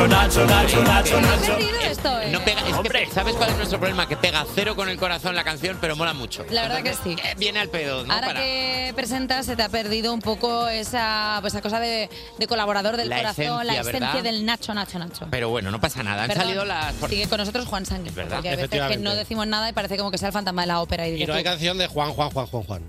S7: Nacho, Nacho, Nacho,
S6: Perdido esto, eh.
S7: No pega, es que pe- ¿Sabes cuál es nuestro problema? Que pega cero con el corazón la canción, pero mola mucho.
S6: La verdad que sí.
S7: Eh, Viene al pedo, ¿no?
S6: Ahora
S7: Para-
S6: que presentas, se te ha perdido un poco esa, pues, esa cosa de, de colaborador del
S7: La
S6: corazón, la
S7: esencia,
S6: esencia
S7: ¿verdad?
S6: del Nacho, Nacho, Nacho.
S7: Pero bueno, no pasa nada. Han
S6: Perdón,
S7: salido las... por-
S6: Sigue con nosotros Juan Sanguino.
S7: verdad.
S6: Porque hay veces que
S7: Efectivamente.
S6: no decimos nada y parece como que sea el fantasma de la ópera. Y,
S16: Y
S6: dices
S16: no hay
S6: tú,
S16: canción de Juan, Juan, Juan, Juan, Juan.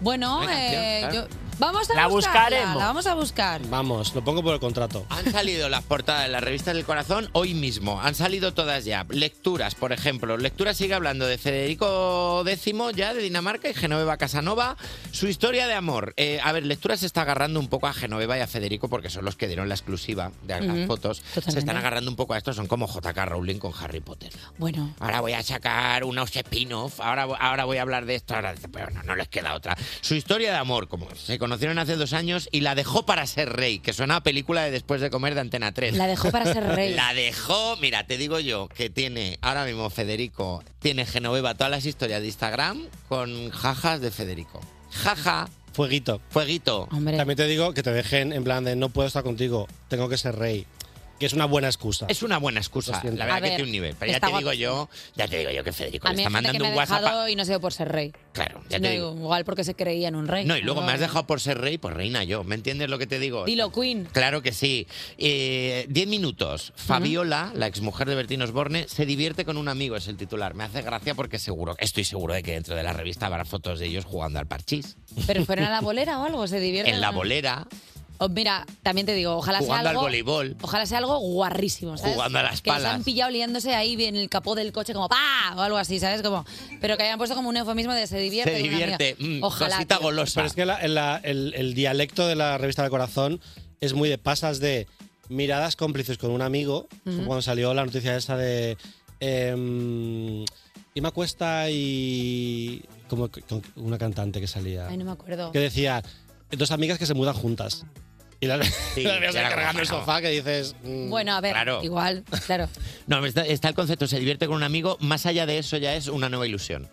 S6: Bueno,
S16: No hay canción,
S6: eh,
S16: claro.
S6: yo- vamos a
S16: La
S6: buscarla,
S16: buscaremos.
S6: La vamos a buscar.
S16: Vamos, lo pongo por el contrato.
S7: Han salido las portadas de las revistas del corazón hoy mismo. Han salido todas ya. Lecturas, por ejemplo. Lectura sigue hablando de Federico X ya de Dinamarca y Genoveva Casanova. Su historia de amor. Eh, a ver, Lectura se está agarrando un poco a Genoveva y a Federico porque son los que dieron la exclusiva de las
S6: Ujú,
S7: fotos. Se
S6: totalmente.
S7: están agarrando un poco a esto. Son como JK Rowling con Harry Potter.
S6: Bueno,
S7: Ahora voy a sacar unos spin-off, ahora, ahora voy a hablar de esto, ahora, pero no, no les queda otra. Su historia de amor, como se conocieron hace dos años y la dejó para ser rey, que suena a película de Después de comer de Antena 3.
S6: La dejó para ser rey.
S7: La dejó, mira, te digo yo, que tiene ahora mismo Federico, tiene Genoveva todas las historias de Instagram con jajas de Federico. Jaja,
S16: Fueguito.
S7: Fueguito.
S16: También te digo que te dejen en plan de no puedo estar contigo, tengo que ser rey. Que es una buena excusa.
S7: Es una buena excusa. la verdad
S6: A
S7: que
S6: ver,
S7: tiene un nivel, pero ya
S6: está
S7: te digo
S6: guap-
S7: yo, ya te digo yo que Federico
S6: a
S7: le
S6: mí hay
S7: está
S6: gente
S7: mandando
S6: que me ha
S7: un WhatsApp. a-
S6: dejado y no se dio por ser rey.
S7: Claro, ya
S6: No,
S7: te digo.
S6: Igual porque se creía en un rey.
S7: No, y luego me has
S6: Claro.
S7: dejado por ser rey, pues reina yo. ¿Me entiendes lo que te digo?
S6: Dilo, Queen.
S7: Claro que sí. Eh, diez minutos. Fabiola, la exmujer de Bertín Osborne, se divierte con un amigo, es el titular. Me hace gracia porque seguro, estoy seguro de que dentro de la revista habrá fotos de ellos jugando al parchís.
S6: Pero fueron a la bolera o algo, se divierten.
S7: En la bolera,
S6: Oh, mira, también te digo, ojalá sea
S7: jugando al
S6: algo.
S7: voleibol.
S6: Ojalá sea algo guarrísimo, ¿sabes?
S7: Jugando a las
S6: que
S7: palas.
S6: los han pillado liándose ahí en el capó del coche como pa o algo así, ¿sabes? Como, pero que hayan puesto como un eufemismo de se divierte. con una amiga.
S7: Mm,
S6: Ojalá. tío.
S16: Pero es que la- en la- el, el dialecto de la revista del corazón es muy de pasas de miradas cómplices con un amigo.
S6: Ujú.
S16: Como Cuando salió la noticia esa de. em, y me acuesta y. Como que- con una cantante que salía.
S6: Ay, no me acuerdo.
S16: Que decía. Dos amigas que se mudan juntas. Y las las veías
S7: ya era
S16: cargando el
S7: como,
S16: sofá que dices. mm,
S6: Bueno, a ver,
S7: Claro.
S6: igual, claro.
S7: No, está, está el concepto, se divierte con un amigo. Más allá de eso ya es una nueva ilusión.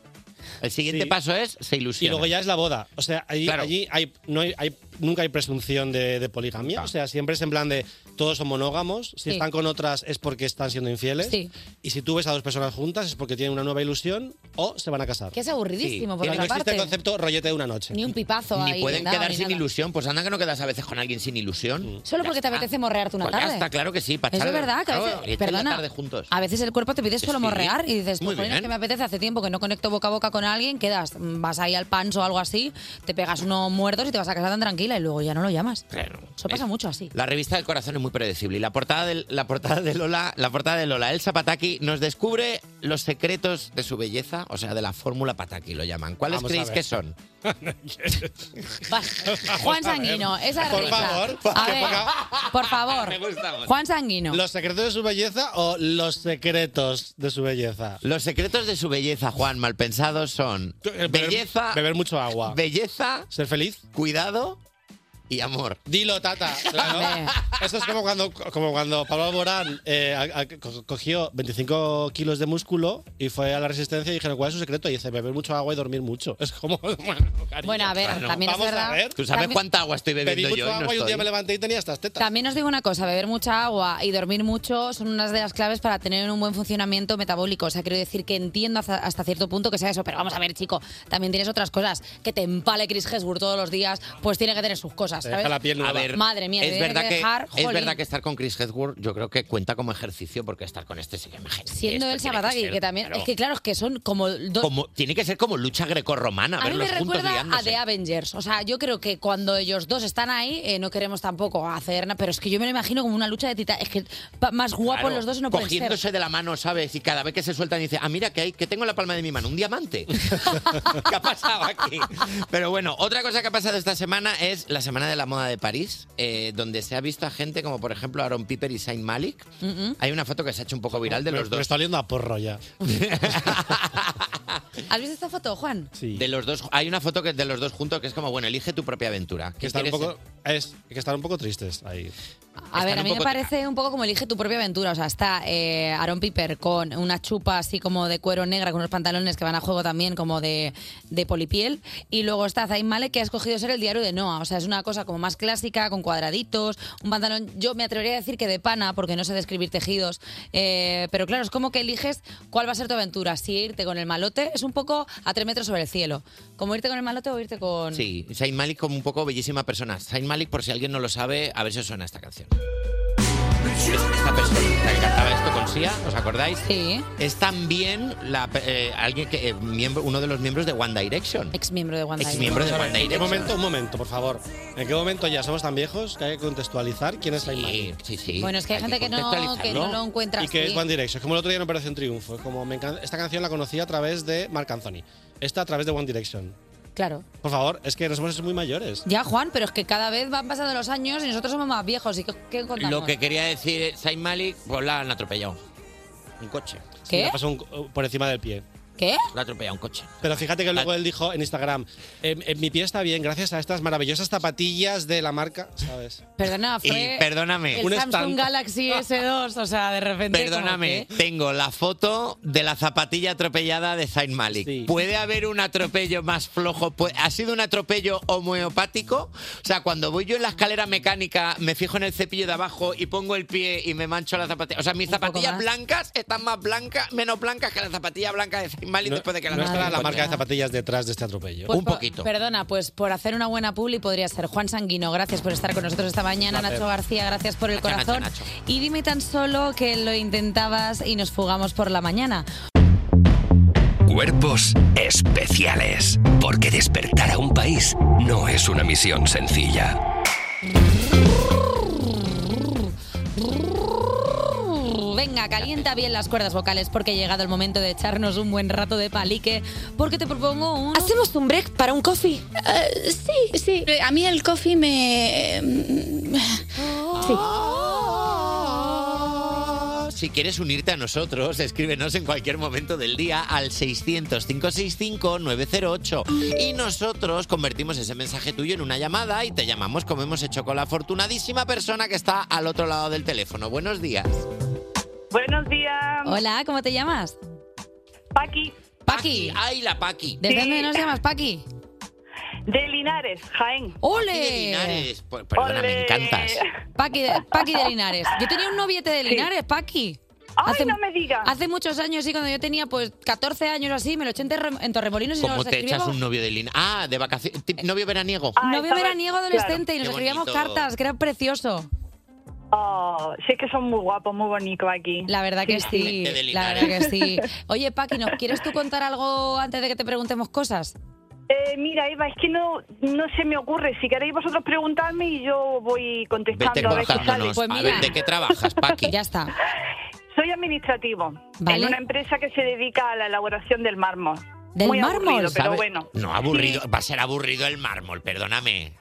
S7: El siguiente
S16: Sí.
S7: paso es se
S16: Y
S7: ilusiona.
S16: luego ya es la boda. O sea, allí,
S7: Claro.
S16: allí hay, no hay, hay- nunca hay presunción de, de poligamia. O sea, siempre es en plan de todos son monógamos. Si
S6: Sí.
S16: están con otras es porque están siendo infieles.
S6: Sí.
S16: Y si tú ves a dos personas juntas es porque tienen una nueva ilusión o se van a casar.
S6: Que es aburridísimo, por
S16: Y
S6: otra
S16: no existe
S6: parte.
S16: el concepto rollete de una noche.
S6: Ni un pipazo
S7: Ni
S6: ahí.
S7: pueden
S6: vendado,
S7: quedar
S6: ni
S7: sin
S6: nada.
S7: ilusión. Pues anda que no quedas a veces con alguien sin
S16: Mm.
S7: ilusión.
S6: Solo porque te apetece morrearte una
S7: Pues
S6: tarde.
S7: ya está, claro que sí. pa'
S6: Eso
S7: echar-
S6: es verdad, que a
S7: claro,
S6: veces,
S7: y echar la
S6: perdona,
S7: tarde juntos.
S6: a veces el cuerpo te pide
S7: Sí.
S6: solo morrear y dices,
S7: Muy
S6: pues es
S7: bien.
S6: que me apetece hace tiempo que no conecto boca a boca con alguien, quedas, mm, vas ahí al pans o algo así, te pegas unos muertos y te vas a casa tan tranquila y luego ya no lo llamas.
S7: Claro.
S6: Eso pasa mucho así.
S7: La revista del corazón es muy predecible y la portada de, la portada de Lola, la portada de Lola, Elsa Pataki nos descubre los secretos de su belleza, o sea, de la fórmula Pataki lo llaman. ¿Cuáles
S16: Vamos a
S7: creéis
S16: ver.
S7: que son?
S6: Juan Sanguino, esa
S16: Por
S6: risa.
S16: favor,
S6: a
S16: que
S6: ver,
S16: poca-
S6: por favor. Juan Sanguino.
S16: ¿Los secretos de su belleza o los secretos de su belleza?
S7: Los secretos de su belleza, Juan, mal pensados son belleza,
S16: Beber mucho agua.
S7: belleza,
S16: ser feliz,
S7: cuidado y amor.
S16: Dilo, tata. Claro. Esto es como cuando, como cuando Pablo Alborán eh, a- a- co- cogió 25 kilos de músculo y fue a la resistencia y dijeron, ¿cuál es su secreto? Y dice, beber mucho agua y dormir mucho. Es como... Bueno, cariño,
S6: Bueno, a ver,
S16: claro.
S6: también es
S16: Vamos A
S6: verdad-
S16: ver.
S7: ¿Tú sabes
S6: También-
S7: cuánta agua estoy bebiendo
S16: Bebí mucho
S7: yo? y no
S16: agua y un día
S7: estoy?
S16: me levanté y tenía estas tetas.
S6: También os digo una cosa, beber mucha agua y dormir mucho son unas de las claves para tener un buen funcionamiento metabólico. O sea, quiero decir que entiendo hasta, hasta cierto punto que sea eso, pero vamos a ver, chico, también tienes otras cosas. Que te empale Chris Hemsworth todos los días, pues tiene que tener sus cosas,
S7: Te
S6: ¿sabes?
S7: deja la piel nueva.
S6: Madre mía, te
S7: es
S6: tiene
S7: verdad
S6: que
S7: que,
S6: dejar,
S7: es
S6: jolín.
S7: verdad que estar con Chris Hemsworth yo creo que cuenta como ejercicio porque estar con este sí que imagínate.
S6: Siendo
S7: esto
S6: el
S7: tiene
S6: Sabatagui, que,
S7: ser,
S6: también...
S7: claro.
S6: Es que claro, es que son como... dos
S7: Como- tiene que ser como lucha grecorromana,
S6: a mí me
S7: verlos juntos
S6: recuerda a
S7: liándose.
S6: The Avengers. O sea, yo creo que cuando ellos dos están ahí, eh, no queremos tampoco hacer nada, pero es que yo me lo imagino como una lucha de titanes. Es que pa- más guapos
S7: Claro,
S6: los dos no pueden ser.
S7: cogiéndose de la mano, ¿sabes? Y cada vez que se sueltan dice, ah, mira que hay, que tengo en la palma de mi mano, un diamante. ¿Qué ha pasado aquí? Pero bueno, otra cosa que ha pasado esta semana es la Semana de la Moda de París, eh, donde se ha visto a gente como, por ejemplo, Aaron Piper y Saint Malik.
S6: ¿Mm?
S7: Hay una foto que se ha hecho un poco viral de
S16: Me-
S7: los
S16: Me
S7: dos.
S16: está oliendo a porro ya.
S6: ¿Has visto esta foto, Juan?
S7: De los dos, hay una foto que es de los dos juntos que es como, bueno, elige tu propia aventura.
S16: Que están, un poco, es, que están un poco tristes ahí.
S6: A ver, a
S7: un
S6: mí me
S7: poco-
S6: parece un poco como elige tu propia aventura. O sea, está eh, Aaron Piper con una chupa así como de cuero negra, con unos pantalones que van a juego también como de, de polipiel. Y luego está Zayn Malik, que ha escogido ser el diario de Noah. O sea, es una cosa como más clásica, con cuadraditos, un pantalón. Yo me atrevería a decir que de pana, porque no sé describir tejidos. Eh, pero claro, es como que eliges cuál va a ser tu aventura. Si irte con el malote es un poco a tres metros sobre el cielo. Como irte con el malote o irte con.
S7: Sí, Saint Malik como un poco bellísima persona. Saint Malik, por si alguien no lo sabe, a ver si os suena esta canción. Esta persona la que cantaba esto con Sia, ¿os acordáis?
S6: Sí.
S7: Es también la, pe- eh, alguien que, eh, miembro, uno de los miembros de One Direction.
S6: Ex miembro de One
S7: Ex miembro de
S16: Vamos a
S7: One
S16: ver, ¿En qué
S7: Direction.
S16: momento? Un momento, por favor. ¿En qué momento ya somos tan viejos que hay que contextualizar quién es Saint Malik?
S7: Sí, sí.
S6: Bueno, es que hay gente que no, que no lo encuentra
S16: Y que
S6: así.
S16: es One Direction. Es como el otro día me pareció un triunfo. Es Como me encanta- esta canción la conocí a través de Marc Anthony. Esta a través de One Direction.
S6: Claro.
S16: Por favor, es que nos hemos hecho muy mayores.
S6: Ya, Juan, pero es que cada vez van pasando los años y nosotros somos más viejos. ¿Y qué, qué contamos?
S7: Lo que quería decir es, Saint Malik, pues la han atropellado. Un coche.
S6: ¿Qué?
S16: Me la pasó un- por encima del pie.
S6: ¿Qué?
S7: La ha atropellado un coche.
S16: Pero fíjate que luego él dijo en Instagram, "Em, em, mi pie está bien gracias a estas maravillosas zapatillas de la marca, ¿sabes?
S6: Perdona, fue el
S16: Un
S6: Samsung
S16: stand.
S6: Galaxy S2, o sea, de repente... como
S7: Perdóname, tengo la foto de la zapatilla atropellada de Saint Malik. ¿Puede haber un atropello más flojo? Pu- ¿Ha sido un atropello homeopático? O sea, cuando voy yo en la escalera mecánica, me fijo en el cepillo de abajo y pongo el pie y me mancho la zapatilla. O sea, mis zapatillas blancas están más blancas, menos blancas que la zapatilla blanca de Saint Malik
S16: No,
S7: después de que la
S16: no estará
S7: atropelló.
S16: la marca de zapatillas detrás de este atropello.
S6: Pues po- Perdona, pues por hacer una buena publi podría ser Juan Sanguino. Gracias por estar con nosotros esta mañana.
S16: Placer.
S6: Nacho García, gracias por el
S16: Nacho, Nacho,
S6: corazón.
S16: Nacho.
S6: Y dime tan solo que lo intentabas y nos fugamos por la mañana.
S13: Cuerpos especiales. Porque despertar a un país no es una misión sencilla.
S6: Venga, calienta bien las cuerdas vocales porque ha llegado el momento de echarnos un buen rato de palique. Porque te propongo un. Eh, ¿Hacemos un break para un coffee?
S18: sí, sí. A mí el coffee me. Sí.
S6: Oh.
S7: Si quieres unirte a nosotros, escríbenos en cualquier momento del día al 600-565-908. Y nosotros convertimos ese mensaje tuyo en una llamada y te llamamos como hemos hecho con la afortunadísima persona que está al otro lado del teléfono. Buenos días.
S20: Buenos días.
S6: Hola, ¿cómo te llamas?
S20: Paqui.
S6: Paqui.
S7: ¡Ay, la Paqui!
S6: ¿Desde dónde nos llamas, Paqui?
S20: De Linares, Jaén.
S6: ¡Ole!
S7: De Linares. Pues, Perdona, me encantas.
S6: Paqui de, Paqui de Linares. Yo tenía un noviete de
S20: Sí.
S6: Linares, Paqui.
S20: Ay, no me digas.
S6: Hace muchos años, sí, cuando yo tenía pues 14 años o así, me lo eché en Terre- en Torremolinos y
S7: ¿Cómo
S6: nos
S7: te echas
S6: escribíamos.
S7: un novio de Linares? Ah, de vacaciones. Tip- Novio veraniego.
S6: Novio veraniego adolescente y nos
S7: Qué
S6: escribíamos
S7: bonito.
S6: cartas, que era precioso.
S20: Oh, sí que son muy guapos, muy bonitos aquí.
S6: La verdad que sí,
S20: De- de
S6: la
S20: Linares.
S6: verdad que sí. Oye, Paqui, ¿nos quieres tú contar algo antes de que te preguntemos cosas?
S20: Eh, mira, Eva, es que no, no se me ocurre. Si queréis vosotros preguntarme y yo voy contestando
S7: Vete
S20: a ver qué sale.
S7: contándonos. a ver, ¿de qué trabajas, Paqui?
S6: Pues Ya está.
S20: Soy administrativo
S7: Vale.
S20: en una empresa que se dedica a la elaboración del mármol.
S6: ¿Del
S20: Muy aburrido, pero
S7: ¿Sabe?
S20: bueno.
S7: No, aburrido. Va a ser aburrido el mármol, perdóname.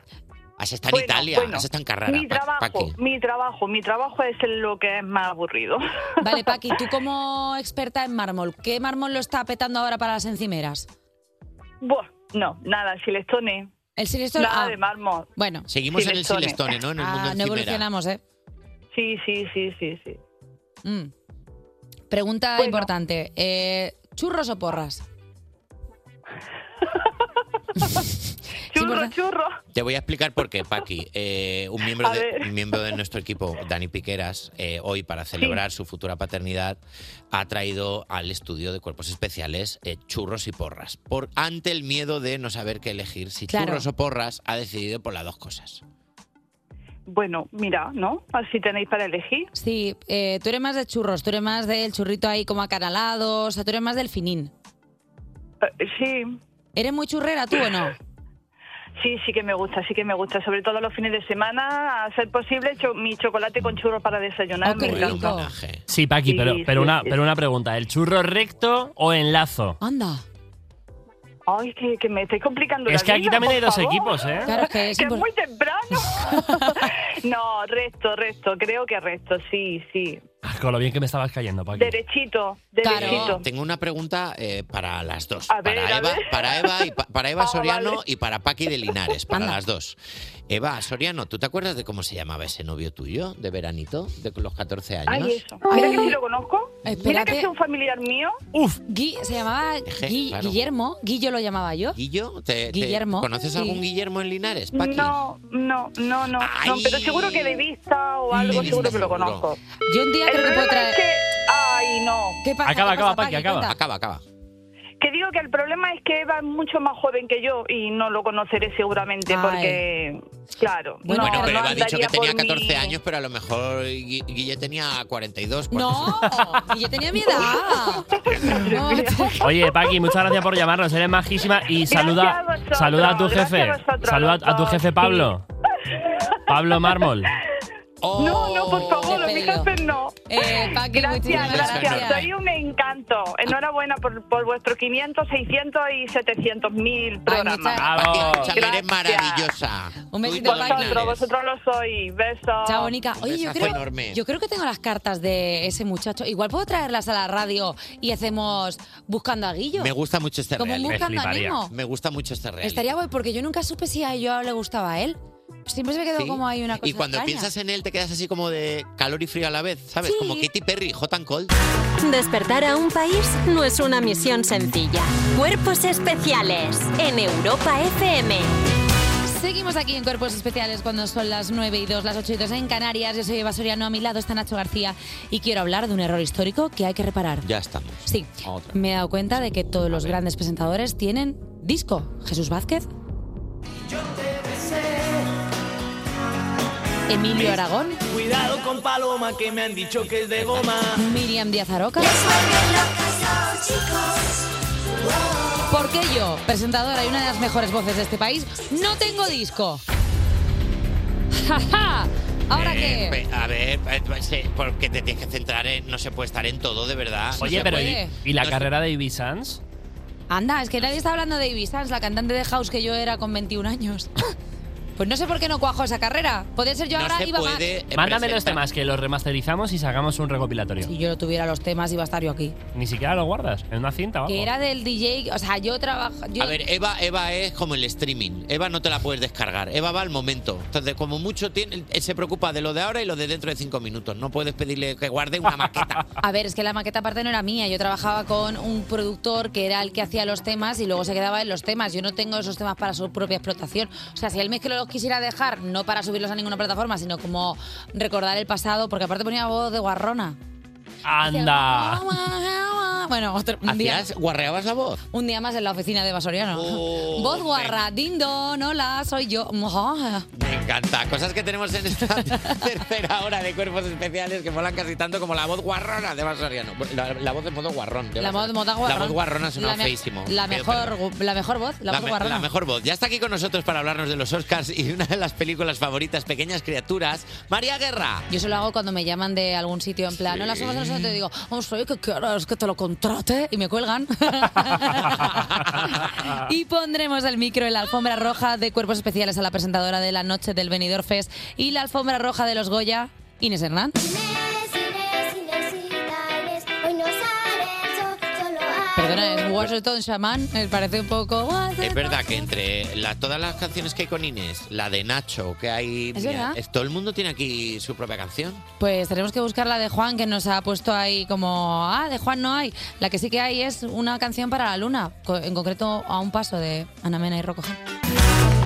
S7: Has estado en
S20: Bueno,
S7: Italia,
S20: bueno,
S7: has estado en Carrara.
S20: Mi
S7: Pa-
S20: trabajo,
S7: Paqui.
S20: mi trabajo, mi trabajo es lo que es más aburrido.
S6: Vale, Paqui, tú como experta en mármol, ¿qué mármol lo está petando ahora para las encimeras?
S20: Buah, no, nada, silestone.
S6: El silestone,
S20: Nada
S6: ah.
S20: de mármol.
S6: Bueno.
S7: Seguimos en el Silestone, ¿no? En el
S6: Ah,
S7: mundo
S6: no
S7: encimera.
S6: evolucionamos, ¿eh?
S20: Sí, sí, sí, sí, sí.
S6: Mm. Pregunta importante. eh, ¿Churros o porras?
S20: Churro, churro.
S7: Te voy a explicar por qué, Paqui. Eh, un, miembro
S20: A
S7: de,
S20: ver.
S7: un miembro de nuestro equipo, Dani Piqueras, eh, hoy para celebrar su futura paternidad, ha traído al estudio de cuerpos especiales eh, churros y porras. Por, ante el miedo de no saber qué elegir, si
S20: Claro.
S7: churros o porras, ha decidido por las dos cosas.
S20: Bueno, mira, ¿no? Así tenéis para elegir.
S6: Sí, eh, tú eres más de churros, tú eres más del churrito ahí como acanalado, o sea, tú eres más del finín.
S20: Eh, Sí.
S6: ¿Eres muy churrera tú o no?
S20: Sí, sí que me gusta, sí que me gusta. Sobre todo los fines de semana, a ser posible, cho- mi chocolate con churros para
S6: Oh,
S20: desayunar. me encanta.
S5: Sí, Paqui,
S20: Sí,
S5: pero,
S20: sí,
S5: pero, una,
S20: sí.
S5: pero una pregunta. ¿El churro recto o en lazo?
S6: Anda.
S20: Ay, que, que me estáis complicando
S5: Es
S20: la
S5: que aquí
S20: vida,
S5: también
S20: por
S5: hay dos
S20: favor.
S5: equipos, ¿eh? Claro, es que es impor-
S20: muy temprano. no, resto, resto. Creo que resto, sí, sí.
S5: Ah, Con lo bien que me estabas cayendo, Paqui.
S20: Derechito, derechito.
S7: Tengo una pregunta eh, para las dos.
S20: A ver,
S7: para,
S20: a
S7: Eva,
S20: ver.
S7: para Eva y pa- para Eva
S20: Ah,
S7: Soriano
S20: vale.
S7: y para Paqui de Linares, para
S20: Anda.
S7: las dos. Eva Soriano, ¿tú te acuerdas de cómo se llamaba ese novio tuyo de veranito, de los 14 años?
S20: Ay, eso. Mira que sí lo conozco. Mira
S6: Espérate.
S20: que es un familiar mío.
S6: Uf. Gui, se llamaba
S7: Eje,
S6: Gui-
S7: claro.
S6: Guillermo, Guillo lo llamaba yo.
S7: ¿Guillo? ¿Te- te-
S6: Guillermo.
S7: ¿Conoces
S6: Sí.
S7: algún Guillermo en Linares, Paqui?
S20: No, no, no, no, no, Pero seguro que de vista o algo, seguro que lo conozco.
S6: Yo un día
S20: El
S6: creo que puedo
S20: problema
S6: traer.
S20: es que- Ay, no.
S6: ¿Qué pasa?
S5: Acaba,
S6: ¿Qué pasa,
S5: acaba, Paqui, acaba.
S7: Acaba, acaba.
S20: Que digo que el problema es que Eva es mucho más joven que yo y no lo conoceré seguramente
S7: Ay.
S20: porque, claro,
S7: Bueno,
S20: no,
S7: pero
S20: no
S7: Eva ha dicho que
S20: andaría
S7: tenía
S20: por mi-
S7: 14 años, pero a lo mejor Gui- Guille tenía 42.
S6: No, y yo tenía mi edad.
S5: Oye, Paqui, muchas gracias por llamarnos. Eres majísima y saluda,
S20: a vosotros,
S5: saluda a tu
S20: gracias
S5: jefe.
S20: a vosotros,
S5: saluda
S20: los
S5: a tu
S20: dos,
S5: jefe
S20: sí.
S5: Pablo. Pablo Mármol.
S6: Oh,
S20: No, no, por favor, los jefes no. gracias,
S6: Eh, muchísimas
S20: gracias,
S6: gracias.
S20: Soy un encanto. Enhorabuena por, por vuestros 500, 600 y 700 mil programas.
S7: Paqui, escúchame, eres maravillosa.
S6: Un besito,
S20: Vosotros,
S6: Paqui.
S20: vosotros lo sois. Besos.
S6: Chao, Nica. Oye, yo creo,
S7: enorme.
S6: yo creo que tengo las cartas de ese muchacho. Igual puedo traerlas a la radio y hacemos Buscando a Guillo.
S7: Me gusta mucho este
S6: Como
S7: reality.
S6: un Buscando a Nemo.
S7: Me gusta mucho este reality.
S6: Estaría guay porque yo nunca supe si a yo le gustaba a él. Siempre se me quedó
S7: Sí.
S6: como ahí una cosa
S7: Y cuando
S6: extraña.
S7: piensas en él te quedas así como de calor y frío a la vez, ¿sabes? Como Katy Perry, Hot and Cold.
S2: Despertar a un país no es una misión sencilla. Cuerpos especiales en Europa FM.
S6: Seguimos aquí en Cuerpos Especiales cuando son las 9 y 2, las 8 y 2 en Canarias. Yo soy Eva Soriano, a mi lado está Nacho García y quiero hablar de un error histórico que hay que reparar.
S7: Ya estamos.
S6: Sí,
S7: Otra.
S6: me he dado cuenta de que todos los grandes presentadores tienen disco. Jesús Vázquez, Emilio Aragón,
S21: Cuidado con paloma que me han dicho que es de goma.
S6: Miriam Díaz Aroca. ¿Por qué yo, presentadora y una de las mejores voces de este país, no tengo disco? ¡Ja, ja! ¿Ahora
S7: Eh,
S6: qué?
S7: pe- A ver, eh, sí, porque te tienes que centrar en. No se puede estar en todo, de verdad. No
S5: Oye,
S7: se
S5: pero
S7: puede.
S5: ¿y, y la carrera de Ivy Sanz?
S6: Anda, es que nadie está hablando de Ivy Sanz, la cantante de House que yo era con 21 años. Pues no sé por qué no cuajo esa carrera. Podría ser yo
S7: No
S6: ahora
S7: se
S6: iba
S7: puede, eh,
S5: Mándame los
S7: presentar.
S5: temas que los remasterizamos y sacamos un recopilatorio.
S6: Si yo no tuviera los temas, iba a estar yo aquí.
S5: Ni siquiera lo guardas. En una cinta, vamos.
S6: Que era del DJ, o sea, yo trabajo. yo-
S7: A ver, eh. Eva, Eva es como el streaming. Eva no te la puedes descargar. Eva va al momento. Entonces, como mucho tiene, eh, se preocupa de lo de ahora y lo de dentro de cinco minutos. No puedes pedirle que guarde una maqueta.
S6: A ver, es que la maqueta aparte no era mía. Yo trabajaba con un productor que era el que hacía los temas y luego se quedaba en los temas. Yo no tengo esos temas para su propia explotación. O sea, si él me que los quisiera dejar, no para subirlos a ninguna plataforma, sino como recordar el pasado, porque aparte ponía voz de guarrona.
S5: ¡Anda!
S6: Bueno, otro, un día.
S7: Ah. ¿Hacías, guarreabas la voz?
S6: Un día más en la oficina de Basoriano.
S7: Oh,
S6: voz guarra, dindo, hola, soy yo.
S7: Me encanta. Cosas que tenemos en esta tercera hora de cuerpos especiales que molan casi tanto como la voz guarrona de Basoriano. La, la voz de modo guarrón. de
S6: La voz,
S7: Basoriano.
S6: moda guarrón.
S7: La voz guarrona suena
S6: La me-
S7: feísimo.
S6: La
S7: Feo,
S6: mejor, gu- la mejor voz, la, voz
S7: me-
S6: guarrona.
S7: la mejor voz. Ya está aquí con nosotros para hablarnos de los Oscars y de una de las películas favoritas, Pequeñas Criaturas, María Guerra.
S6: Yo se lo hago cuando me llaman de algún sitio, en plan,
S7: Sí.
S6: no las hojas de los te digo, vamos, oye, ¿qué quieres? Que te lo contrate y me cuelgan. y pondremos el micro en la alfombra roja de cuerpos especiales a la presentadora de la noche del Benidorm Fest y la alfombra roja de los Goya, Inés Hernán. Perdona, es Washington Shaman, me parece un poco...
S7: Es verdad que entre la- todas las canciones que hay con Inés, la de Nacho, que hay.
S6: Es verdad.
S7: es- todo el mundo tiene aquí su propia canción.
S6: Pues tenemos que buscar la de Juan, que nos ha puesto ahí como, ah, de Juan no hay. La que sí que hay es una canción para la luna, co- en concreto a un paso de Ana Mena y Rocco Gil.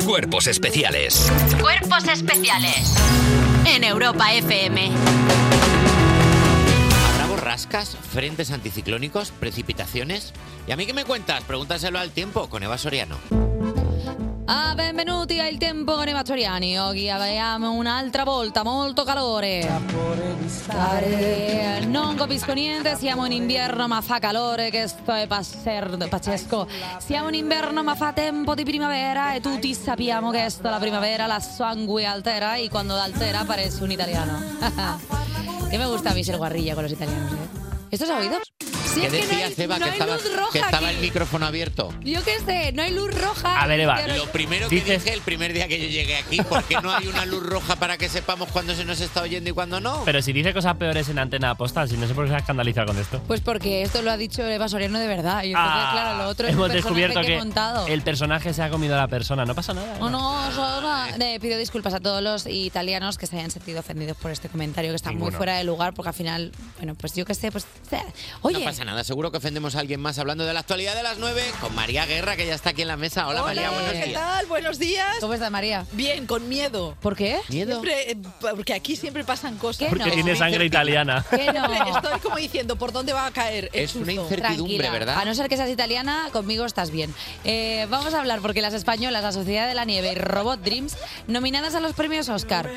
S13: Cuerpos especiales.
S2: Cuerpos especiales en Europa FM.
S7: Habrá borrascas, frentes anticiclónicos, precipitaciones. ¿Y a mí qué me cuentas? Pregúntaselo al tiempo con Eva Soriano.
S6: Ah, benvenuti al tempo con i Mastoriani. Oggi abbiamo un'altra volta molto calore. Stare, Non capisco niente, siamo in invierno ma fa calore, che sto è passer- pazzesco. Siamo in inverno ma fa tempo di primavera e tutti sappiamo che sta la primavera, la sangue altera e quando altera parece un italiano. che me gusta a mí ser guarrilla con los italianos, eh. ¿Estos oídos? Sí,
S7: ¿Qué
S6: es que no
S7: decías,
S6: hay-
S7: Eva,
S6: no
S7: que,
S6: hay
S7: estaba,
S6: luz roja
S7: que estaba
S6: aquí.
S7: el micrófono abierto?
S6: Yo qué sé, no hay luz roja. Pero-
S7: Lo primero que dije el primer día que yo llegué aquí, porque no hay una luz roja para que sepamos cuándo se nos está oyendo y cuándo no.
S5: Pero si dice cosas peores en antena apostal, si no sé por qué se ha escandalizado con esto.
S6: Pues porque esto lo ha dicho Eva Soriano de verdad. Y entonces,
S5: Ah,
S6: claro, lo otro es
S5: hemos
S6: un personaje
S5: descubierto
S6: que, he montado.
S5: el personaje se ha comido a la persona. No pasa nada.
S6: No, no, solo eh, pido disculpas a todos los italianos que se hayan sentido ofendidos por este comentario que está muy
S7: Ninguno.
S6: fuera de lugar porque al final, bueno, pues yo qué sé, pues... eh, Oye,
S7: No pasa nada, seguro que ofendemos a alguien más hablando de la actualidad de las 9 con María Guerra, que ya está aquí en la mesa. Hola, María, buenos
S3: ¿qué
S7: días.
S3: tal? Buenos días.
S6: ¿Cómo estás, María?
S3: Bien, con miedo.
S6: ¿Por qué?
S7: ¿Miedo?
S3: Siempre, eh, porque aquí siempre pasan cosas.
S5: Porque tiene sangre italiana.
S6: Que no.
S3: Estoy como diciendo, ¿por dónde va a caer? el
S5: Es una
S3: susto?
S6: Tranquila. A no ser que seas italiana, conmigo estás bien. Eh, vamos a hablar porque las españolas, La Sociedad de la Nieve y Robot Dreams, nominadas a los premios Oscar.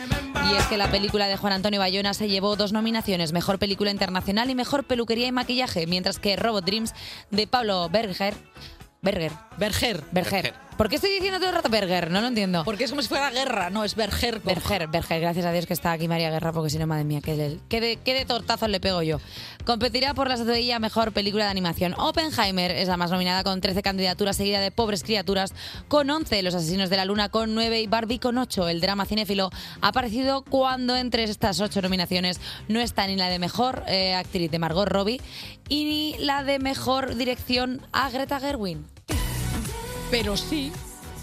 S6: Y es que la película de Juan Antonio Bayona se llevó dos nominaciones, Mejor Película Internacional y Mejor Peluquería y Maquillaje, mientras que Robot Dreams de Pablo Berger... Berger. Berger. Berger.
S3: Berger.
S6: ¿Por qué estoy diciendo todo el rato Berger? No lo entiendo.
S3: Porque es como si fuera guerra, no, es Berger.
S6: Berger, Berger, gracias a Dios que está aquí María Guerra, porque si no, madre mía, qué de, qué de- qué de tortazos le pego yo. Competirá por la estatuilla a Mejor Película de Animación. Oppenheimer es la más nominada con 13 candidaturas, seguida de Pobres Criaturas con 11, Los Asesinos de la Luna con 9 y Barbie con 8. El drama cinéfilo ha aparecido cuando entre estas 8 nominaciones no está ni la de Mejor eh, Actriz de Margot Robbie y ni la de Mejor Dirección a Greta Gerwin.
S3: Pero sí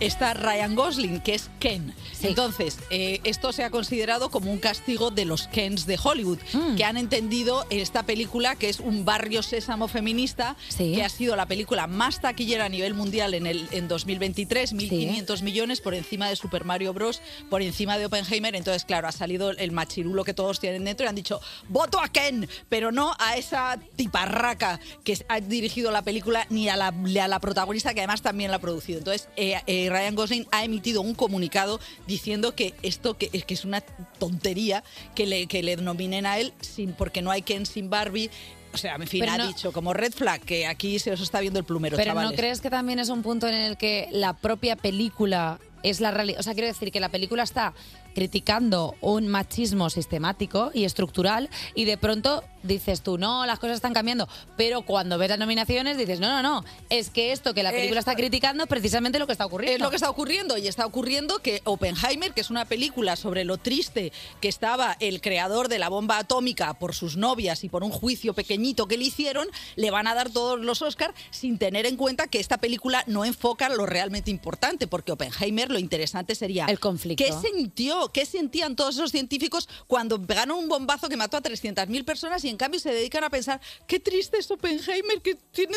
S3: está Ryan Gosling, que es Ken. Entonces, eh, esto se ha considerado como un castigo de los Kens de Hollywood,
S6: Mm.
S3: que han entendido esta película, que es un barrio sésamo feminista, que ha sido la película más taquillera a nivel mundial en, el, en 2023, 1.500 millones por encima de Super Mario Bros., por encima de Oppenheimer. Entonces, claro, ha salido el machirulo que todos tienen dentro y han dicho, voto a Ken, pero no a esa tiparraca que ha dirigido la película ni a la, ni a la protagonista que además también la ha producido. Entonces, eh, eh, Ryan Gosling ha emitido un comunicado diciendo que esto que, que es una tontería que le, que le nominen a él sin, porque no hay Ken sin Barbie. O sea, en fin,
S6: Pero
S3: ha
S6: no-
S3: dicho como red flag que aquí se os está viendo el plumero,
S6: Pero
S3: chavales.
S6: ¿no crees que también es un punto en el que la propia película es la realidad. O sea, quiero decir que la película está criticando un machismo sistemático y estructural y de pronto dices tú, no, las cosas están cambiando. Pero cuando ves las nominaciones dices, no, no, no, es que esto que la película
S3: Esto-
S6: está criticando es precisamente lo que está ocurriendo.
S3: Es lo que está ocurriendo y está ocurriendo que Oppenheimer, que es una película sobre lo triste que estaba el creador de la bomba atómica por sus novias y por un juicio pequeñito que le hicieron, le van a dar todos los Oscars sin tener en cuenta que esta película no enfoca lo realmente importante, porque Oppenheimer lo interesante sería el conflicto. ¿Qué sintió? ¿Qué sentían todos esos científicos cuando pegaron un bombazo que mató a 300.000 personas y en cambio se dedican a pensar, qué triste es Oppenheimer, que tiene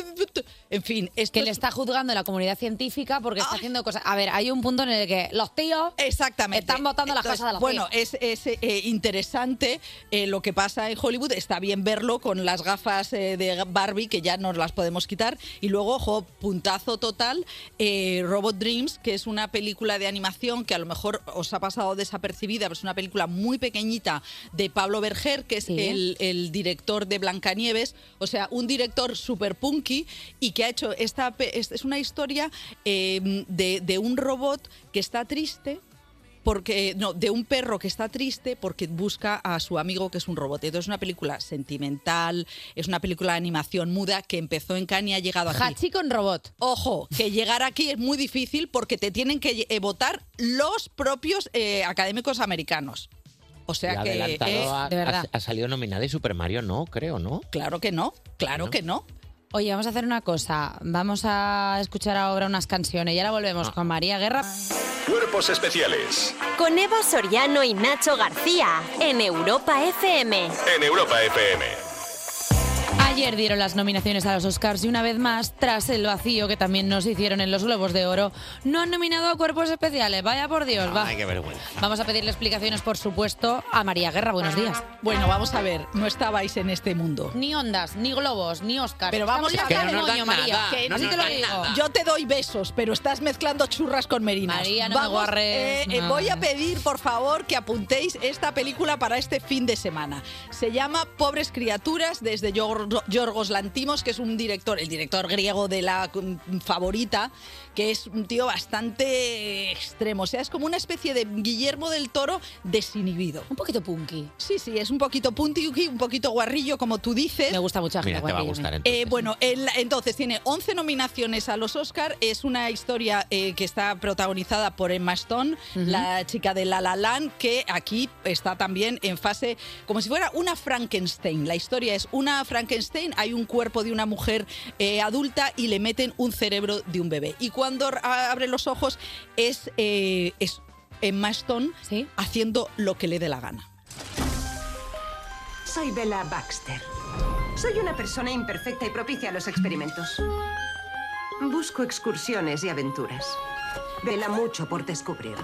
S3: en fin, es Ah.
S6: que le está juzgando la comunidad científica porque está haciendo cosas. A ver, hay un punto en el que los tíos
S3: Exactamente.
S6: están votando las
S3: Entonces,
S6: cosas de los
S3: Bueno,
S6: tíos.
S3: es, es, eh, interesante eh, lo que pasa en Hollywood. Está bien verlo con las gafas eh, de Barbie, que ya nos las podemos quitar. Y luego, ojo, puntazo total, eh, Robot Dreams, que es una película de animación que a lo mejor os ha pasado desapercibida, pero es una película muy pequeñita de Pablo Berger, que es el, el director de Blancanieves. O sea, un director super punky y que ha hecho esta... pe- Es es una historia eh, de- de un robot que está triste porque no de un perro que está triste porque busca a su amigo que es un robot. Entonces es una película sentimental, es una película de animación muda que empezó en Cannes y ha llegado aquí.
S6: Hachi con robot.
S3: Ojo, que llegar aquí es muy difícil porque te tienen que eh, votar los propios eh, académicos americanos. O sea
S4: Y
S3: que
S4: adelantado
S3: eh,
S4: ha, ha- ha salido nominada y Super Mario no, creo, ¿no?
S3: Claro que no, claro
S4: Bueno.
S3: que no.
S6: Oye, vamos a hacer una cosa. Vamos a escuchar ahora unas canciones y ahora
S3: Ah.
S6: volvemos con María Guerra.
S1: Cuerpos especiales
S2: Con Eva Soriano y Nacho García en Europa FM.
S1: en Europa FM.
S6: Ayer dieron las nominaciones a los Oscars y una vez más, tras el vacío que también nos hicieron en los Globos de Oro, no han nominado a cuerpos especiales. Vaya por Dios, va.
S7: Ay, qué vergüenza.
S6: Vamos a pedirle explicaciones, por supuesto, a María Guerra. Buenos días.
S3: Bueno, vamos a ver, no estabais en este mundo.
S6: Ni ondas, ni globos, ni Oscars.
S3: Pero vamos
S6: Estamos
S3: a ver.
S6: hasta el moño, María. Que así te lo digo.
S3: Yo te doy besos, pero estás mezclando churras con merinas.
S6: María, no me guarres,
S3: eh, eh,
S6: no.
S3: voy a pedir, por favor, que apuntéis esta película para este fin de semana. Se llama Pobres criaturas, desde Yor- Yorgos Lantimos, que es un director, el director griego de la mm, favorita, que es un tío bastante extremo. O sea, es como una especie de Guillermo del Toro desinhibido. Un
S6: poquito punky.
S3: Sí, sí, es un poquito punky, un poquito guarrillo, como tú dices. Me
S6: gusta mucho
S4: Mira, te va a gustar entonces.
S3: eh, bueno, el- entonces tiene 11 nominaciones a los Oscar. Es una historia eh, que está protagonizada por Emma Stone, la chica de La La Land, que aquí está también en fase como si fuera una Frankenstein. La historia es una Frankenstein, hay un cuerpo de una mujer eh, adulta y le meten un cerebro de un bebé. Y cuando r- a- abre los ojos es, eh, es Emma Stone haciendo lo que le dé la gana.
S22: Soy Bella Baxter. Soy una persona imperfecta y propicia a los experimentos. Busco excursiones y aventuras. Vela mucho por descubrir.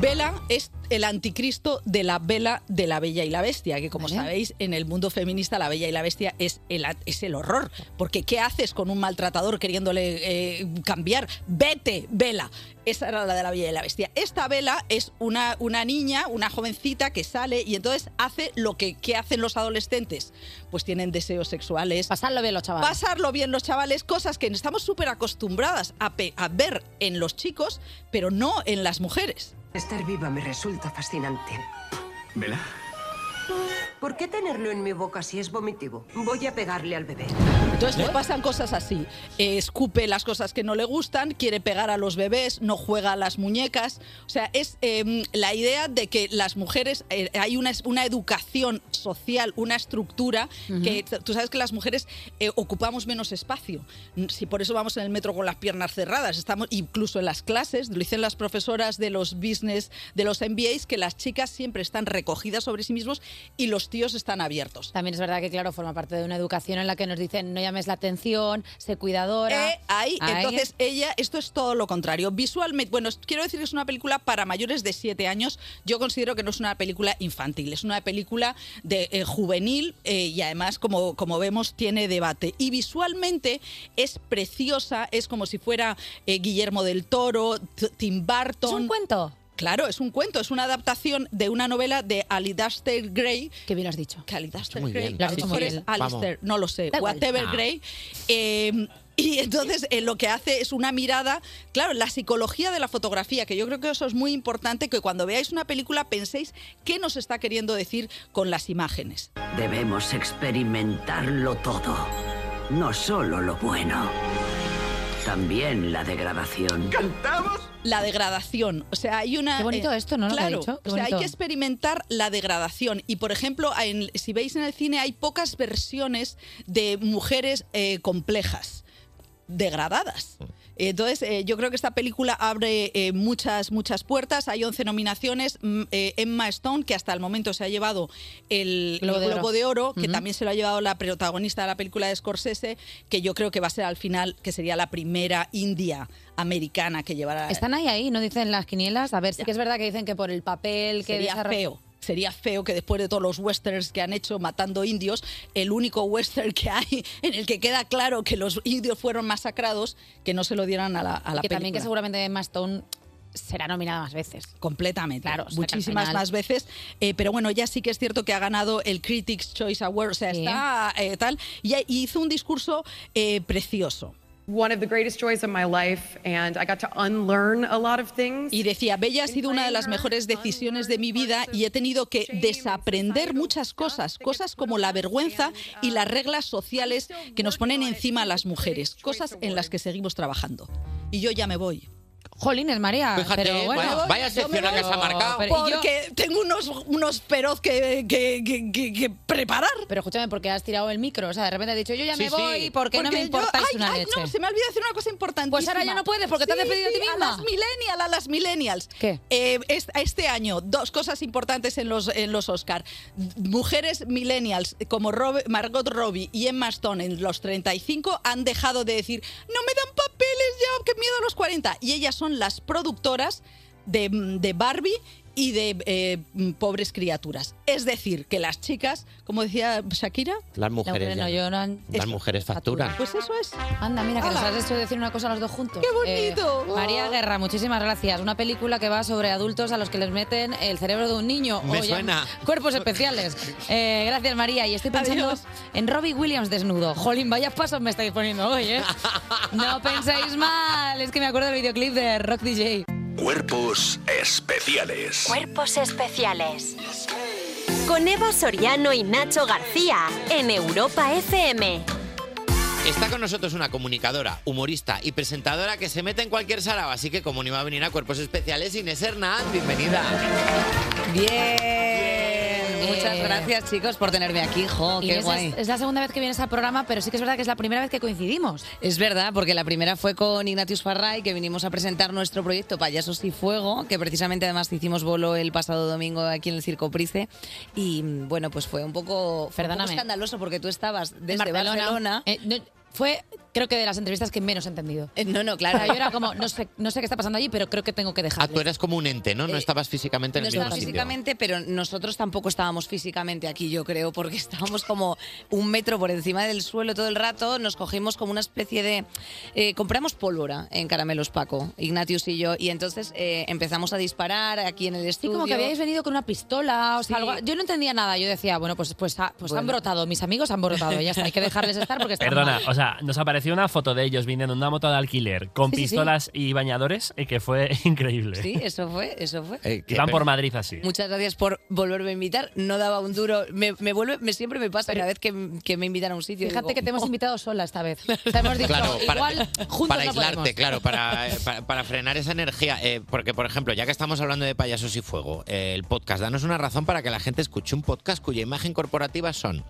S3: Vela es el anticristo de la vela de la Bella y la Bestia, que como sabéis, en el mundo feminista la Bella y la Bestia es el, a- es el horror. Porque ¿qué haces con un maltratador queriéndole eh, cambiar? Vete, Vela. Esa era la de la Bella y la Bestia. Esta Vela es una, una niña, una jovencita que sale y entonces hace lo que ¿qué hacen los adolescentes. Pues tienen deseos sexuales.
S6: Pasarlo bien los chavales.
S3: Pasarlo bien los chavales, cosas que estamos súper acostumbradas a pe- a ver en los chicos, pero no en las mujeres.
S22: Estar viva me resulta fascinante.
S19: ¿Vela?
S22: ¿Por qué tenerlo en mi boca si es vomitivo? Voy a pegarle al bebé.
S3: Entonces le pasan cosas así. Eh, escupe las cosas que no le gustan, quiere pegar a los bebés, no juega a las muñecas. O sea, es eh, la idea de que las mujeres, eh, hay una, una educación social, una estructura, que t- tú sabes que las mujeres eh, ocupamos menos espacio. Mm, Si por eso vamos en el metro con las piernas cerradas, estamos incluso en las clases, lo dicen las profesoras de los business, de los MBAs, que las chicas siempre están recogidas sobre sí mismos y los tíos están abiertos.
S6: También es verdad que, claro, forma parte de una educación en la que nos dicen no llames la atención, sé cuidadora.
S3: Eh, ahí, entonces ella, esto es todo lo contrario. Visualmente, bueno, es- quiero decir que es una película para mayores de 7 años. Yo considero que no es una película infantil, es una película de eh, juvenil eh, y además, como, como vemos, tiene debate. Y visualmente es preciosa, es como si fuera eh, Guillermo del Toro, T- Tim Burton. ¿Es un
S6: cuento?
S3: Claro, es un cuento, es una adaptación de una novela de Alistair Gray.
S6: Que bien has dicho.
S3: Que Alistair
S6: Muy
S3: Gray.
S6: bien. Lo
S3: a
S6: has
S3: lo
S6: dicho
S3: mejor
S6: muy
S3: es
S6: bien.
S3: Alistair,
S6: Vamos.
S3: no lo sé.
S6: Da igual.
S3: Whatever
S6: Ah.
S3: Gray. Eh, Y entonces eh, lo que hace es una mirada, claro, la psicología de la fotografía, que yo creo que eso es muy importante, que cuando veáis una película penséis qué nos está queriendo decir con las imágenes.
S10: Debemos experimentarlo todo, no solo lo bueno, también la degradación.
S3: La degradación. O sea, hay una. eh,
S6: Qué bonito esto, ¿no? Lo que ha
S3: Claro.
S6: dicho. Qué
S3: O sea, hay
S6: bonito.
S3: que experimentar la degradación. Y por ejemplo, en- si veis en el cine, hay pocas versiones de mujeres eh, complejas, degradadas. Entonces, eh, yo creo que esta película abre eh, muchas, muchas puertas. Hay 11 nominaciones. Mm, eh, Emma Stone, que hasta el momento se ha llevado el
S6: Globo
S3: Globo,
S6: de
S3: de,
S6: Oro.
S3: Oro, que
S6: Ujú.
S3: también se lo ha llevado la protagonista de la película de Scorsese, que yo creo que va a ser al final, que sería la primera india americana que llevará
S6: Están ahí, ahí, no dicen las quinielas. A ver, sí que es verdad que dicen que por el papel que
S3: sería
S6: desarrolla-
S3: feo. Sería feo que después de todos los westerns que han hecho matando indios, el único western que hay en el que queda claro que los indios fueron masacrados, que no se lo dieran a la, a la
S6: que también que
S3: película.
S6: seguramente Emma Stone será nominada más veces.
S3: Completamente.
S6: Claro, o sea, que al
S3: muchísimas
S6: final-
S3: más veces. Eh, pero bueno, ya sí que es cierto que ha ganado el Critics Choice Award, o sea, está eh, tal. Y y hizo un discurso eh, precioso. Y decía, Bella ha sido una de las mejores decisiones de mi vida y he tenido que desaprender muchas cosas, cosas como la vergüenza y las reglas sociales que nos ponen encima a las mujeres, cosas en las que seguimos trabajando. Y yo ya me voy.
S6: Jolines, María.
S3: Fíjate,
S6: pero bueno,
S3: vaya- vaya
S6: Yo me
S3: sección la
S6: voy.
S3: que se ha marcado.
S6: Pero- y yo-
S3: Porque tengo unos, unos peroz que, que- que- que- que preparar.
S6: Pero escúchame, porque has tirado el micro. O sea, de repente has dicho, yo ya
S3: Sí,
S6: me
S3: sí.
S6: voy porque, no me
S3: Porque yo-
S6: importáis
S3: ay,
S6: una
S3: ay,
S6: leche.
S3: no, se me ha olvidado decir una cosa importante.
S6: este. Pues ahora ya no puedes porque te has despedido de ti misma.
S3: A las millennials, a las millennials. ¿Qué? este año, dos cosas importantes en los, en los Oscar. Mujeres millennials como Rob- Margot Robbie y Emma Stone en los 35 han dejado de decir, no me dan papeles ya, qué miedo a los 40. Y ellas son las productoras de, de Barbie y de eh, mm, pobres criaturas. Es decir, que las chicas, como decía Shakira,
S4: Las mujeres ya no. Las mujeres facturan.
S3: pues eso es.
S6: Anda, mira, que
S3: Ala.
S6: nos has hecho decir una cosa a los dos juntos. ¡Qué
S3: bonito!
S6: María Guerra, muchísimas gracias. Una película que va sobre adultos a los que les meten el cerebro de un niño.
S7: Me
S6: o ya-
S7: suena.
S6: Cuerpos especiales. Eh, gracias, María. Y estoy pensando en Robbie Williams desnudo. Jolín, vaya pasos me estáis poniendo hoy, ¿eh? No penséis mal. Es que me acuerdo del videoclip de Rock DJ.
S1: Cuerpos especiales.
S2: Cuerpos especiales. Con Eva Soriano y Nacho García en Europa FM.
S7: Está con nosotros una comunicadora, humorista y presentadora que se mete en cualquier sarao, así que como no iba a venir a Cuerpos Especiales, Inés Hernán, bienvenida.
S11: Bien. Muchas gracias, chicos, por tenerme aquí. Jo, Oh, qué
S6: Inés, es-
S11: guay.
S6: Es, la segunda vez que vienes al programa, pero sí que es verdad que es la primera vez que coincidimos.
S11: Es verdad, porque la primera fue con Ignatius Farray, que vinimos a presentar nuestro proyecto Payasos y Fuego, que precisamente además hicimos bolo el pasado domingo aquí en el Circo Price. Y mm, bueno, pues fue un poco, fue un poco
S6: Perdóname.
S11: escandaloso porque tú estabas desde
S6: Barcelona.
S11: Barcelona.
S6: Eh, no, fue, creo que de las entrevistas que menos he entendido.
S11: Eh, no, no, claro.
S6: O sea, yo era como, no sé, no sé qué está pasando allí, pero creo que tengo que dejar.
S7: Ah, tú eras como un ente, ¿no? No
S11: Eh,
S7: estabas físicamente en
S11: No
S7: el mismo
S11: estábamos
S7: sitio.
S11: físicamente, pero nosotros tampoco estábamos físicamente aquí, yo creo, porque estábamos como un metro por encima del suelo todo el rato. Nos cogimos como una especie de. eh, compramos pólvora en Caramelos Paco, Ignatius y yo, y entonces eh, empezamos a disparar aquí en el
S6: Sí,
S11: estudio.
S6: como que habíais venido con una pistola, o sea,
S11: Sí.
S6: algo- yo no entendía nada. Yo decía, bueno, pues, pues, ha- pues han
S11: Bueno.
S6: brotado, mis amigos han brotado, ya está, hay que dejarles estar porque están
S5: Perdona,
S6: mal.
S5: o sea, nos apareció una foto de ellos viniendo en una moto de alquiler con
S11: Sí, sí, sí.
S5: pistolas y bañadores y que fue increíble.
S11: Sí, eso fue, eso fue.
S5: Iban por Madrid así.
S11: Muchas gracias por volverme a invitar. No daba un duro. Me, me vuelve, me, siempre me pasa cada vez que, que me invitan a un sitio.
S6: Fíjate
S11: digo,
S6: que te hemos invitado sola esta vez. O sea, hemos dicho,
S7: Claro, para-
S6: igual juntos
S7: para
S6: no
S7: aislarte,
S6: podemos.
S7: claro, para, eh, para, para frenar esa energía. Eh, porque, por ejemplo, ya que estamos hablando de payasos y fuego, eh, el podcast, danos una razón para que la gente escuche un podcast cuya imagen corporativa son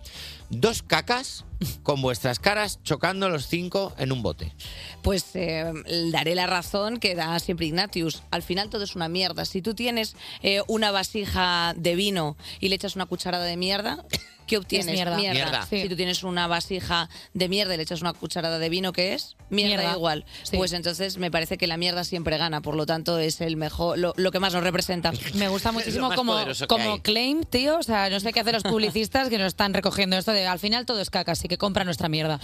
S7: dos cacas con vuestras caras chocando los cinco en un bote.
S11: pues eh, daré la razón que da siempre Ignatius. Al final todo es una mierda. Si tú tienes eh, una vasija de vino y le echas una cucharada de mierda, ¿qué obtienes?
S6: Es mierda. Mierda. Sí.
S11: Si tú tienes una vasija de mierda y le echas una cucharada de vino, ¿qué es? Mierda,
S6: Mierda.
S11: igual.
S6: Sí.
S11: Pues entonces me parece que la mierda siempre gana. Por lo tanto, es el mejor, lo, lo que más nos representa.
S6: Me gusta muchísimo como, como claim, tío. O sea, no sé qué hacen los publicistas que nos están recogiendo esto de al final todo es caca, así que compra nuestra mierda.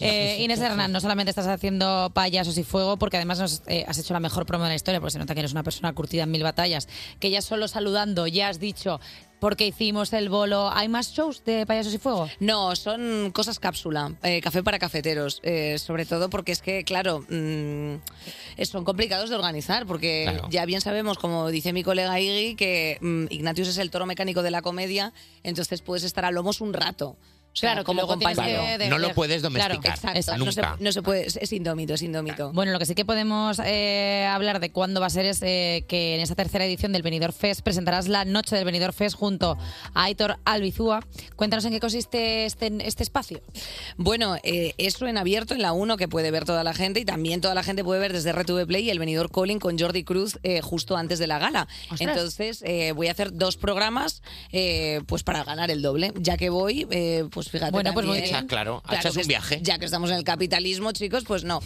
S6: Eh, Inés Hernán, no solamente estás haciendo payasos y fuego, porque además nos, eh, has hecho la mejor promo de la historia, porque se nota que eres una persona curtida en mil batallas, que ya solo saludando ya has dicho porque hicimos el bolo. ¿Hay más shows de payasos y fuego?
S11: No, son cosas cápsula, eh, café para cafeteros, eh, sobre todo porque es que, claro, mm, eh, son complicados de organizar, porque
S6: Claro.
S11: ya bien sabemos, como dice mi colega Iggy, que mm, Ignatius es el toro mecánico de la comedia, entonces puedes estar a lomos un rato. O sea,
S6: Claro,
S11: que luego
S6: como
S11: tienes
S6: compañero.
S11: que
S6: Claro, no lo
S11: deber-
S6: puedes
S11: Claro,
S6: domesticar,
S11: exacto, no se-
S6: nunca.
S11: no se puede, es- es indómito, es indómito.
S6: Bueno, lo que sí que podemos eh, hablar de cuándo va a ser es eh, que en esta tercera edición del Benidorm Fest presentarás la noche del Benidorm Fest junto a Aitor Albizúa. Cuéntanos en qué consiste este, este espacio.
S11: Bueno, eh, eso en abierto en la 1 que puede ver toda la gente y también toda la gente puede ver desde RTV Play el venidor Colin con Jordi Cruz eh, justo antes de la gala.
S6: Ostras.
S11: Entonces eh, voy a hacer dos programas eh, pues para ganar el doble. Ya que voy, eh, pues fíjate.
S7: Bueno, pues muy
S11: también-
S7: bien. Ah, claro, echas
S11: que
S7: un
S11: es-
S7: viaje.
S11: Ya que estamos en el capitalismo, chicos, pues no.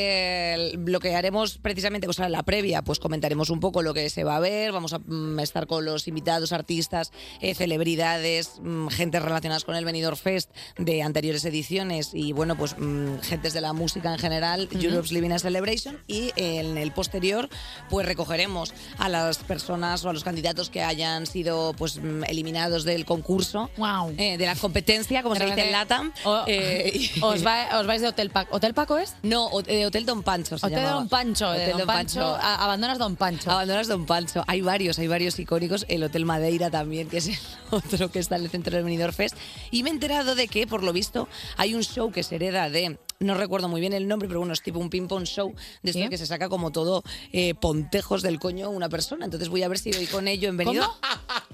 S11: Eh, lo que haremos precisamente, pues en la previa, pues comentaremos un poco lo que se va a ver. Vamos a mm, estar con los invitados, artistas, eh, celebridades, mm, gente relacionadas con el Benidorm Fest de anteriores ediciones y, bueno, pues mm, gentes de la música en general,
S6: Ujú.
S11: Europe's Living a Celebration. Y en el posterior, pues recogeremos a las personas o a los candidatos que hayan sido pues mm, eliminados del concurso, eh, de la competencia, como se dice en LATAM.
S6: O-
S11: eh, y-
S6: os, va- os vais de Hotel Paco. ¿Hotel Paco es?
S11: No, o- eh, Hotel Don Pancho se
S6: Hotel
S11: llamaba.
S6: Don Pancho. de
S11: Hotel
S6: Don
S11: Don
S6: Pancho.
S11: Pancho.
S6: a- Abandonas Don Pancho.
S11: Abandonas Don Pancho. Hay varios, hay varios icónicos. El Hotel Madeira también, que es el otro que está en el centro del Benidorm Fest. Y me he enterado de que, por lo visto, hay un show que se hereda de... No recuerdo muy bien el nombre, pero bueno, es tipo un ping-pong show de esto que se saca como todo eh, pontejos del coño una persona. Entonces voy a ver si voy con ello en Benidorm.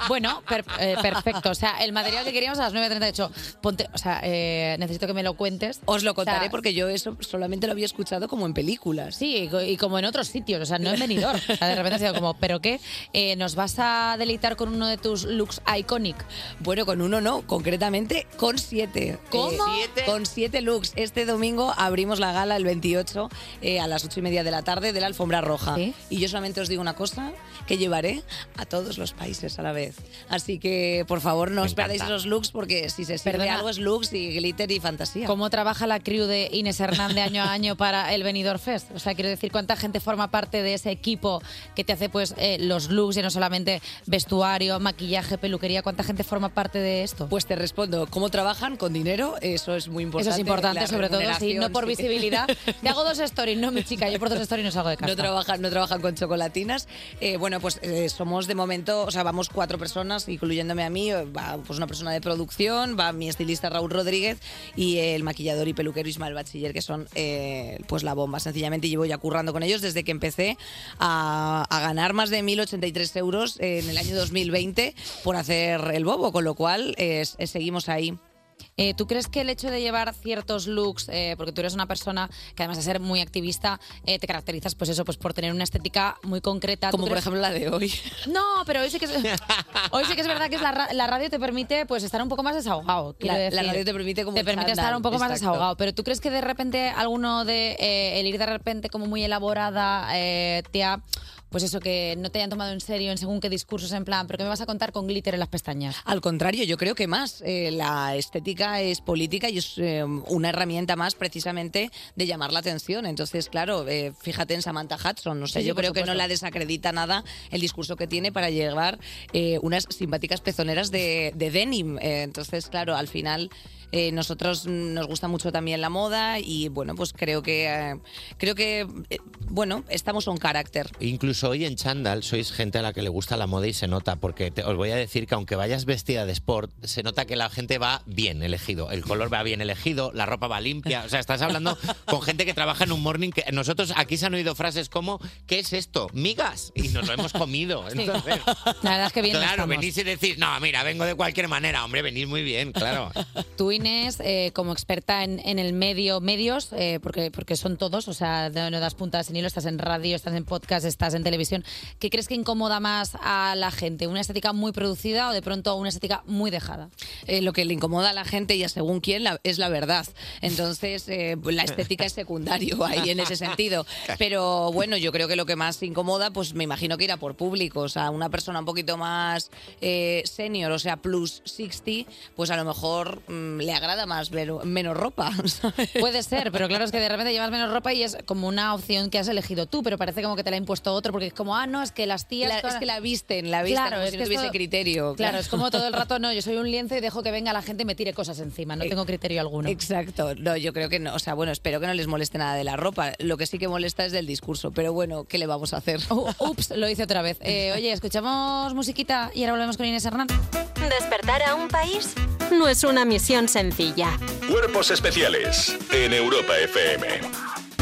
S6: Bueno, per- eh, perfecto. O sea, el material que queríamos a las 9.38. Ponte, o sea, eh, necesito que me lo cuentes.
S11: Os lo contaré
S6: O sea,
S11: porque yo eso solamente lo había escuchado como en películas.
S6: Sí, y co- y como en otros sitios, o sea, no en Benidorm. O sea, de repente ha sido como, ¿pero qué? Eh, ¿Nos vas a deleitar con uno de tus looks iconic?
S11: Bueno, con uno no, concretamente con siete.
S6: ¿Cómo?
S11: Eh, Con siete looks. Este domingo abrimos la gala el 28 eh, a las ocho y media de la tarde de la alfombra roja. Y yo solamente os digo una cosa, que llevaré a todos los países a la vez. Así que, por favor, no
S6: Me
S11: os perdáis
S6: encanta.
S11: esos looks porque si se sirve
S6: Perdona.
S11: algo es looks y glitter y fantasía.
S6: ¿Cómo trabaja la crew de Inés Hernández año a año para el Benidorm Fest? O sea, quiero decir, ¿cuánta gente forma parte de ese equipo que te hace pues eh, los looks y no solamente vestuario, maquillaje, peluquería? ¿Cuánta gente forma parte de esto?
S11: Pues te respondo, ¿cómo trabajan con dinero? Eso es muy importante.
S6: Eso es importante,
S11: La
S6: sobre todo, sí,
S11: remuneración,
S6: no por
S11: sí.
S6: visibilidad. Te hago dos stories, no, mi chica, yo por dos stories no salgo de casa.
S11: No trabajan, no trabajan con chocolatinas. Eh, bueno, pues eh, somos de momento, o sea, vamos cuatro personas, incluyéndome a mí, eh, va pues una persona de producción, va mi estilista Raúl Rodríguez y el maquillador y peluquero Ismael Bachiller, que son eh, pues la bomba. Sencillamente llevo ya currando con ellos desde que empecé a, a ganar más de 1.083 euros en el año 2020 por hacer el bobo, con lo cual eh, s- eh, seguimos ahí.
S6: Eh, ¿Tú crees que el hecho de llevar ciertos looks, eh, porque tú eres una persona que además de ser muy activista, eh, te caracterizas pues eso, pues por tener una estética muy concreta? ¿Tú
S11: Como por
S6: crees-
S11: ejemplo la de hoy.
S6: No, pero hoy sí que es, hoy sí que es verdad que es la, ra- la radio te permite pues estar un poco más desahogado. quiero
S11: La- la
S6: decir.
S11: radio te permite como
S6: Te
S11: el
S6: permite
S11: chándal,
S6: estar un poco más
S11: exacto.
S6: desahogado. Pero ¿tú crees que de repente alguno de eh, el ir de repente como muy elaborada eh, te ha... Pues eso, que no te hayan tomado en serio en según qué discursos, en plan, pero que me vas a contar con glitter en las pestañas.
S11: Al contrario, yo creo que más. Eh, la estética es política y es eh, una herramienta más precisamente de llamar la atención. Entonces, claro, eh, fíjate en Samantha Hudson. No sé,
S6: Sí, sí,
S11: yo
S6: por
S11: creo que no
S6: supuesto.
S11: la desacredita nada el discurso que tiene para llevar eh, unas simpáticas pezoneras de, de denim. Eh, entonces, claro, al final... eh, nosotros mm, nos gusta mucho también la moda y bueno, pues creo que eh, creo que eh, bueno, estamos un carácter.
S7: Incluso hoy en Chandal sois gente a la que le gusta la moda y se nota, porque te- os voy a decir que aunque vayas vestida de sport, se nota que la gente va bien elegido. El color va bien elegido, la ropa va limpia. O sea, estás hablando con gente que trabaja en un morning que nosotros aquí se han oído frases como ¿qué es esto? ¿Migas? Y nos lo hemos comido. Entonces,
S6: La verdad es que bien no
S7: claro,
S6: estamos.
S7: venís y decís, no, mira, vengo de cualquier manera. Hombre, venís muy bien, claro.
S6: Tú, Inés, eh, como experta en, en el medio, medios, eh, porque, porque son todos, o sea, no, no das puntas sin hilo, estás en radio, estás en podcast, estás en televisión. ¿Qué crees que incomoda más a la gente? ¿Una estética muy producida o de pronto una estética muy dejada?
S11: eh, lo que le incomoda a la gente y a según quién la- es la verdad. Entonces, eh, la estética es secundario ahí en ese sentido. Pero bueno, yo creo que lo que más incomoda, pues me imagino que irá por público. O sea, una persona un poquito más eh, senior, o sea, plus 60, pues a lo mejor mm, le me agrada más ver menos ropa. ¿sabes?
S6: Puede ser, pero claro es que de repente llevas menos ropa y es como una opción que has elegido tú, pero parece como que te la ha impuesto otro, porque es como, ah, no, es que las tías...
S11: La-
S6: todas-
S11: es que la visten, la visten como si no
S6: es
S11: tuviese criterio,
S6: Claro.
S11: claro.
S6: es como todo el rato, no, yo soy un lienzo y dejo que venga la gente y me tire cosas encima, no tengo criterio alguno.
S11: Exacto, no, yo creo que no, o sea, bueno, espero que no les moleste nada de la ropa, lo que sí que molesta es del discurso, pero bueno, ¿qué le vamos a hacer?
S6: ups, lo hice otra vez. Eh, oye, escuchamos musiquita y ahora volvemos con Inés Hernán.
S2: Despertar a un país no es una misión sencilla.
S1: Cuerpos especiales en Europa FM.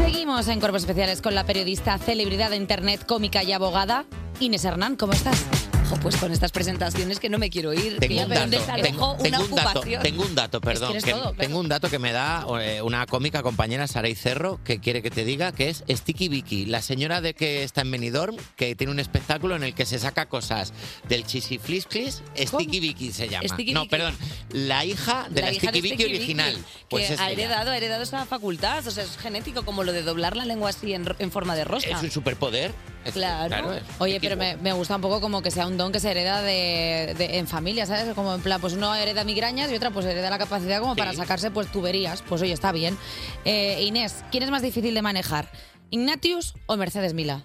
S6: Seguimos en Cuerpos Especiales con la periodista, celebridad de internet, cómica y abogada, Inés Hernán, ¿cómo estás?
S11: Ojo, pues con estas presentaciones que no me quiero ir, que
S7: Tengo
S11: ya
S7: un,
S11: veo un
S7: dato, tengo,
S11: desalojo, una
S7: tengo un dato,
S11: ocupación.
S7: tengo un dato, perdón.
S11: eres
S7: que-
S11: todo, claro.
S7: Tengo un dato que me da eh, una cómica compañera, Saray Cerro, que quiere que te diga que es Sticky Vicky, la señora de que está en Benidorm, que tiene un espectáculo en el que se saca cosas del chisiflisclis. Sticky Vicky se llama.
S11: Sticky
S7: no,
S11: Vicky.
S7: perdón, la hija de la,
S11: hija
S7: Sticky Vicky original. Pues
S11: que
S7: es
S11: ha
S7: ella.
S11: heredado, ha heredado esa facultad, o sea, es genético, como lo de doblar la lengua así en, ro- en forma de rosca.
S7: Es un superpoder. Es-
S11: Claro.
S7: es-
S6: Oye, pero me, me gusta un poco como que sea un don que se hereda de, de- en familia, ¿sabes? Como en plan, pues uno hereda migrañas y otra pues hereda la capacidad como para sacarse pues tuberías. Pues oye, está bien. Eh, Inés, ¿quién es más difícil de manejar? ¿Ignatius o Mercedes Mila?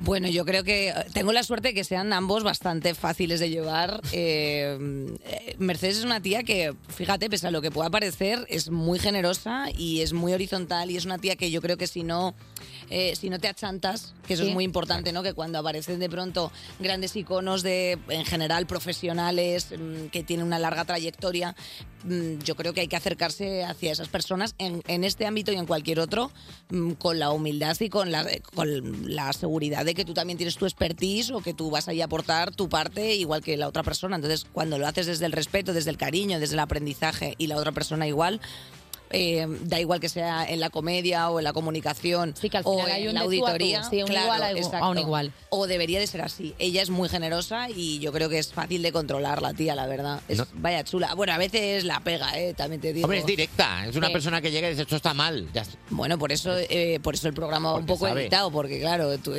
S11: Bueno, yo creo que eh, tengo la suerte de que sean ambos bastante fáciles de llevar. Eh, eh, Mercedes es una tía que, fíjate, pese a lo que pueda parecer, es muy generosa y es muy horizontal y es una tía que yo creo que si no, eh, si no te achantas, que eso
S6: Sí.
S11: es muy importante, ¿no? Que cuando aparecen de pronto grandes iconos de, en general, profesionales mm, que tienen una larga trayectoria, mm, yo creo que hay que acercarse hacia esas personas en, en este ámbito y en cualquier otro mm, con la humildad y con la, con la seguridad de que tú también tienes tu expertise o que tú vas ahí a aportar tu parte igual que la otra persona. Entonces, cuando lo haces desde el respeto, desde el cariño, desde el aprendizaje y la otra persona igual, eh, da igual que sea en la comedia o en la comunicación o
S6: final
S11: en
S6: hay un
S11: la
S6: de tú a tú,
S11: auditoría,
S6: sí, un igual a un-
S11: exacto.
S6: a un igual.
S11: O debería de ser así. Ella es muy generosa y yo creo que es fácil de controlar la tía, la verdad. Es,
S7: No.
S11: Vaya chula. Bueno, a veces la pega, eh, también te digo.
S7: Hombre, es directa. Es una
S11: Sí.
S7: persona que llega y dice, esto está mal. Ya está.
S11: Bueno, por eso, eh, por eso el programa va un
S7: Pues Porque
S11: poco
S7: sabe.
S11: editado, porque claro, tú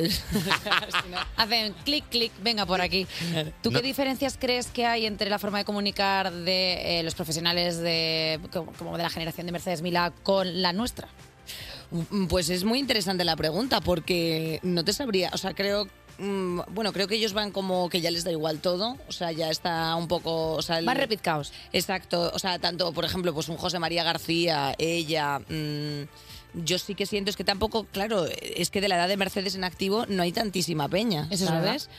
S6: Hacen clic, clic, venga por aquí. ¿Tú
S11: No.
S6: qué diferencias crees que hay entre la forma de comunicar de eh, los profesionales de, como, como de la generación de Mercedes Mila con la nuestra?
S11: Mm, Pues es muy interesante la pregunta porque no te sabría, o sea, creo mm, bueno, creo que ellos van como que ya les da igual todo, o sea, ya está un poco, o sea,
S6: Más repeat
S11: caos. Exacto, o sea, tanto, por ejemplo, pues un José María García, ella, mm, yo sí que siento es que tampoco, claro, es que de la edad de Mercedes en activo no hay tantísima peña,
S6: Eso es
S11: ¿sabes?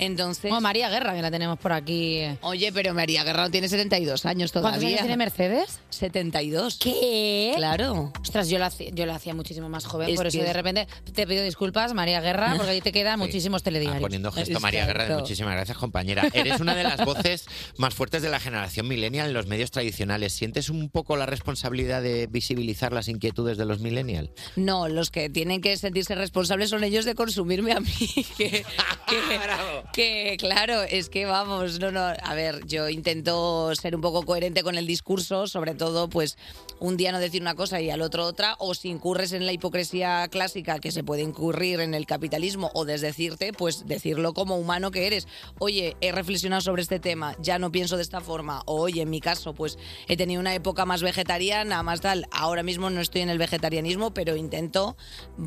S11: Entonces,
S6: Bueno, María Guerra, que la tenemos por aquí.
S11: Oye, pero María Guerra no tiene 72 años todavía.
S6: ¿Cuántos años tiene Mercedes?
S11: 72.
S6: ¿Qué?
S11: Claro.
S6: Ostras, yo la, hacía- yo la hacía muchísimo más joven,
S11: Es
S6: por eso
S11: que-
S6: de repente te pido disculpas, María Guerra, porque ahí te quedan muchísimos telediarios.
S7: Ah, Poniendo gesto María Guerra de muchísimas gracias, compañera. Eres una de las voces más fuertes de la generación millennial en los medios tradicionales. ¿Sientes un poco la responsabilidad de visibilizar las inquietudes de los millennials?
S11: No, los que tienen que sentirse responsables son ellos de consumirme a mí. Que, que- que, claro, es que vamos, no, no. A ver, yo intento ser un poco coherente con el discurso, sobre todo, pues un día no decir una cosa y al otro otra, o si incurres en la hipocresía clásica que se puede incurrir en el capitalismo o desdecirte, pues decirlo como humano que eres. Oye, he reflexionado sobre este tema, ya no pienso de esta forma, o oye, en mi caso, pues he tenido una época más vegetariana, más tal, ahora mismo no estoy en el vegetarianismo, pero intento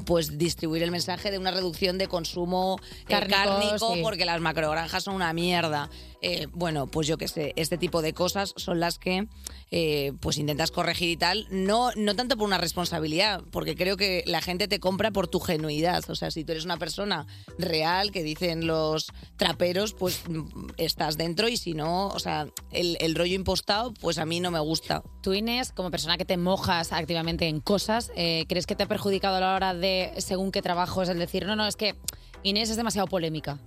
S11: pues distribuir el mensaje de una reducción de consumo eh,
S6: Cárnico,
S11: cárnico,
S6: sí.
S11: porque las macrogranjas son una mierda. Eh, bueno, pues yo qué sé, este tipo de cosas son las que eh, pues intentas corregir y tal, no, no tanto por una responsabilidad, porque creo que la gente te compra por tu genuidad, o sea, si tú eres una persona real, que dicen los traperos, pues mm, estás dentro y si no, o sea, el, el rollo impostado, pues a mí no me gusta.
S6: Tú, Inés, como persona que te mojas activamente en cosas, eh, ¿crees que te ha perjudicado a la hora de, según qué trabajo, es el decir, no, no, es que Inés es demasiado polémica?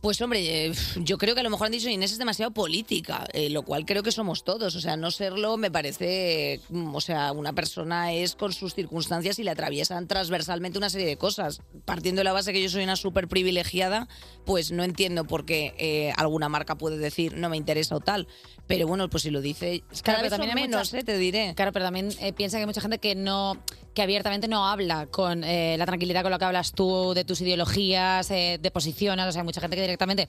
S11: Pues hombre, eh, yo creo que a lo mejor han dicho Inés es demasiado política, eh, lo cual creo que somos todos. O sea, no serlo me parece, mm, o sea, una persona es con sus circunstancias y le atraviesan transversalmente una serie de cosas. Partiendo de la base que yo soy una súper privilegiada, pues no entiendo por qué eh, alguna marca puede decir no me interesa o tal. Pero bueno, pues si lo dice, cada vez son menos, eh, te diré.
S6: Claro, pero también eh, piensa que hay mucha gente que no que abiertamente no habla con eh, la tranquilidad con la que hablas tú de tus ideologías, eh, de posiciones. O sea, hay mucha gente que directamente,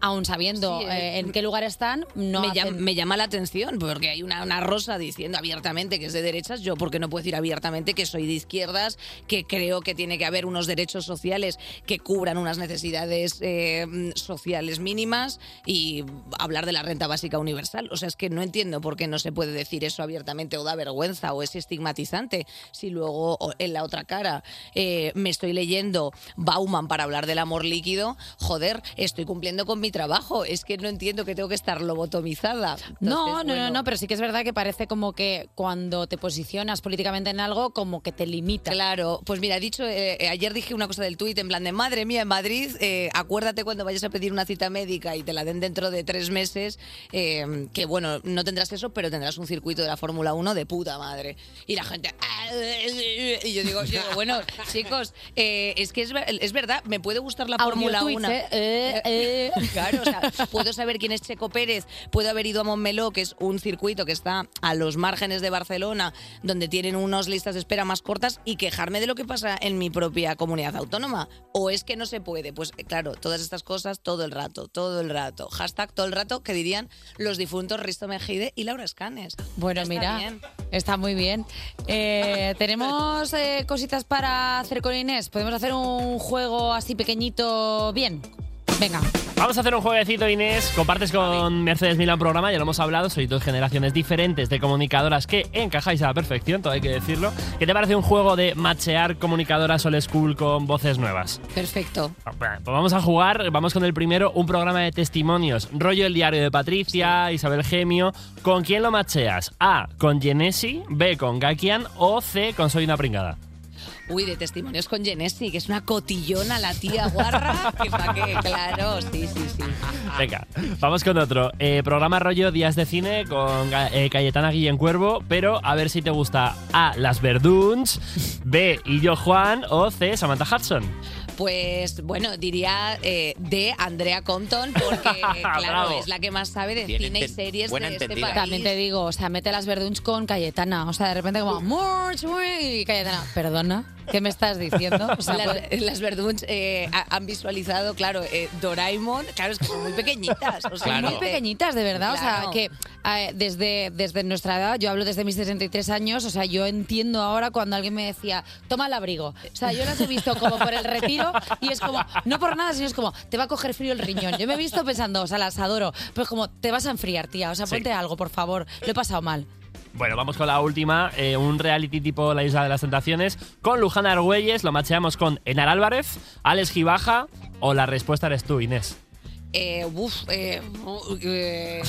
S6: aún sabiendo
S11: Sí, eh,
S6: eh, en qué lugar están, no
S11: me, llam-
S6: hacen-
S11: me llama la atención porque hay una, una rosa diciendo abiertamente que es de derechas. Yo, porque no puedo decir abiertamente que soy de izquierdas, que creo que tiene que haber unos derechos sociales que cubran unas necesidades eh, mm, sociales mínimas y hablar de la renta básica universal? O sea, es que no entiendo por qué no se puede decir eso abiertamente o da vergüenza o es estigmatizante. Si luego o- en la otra cara eh, me estoy leyendo Bauman para hablar del amor líquido, joder, estoy cumpliendo con mi trabajo. Es que no entiendo que tengo que estar lobotomizada.
S6: No, no,
S11: Entonces, bueno.
S6: no, no, pero sí que es verdad que parece como que cuando te posicionas políticamente en algo, como que te limita.
S11: Claro, pues mira, he dicho, eh, eh, ayer dije una cosa del tuit en plan de madre mía, en Madrid, eh, acuérdate cuando vayas a pedir una cita médica y te la den dentro de tres meses, eh, que bueno, no tendrás eso, pero tendrás un circuito de la Fórmula 1 de puta madre. Y la gente. "Ah, eh, eh", Y yo digo, yo digo, bueno, chicos, eh, es que es, ver- es verdad, me puede gustar la
S6: Audio
S11: Fórmula
S6: tweets,
S11: 1.
S6: ¿eh? Eh, eh.
S11: Claro, o sea, puedo saber quién es Checo Pérez, puedo haber ido a Montmeló, que es un circuito que está a los márgenes de Barcelona, donde tienen unas listas de espera más cortas y quejarme de lo que pasa en mi propia comunidad autónoma. O es que no se puede. Pues eh, claro, todas estas cosas todo el rato, todo el rato. Hashtag todo el rato que dirían los difuntos Risto Mejide y Laura Escanes.
S6: Bueno,
S11: Está
S6: mira,
S11: bien.
S6: está muy bien. Eh, tenemos eh, cositas para hacer con Inés. Podemos hacer un juego así pequeñito, bien. Venga.
S5: Vamos a hacer un jueguecito, Inés. Compartes con Mercedes Milán programa, ya lo hemos hablado. Sois dos generaciones diferentes de comunicadoras que encajáis a la perfección, todo hay que decirlo. ¿Qué te parece un juego de machear comunicadoras old school con voces nuevas?
S11: Perfecto.
S5: Ah, bueno, Pues vamos a jugar, vamos con el primero, un programa de testimonios. Rollo el diario de Patricia, Isabel Gemio. ¿Con quién lo macheas? A, con Genesi, B, con Gakian o C, con Soy una pringada.
S11: Uy, de testimonios con Genesi, que es una cotillona la tía guarra, que pa' qué, claro, sí, sí, sí.
S5: Venga, vamos con otro. Eh, programa rollo Días de Cine con Ga- eh, Cayetana Guillén Cuervo, pero a ver si te gusta A. Las Verduns, B. Y yo Juan o C. Samantha Hudson.
S11: Pues bueno, diría eh, de Andrea Compton, porque claro,
S6: Bravo.
S11: es la que más sabe de
S6: Bien
S11: cine y
S6: enten-
S11: series
S6: buena
S11: de este
S6: entendida.
S11: país.
S6: También te digo, o sea, mete las verduns con Cayetana. O sea, de repente como, "Morch, uy", y Cayetana, perdona, ¿qué me estás diciendo? O sea, pues,
S11: las,
S6: puede-
S11: las Verduns eh, ha- han visualizado, claro, eh, Doraemon, claro, es que son muy pequeñitas. o sea,
S6: Son muy
S11: muy peque-
S6: pequeñitas, de verdad.
S11: Claro.
S6: O sea, que eh, desde, desde nuestra edad, yo hablo desde mis 63 años, o sea, yo entiendo ahora cuando alguien me decía, toma el abrigo. O sea, yo las he visto como por el retiro y es como, no por nada, sino es como, te va a coger frío el riñón. Yo me he visto pensando, o sea, las adoro, pero es como, te vas a enfriar, tía. O sea,
S5: Sí.
S6: ponte algo, por favor. Lo he pasado mal.
S5: Bueno, vamos con la última. eh, un reality tipo La Isla de las Tentaciones con Luján Argüelles. Lo macheamos con Enar Álvarez, Alex Gibaja o la respuesta eres tú, Inés.
S11: eh, uf, eh, u- eh,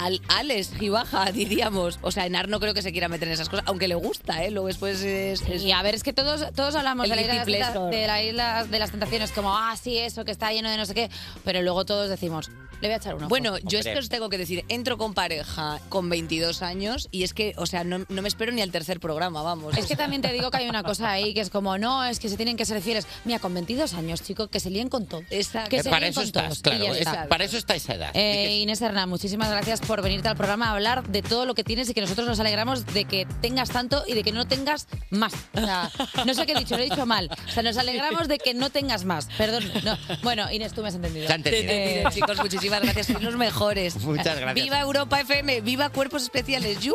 S11: al- Alex Gibaja, diríamos. O sea, Enar no creo que se quiera meter en esas cosas, aunque le gusta, ¿eh? Luego después es...
S6: Y a ver, es que todos, todos hablamos
S11: El
S6: de la, isla,
S11: guilty
S6: de las tenta-
S11: pleasure.
S6: de la isla de las tentaciones, como, ah, sí, eso, que está lleno de no sé qué, pero luego todos decimos, le voy a echar uno.
S11: Bueno, yo es que os tengo que decir, entro con pareja con 22 años y es que, o sea, no, no me espero ni al tercer programa, vamos.
S6: Es que también te digo que hay una cosa ahí que es como, no, es que se tienen que ser fieles. Mira, con 22 años, chico, que se líen con todo. Que se
S7: Eh, para
S6: líen
S7: eso
S6: con
S7: estás,
S6: todos,
S7: claro.
S6: y ya
S7: es-
S6: está.
S7: para eso está esa edad.
S6: Eh, Inés Hernán, muchísimas gracias por venirte al programa a hablar de todo lo que tienes y que nosotros nos alegramos de que tengas tanto y de que no tengas más. O sea, no sé qué he dicho, lo he dicho mal. O sea, nos alegramos de que no tengas más. Perdón. no. Bueno, Inés, tú me has entendido. Eh,
S7: Te ha entendido.
S11: Te he entendido, chicos, muchísimas gracias. Sois los mejores.
S7: Muchas gracias.
S11: Viva Europa FM, viva Cuerpos Especiales. ¡Yu!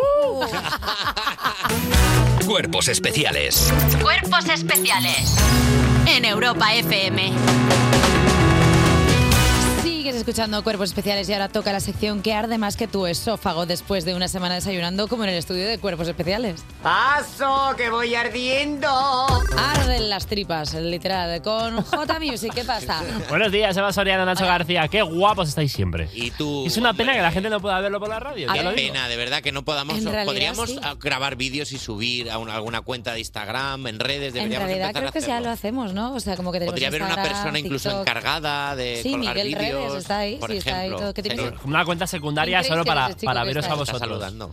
S13: Cuerpos especiales.
S2: Cuerpos especiales en Europa FM.
S6: Sigues escuchando Cuerpos Especiales y ahora toca la sección que arde más que tu esófago después de una semana desayunando como en el estudio de Cuerpos Especiales.
S9: ¡Paso, que voy ardiendo!
S6: Arden las tripas, literal, con J Music, ¿qué pasa?
S5: Buenos días, Eva Soriano, Nacho García. Qué guapos estáis siempre.
S7: Y tú.
S5: Es una pena que la gente no pueda verlo por la radio.
S7: Qué
S5: ya lo digo.
S7: pena, de verdad, que no podamos.
S6: En realidad,
S7: podríamos
S6: sí.
S7: ah, grabar vídeos y subir a una- alguna cuenta de Instagram, en redes,
S6: En
S7: deberíamos
S6: realidad
S7: empezar a
S6: creo que ya
S7: hacerlo.
S6: lo hacemos, ¿no? O sea, como que tenemos
S7: Podría haber una
S6: Instagram,
S7: persona incluso
S6: TikTok.
S7: encargada de
S6: Sí,
S7: colgar
S6: Miguel Redes
S7: vídeos.
S6: está ahí,
S7: por
S6: sí, está ahí
S7: ejemplo.
S6: todo. ¿Qué te
S7: Pero-
S6: crees?
S5: Una cuenta secundaria
S6: ¿Quién creéis
S5: solo
S6: que
S5: para,
S6: eres, chico,
S5: para
S6: que
S5: veros a
S6: estáis?
S5: vosotros.
S7: Está saludando.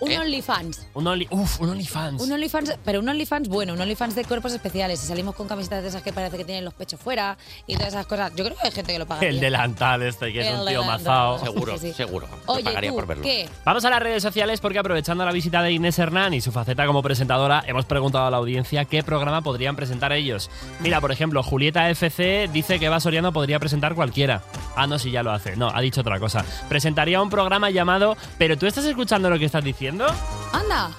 S6: Un OnlyFans.
S5: Un only, uf, un OnlyFans.
S6: Un OnlyFans, pero un OnlyFans bueno, un OnlyFans de cuerpos especiales. Si salimos con camisetas de esas que parece que tienen los pechos fuera y todas esas cosas. Yo creo que hay gente que lo paga.
S5: El delantal este, que es
S6: El
S5: un tío
S6: delantal.
S5: mazao.
S6: Seguro, Sí, sí.
S5: seguro.
S6: Oye, tú, ¿qué?
S5: Vamos a las redes sociales porque aprovechando la visita de Inés Hernán y su faceta como presentadora, hemos preguntado a la audiencia qué programa podrían presentar ellos. Mira, por ejemplo, Julieta FC dice que Eva Soriano podría presentar cualquiera. Ah, no, si ya lo hace. No, ha dicho otra cosa. Presentaría un programa llamado ¿Pero tú estás escuchando lo que estás diciendo?
S6: Anda,
S7: Ah.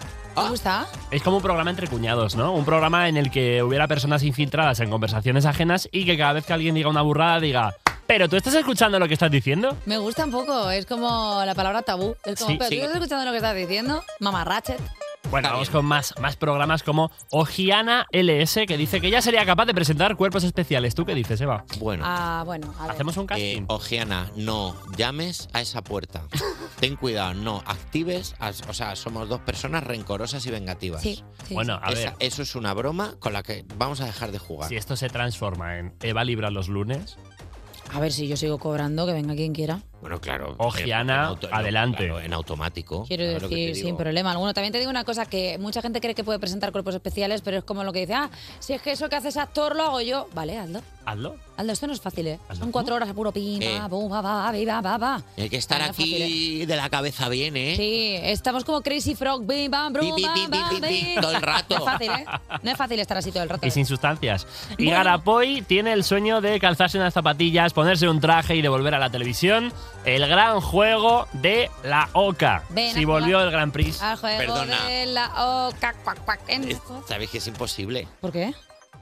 S6: ¿te gusta?
S5: Es como un programa entre cuñados, ¿no? Un programa en el que hubiera personas infiltradas en conversaciones ajenas y que cada vez que alguien diga una burrada diga, ¿pero tú estás escuchando lo que estás diciendo?
S6: Me gusta un poco, es como la palabra tabú. Es como,
S5: Sí,
S6: pero
S5: sí.
S6: tú estás escuchando lo que estás diciendo, mamá Ratchet.
S5: Bueno, vamos con más, más programas como Ojiana LS, que dice que ya sería capaz de presentar cuerpos especiales. ¿Tú qué dices, Eva?
S7: Bueno.
S6: Ah, bueno, a ver.
S5: Hacemos un casting.
S7: Ojeana, Eh, no llames a esa puerta. Ten cuidado, no actives. as- O sea, somos dos personas rencorosas y vengativas.
S5: Sí, sí. Bueno, a ver.
S7: eso es una broma con la que vamos a dejar de jugar.
S5: Si esto se transforma en Eva Libra los lunes,
S6: A ver si yo sigo cobrando, que venga quien quiera.
S7: Bueno, claro.
S5: Ojiana,
S7: adelante. en automático.
S6: Quiero
S7: ¿sabes lo que te
S6: decir,
S7: digo?
S6: sin problema alguno. También te digo una cosa, que mucha gente cree que puede presentar cuerpos especiales, pero es como lo que dice, ah, si es que eso que haces actor lo hago yo. Vale, hazlo.
S5: hazlo.
S6: Hazlo, esto no es fácil, ¿eh? Son cuatro horas a puro pin,
S7: Eh.
S6: va, bum, va, va, va, va, va.
S7: Hay que estar
S6: Venga,
S7: aquí de la cabeza bien, ¿eh?
S6: Sí, estamos como Crazy Frog, bim, bam, brum,
S7: Pi, pi, pi,
S6: bam, bam,
S7: pi, pi, pi,
S6: bim.
S7: todo el rato.
S6: No es fácil, ¿eh? No es fácil estar así todo el rato. ¿eh?
S5: y sin sustancias. Y Garapoy tiene el sueño de calzarse unas zapatillas, ponerse un traje y devolver a la televisión el gran juego de la OCA.
S6: Ven a
S5: si
S6: jugar.
S5: volvió el Gran Prix.
S6: Al juego
S7: Perdona.
S6: de la oca, cuac, cuac, en-
S7: Sabéis que es imposible.
S6: ¿Por qué?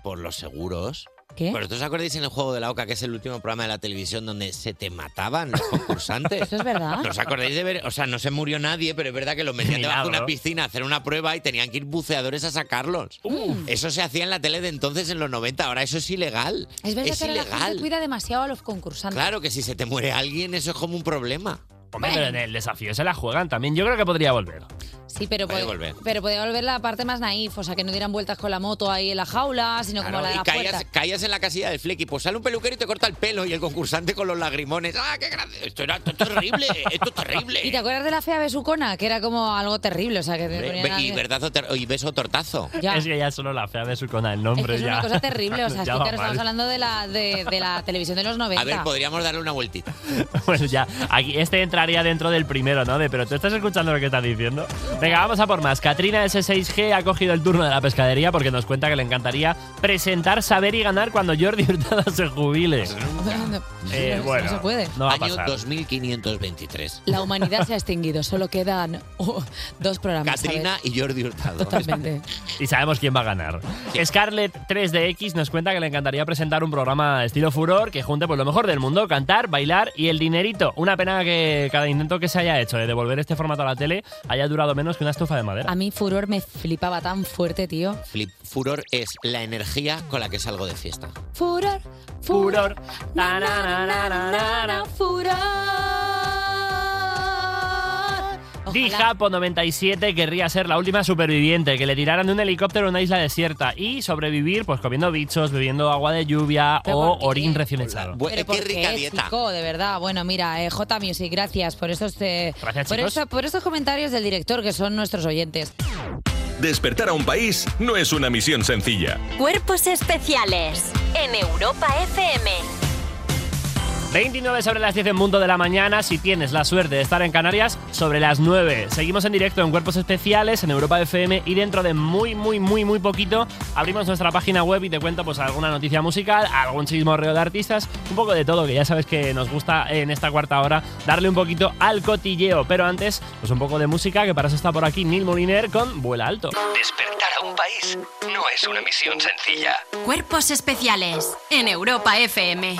S7: Por los seguros.
S6: ¿Qué?
S7: ¿Vosotros os acordáis en el juego de la OCA, que es el último programa de la televisión donde se te mataban los concursantes?
S6: Eso es verdad.
S7: ¿No Ah, os acordáis de ver? O sea, no se murió nadie, pero es verdad que los metían debajo de una piscina a hacer una prueba y tenían que ir buceadores a sacarlos.
S6: Mm.
S7: Eso se hacía en la tele de entonces, en los 90. Ahora eso es ilegal.
S6: Es verdad que ahora la gente
S7: ilegal.
S6: cuida demasiado a los concursantes.
S7: Claro que si se te muere alguien, eso es como un problema.
S5: Hombre, pero en el desafío se la juegan también. Yo creo que podría volver.
S6: Sí, pero
S5: Puede
S6: puede-
S5: volver.
S6: Pero podía volver la parte más naif, o sea, que no dieran vueltas con la moto ahí en la jaula, sino
S7: Claro,
S6: como la de
S7: y
S6: la
S7: caías,
S6: puerta.
S7: caías en la casilla del flequi, pues sale un peluquero y te corta el pelo y el concursante con los lagrimones. ¡Ah, qué gracioso! Esto, era- esto es terrible, esto es terrible.
S6: ¿Y te acuerdas de la fea besucona? Que era como algo terrible, o sea, que te
S7: Hombre,
S6: ponían
S7: ve-
S6: a-
S7: y, verdazo ter- y beso tortazo.
S6: Ya.
S5: Es que ya solo la fea de su cona el nombre
S6: Es
S5: ya.
S6: una cosa terrible, o sea, es que
S5: Ya va
S6: claro,
S5: mal.
S6: estamos hablando de la, de, de la televisión de los 90.
S7: A ver, podríamos darle una vueltita.
S5: Bueno, ya. Aquí, este entraría dentro del primero, ¿no? De, pero tú estás escuchando lo que estás diciendo. Venga, vamos a por más. Katrina S6G ha cogido el turno de la pescadería porque nos cuenta que le encantaría presentar, saber y ganar cuando Jordi Hurtado se jubile. Eh,
S6: No,
S5: bueno,
S6: no se puede.
S5: no va a
S7: Año
S5: pasar.
S7: 2523.
S6: La humanidad se ha extinguido, solo quedan oh, dos programas.
S7: Katrina y Jordi Hurtado.
S5: Y sabemos quién va a ganar. Scarlett 3DX nos cuenta que le encantaría presentar un programa estilo furor que junte pues, lo mejor del mundo, cantar, bailar y el dinerito. Una pena que cada intento que se haya hecho de devolver este formato a la tele haya durado menos que una estufa de madera.
S6: A mí Furor me flipaba tan fuerte, tío.
S7: Flip, furor es la energía con la que salgo de fiesta.
S6: Furor,
S5: furor,
S6: na, na, na, na, na, na, furor.
S5: Dijapo 97 querría ser la última superviviente, que le tiraran de un helicóptero a una isla desierta y sobrevivir pues comiendo bichos, bebiendo agua de lluvia
S6: Pero
S5: o
S6: ¿por qué?
S5: orín recién echado.
S6: Pero ¿por qué, chico? de verdad. Bueno, mira, eh, J Music, gracias por estos, eh,
S1: Gracias,
S6: por,
S1: chicos.
S6: esta- por estos comentarios del director que son nuestros oyentes.
S1: Despertar a un país no es una misión sencilla.
S2: Cuerpos especiales en Europa FM.
S5: 29 sobre las 10 en Mundo de la Mañana, si tienes la suerte de estar en Canarias, sobre las 9. Seguimos en directo en Cuerpos Especiales, en Europa FM y dentro de muy, muy, muy, muy poquito abrimos nuestra página web y te cuento pues alguna noticia musical, algún chismorreo de artistas, un poco de todo, que ya sabes que nos gusta en esta cuarta hora darle un poquito al cotilleo. Pero antes, pues un poco de música, que para eso está por aquí Neil Moliner con Vuela Alto.
S13: Despertar a un país no es una misión sencilla.
S2: Cuerpos especiales en Europa FM.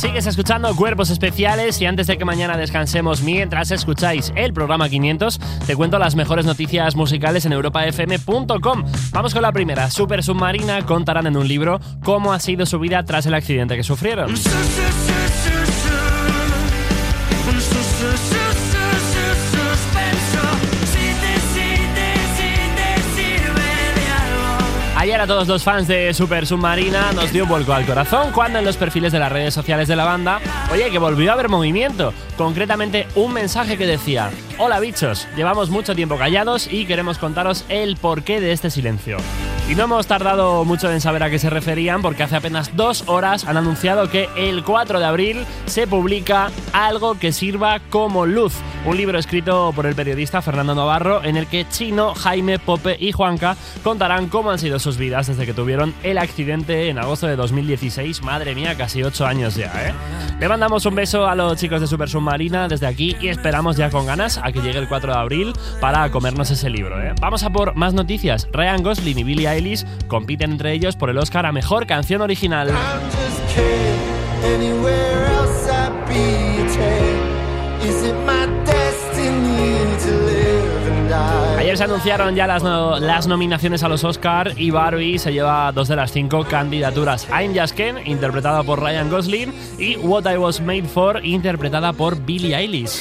S5: Sigues escuchando Cuerpos Especiales y antes de que mañana descansemos mientras escucháis el programa 500, te cuento las mejores noticias musicales en europafm.com. Vamos con la primera. Super Submarina contarán en un libro cómo ha sido su vida tras el accidente que sufrieron.
S14: Suspenso, si te, si te, si te sirve de algo.
S5: Ayer a todos los fans de Super Submarina nos dio un vuelco al corazón cuando en los perfiles de las redes sociales de la banda, oye, que volvió a haber movimiento. Concretamente, un mensaje que decía: Hola bichos, llevamos mucho tiempo callados y queremos contaros el porqué de este silencio. Y no hemos tardado mucho en saber a qué se referían porque hace apenas dos horas han anunciado que el 4 de abril se publica Algo que sirva como luz, un libro escrito por el periodista Fernando Navarro en el que Chino, Jaime, Pope y Juanca contarán cómo han sido sus vidas desde que tuvieron el accidente en agosto de 2016. Madre mía, casi ocho años ya, ¿eh? Le mandamos un beso a los chicos de Super Submarina desde aquí y esperamos ya con ganas a que llegue el 4 de abril para comernos ese libro, ¿eh? Vamos a por más noticias. Ryan Gosling y Billie Eilish compiten entre ellos por el Oscar a Mejor Canción Original.
S8: Anywhere else I be Is it my destiny to live and die?
S5: Ayer se anunciaron ya las, no- las nominaciones a los Oscar y Barbie se lleva dos de las cinco candidaturas. I'm Just Ken, interpretada por Ryan Gosling, y What I Was Made For, interpretada por Billie Eilish.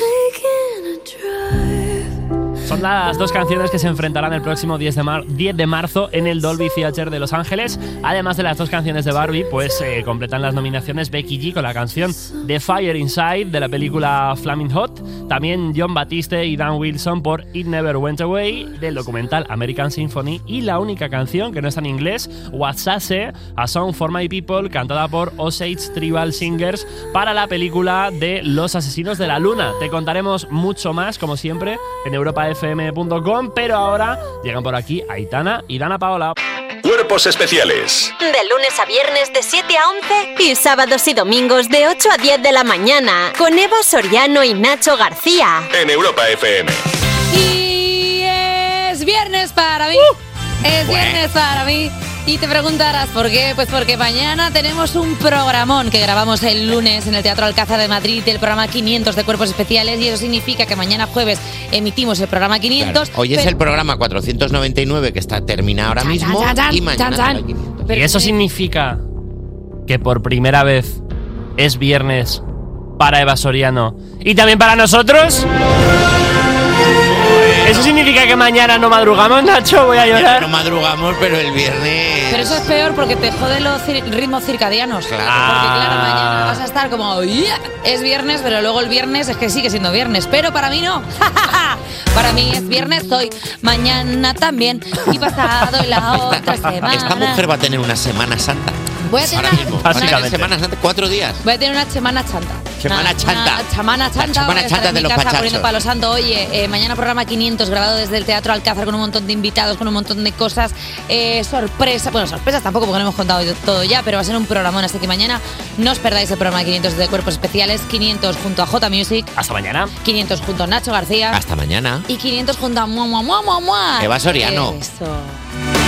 S5: Son las dos canciones que se enfrentarán el próximo 10 de, mar- 10 de marzo en el Dolby Theatre de Los Ángeles. Además de las dos canciones de Barbie, pues eh, completan las nominaciones Becky G con la canción The Fire Inside de la película Flaming Hot. También John Batiste y Dan Wilson por It Never Went Away del documental American Symphony. Y la única canción que no está en inglés, Watsase, A Song for My People, cantada por Osage Tribal Singers para la película de Los Asesinos de la Luna. Te contaremos mucho más, como siempre, en europafm.com, pero ahora llegan por aquí Aitana y Dana Paola.
S1: Cuerpos especiales
S2: De lunes a viernes de 7 a 11 y sábados y domingos de 8 a 10 de la mañana con Evo Soriano y Nacho García.
S1: en Europa FM.
S6: Y es viernes para mí.
S7: Uh.
S6: es
S1: Bueno.
S6: viernes para mí. Y te preguntarás por qué. Pues porque mañana tenemos un programón que grabamos el lunes en el Teatro Alcázar de Madrid, el programa 500 de Cuerpos Especiales. Y eso significa que mañana jueves emitimos el programa 500.
S7: Hoy es
S6: pero-
S7: el programa 499 que está terminado ahora
S6: Chan,
S7: mismo
S6: chan, chan,
S7: y mañana
S6: chan, chan.
S7: será el 500.
S5: Y eso significa que por primera vez es viernes para Eva Soriano. ¿Y también para nosotros? ¿Eso significa que mañana no madrugamos, Nacho? Voy a llorar.
S7: No madrugamos, pero el viernes.
S6: Pero eso es peor porque te jode los cir- ritmos circadianos.
S7: Ah.
S6: Vas a estar como, "Yeah". es viernes, pero luego el viernes es que sigue siendo viernes. Pero para mí no. para mí es viernes hoy, mañana también, y pasado y la otra
S7: Esta
S6: semana.
S7: mujer va a tener una Semana Santa.
S6: Voy a tener,
S7: Ahora mismo. Va a tener Semana Santa, cuatro días.
S6: voy a tener una semana chanta.
S7: Semana
S6: Una-
S7: chanta.
S6: Una semana chanta.
S7: La
S6: voy
S7: semana
S6: a estar
S7: chanta
S6: en
S7: de
S6: mi
S7: los
S6: casa
S7: pachachos.
S6: poniendo palo santo. Oye, eh, mañana programa 500 grabado desde el Teatro Alcázar con un montón de invitados, con un montón de cosas. Eh, sorpresa. Bueno, sorpresas tampoco porque no hemos contado todo ya, pero va a ser un programón. Así que mañana no os perdáis el programa 500 de Cuerpos Especiales. 500 junto a J Music.
S5: Hasta mañana.
S6: 500 junto a Nacho García.
S7: Hasta mañana.
S6: Y 500 junto a Mua Mua Mua Mua Mua.
S7: Eva Soriano.
S6: Eso.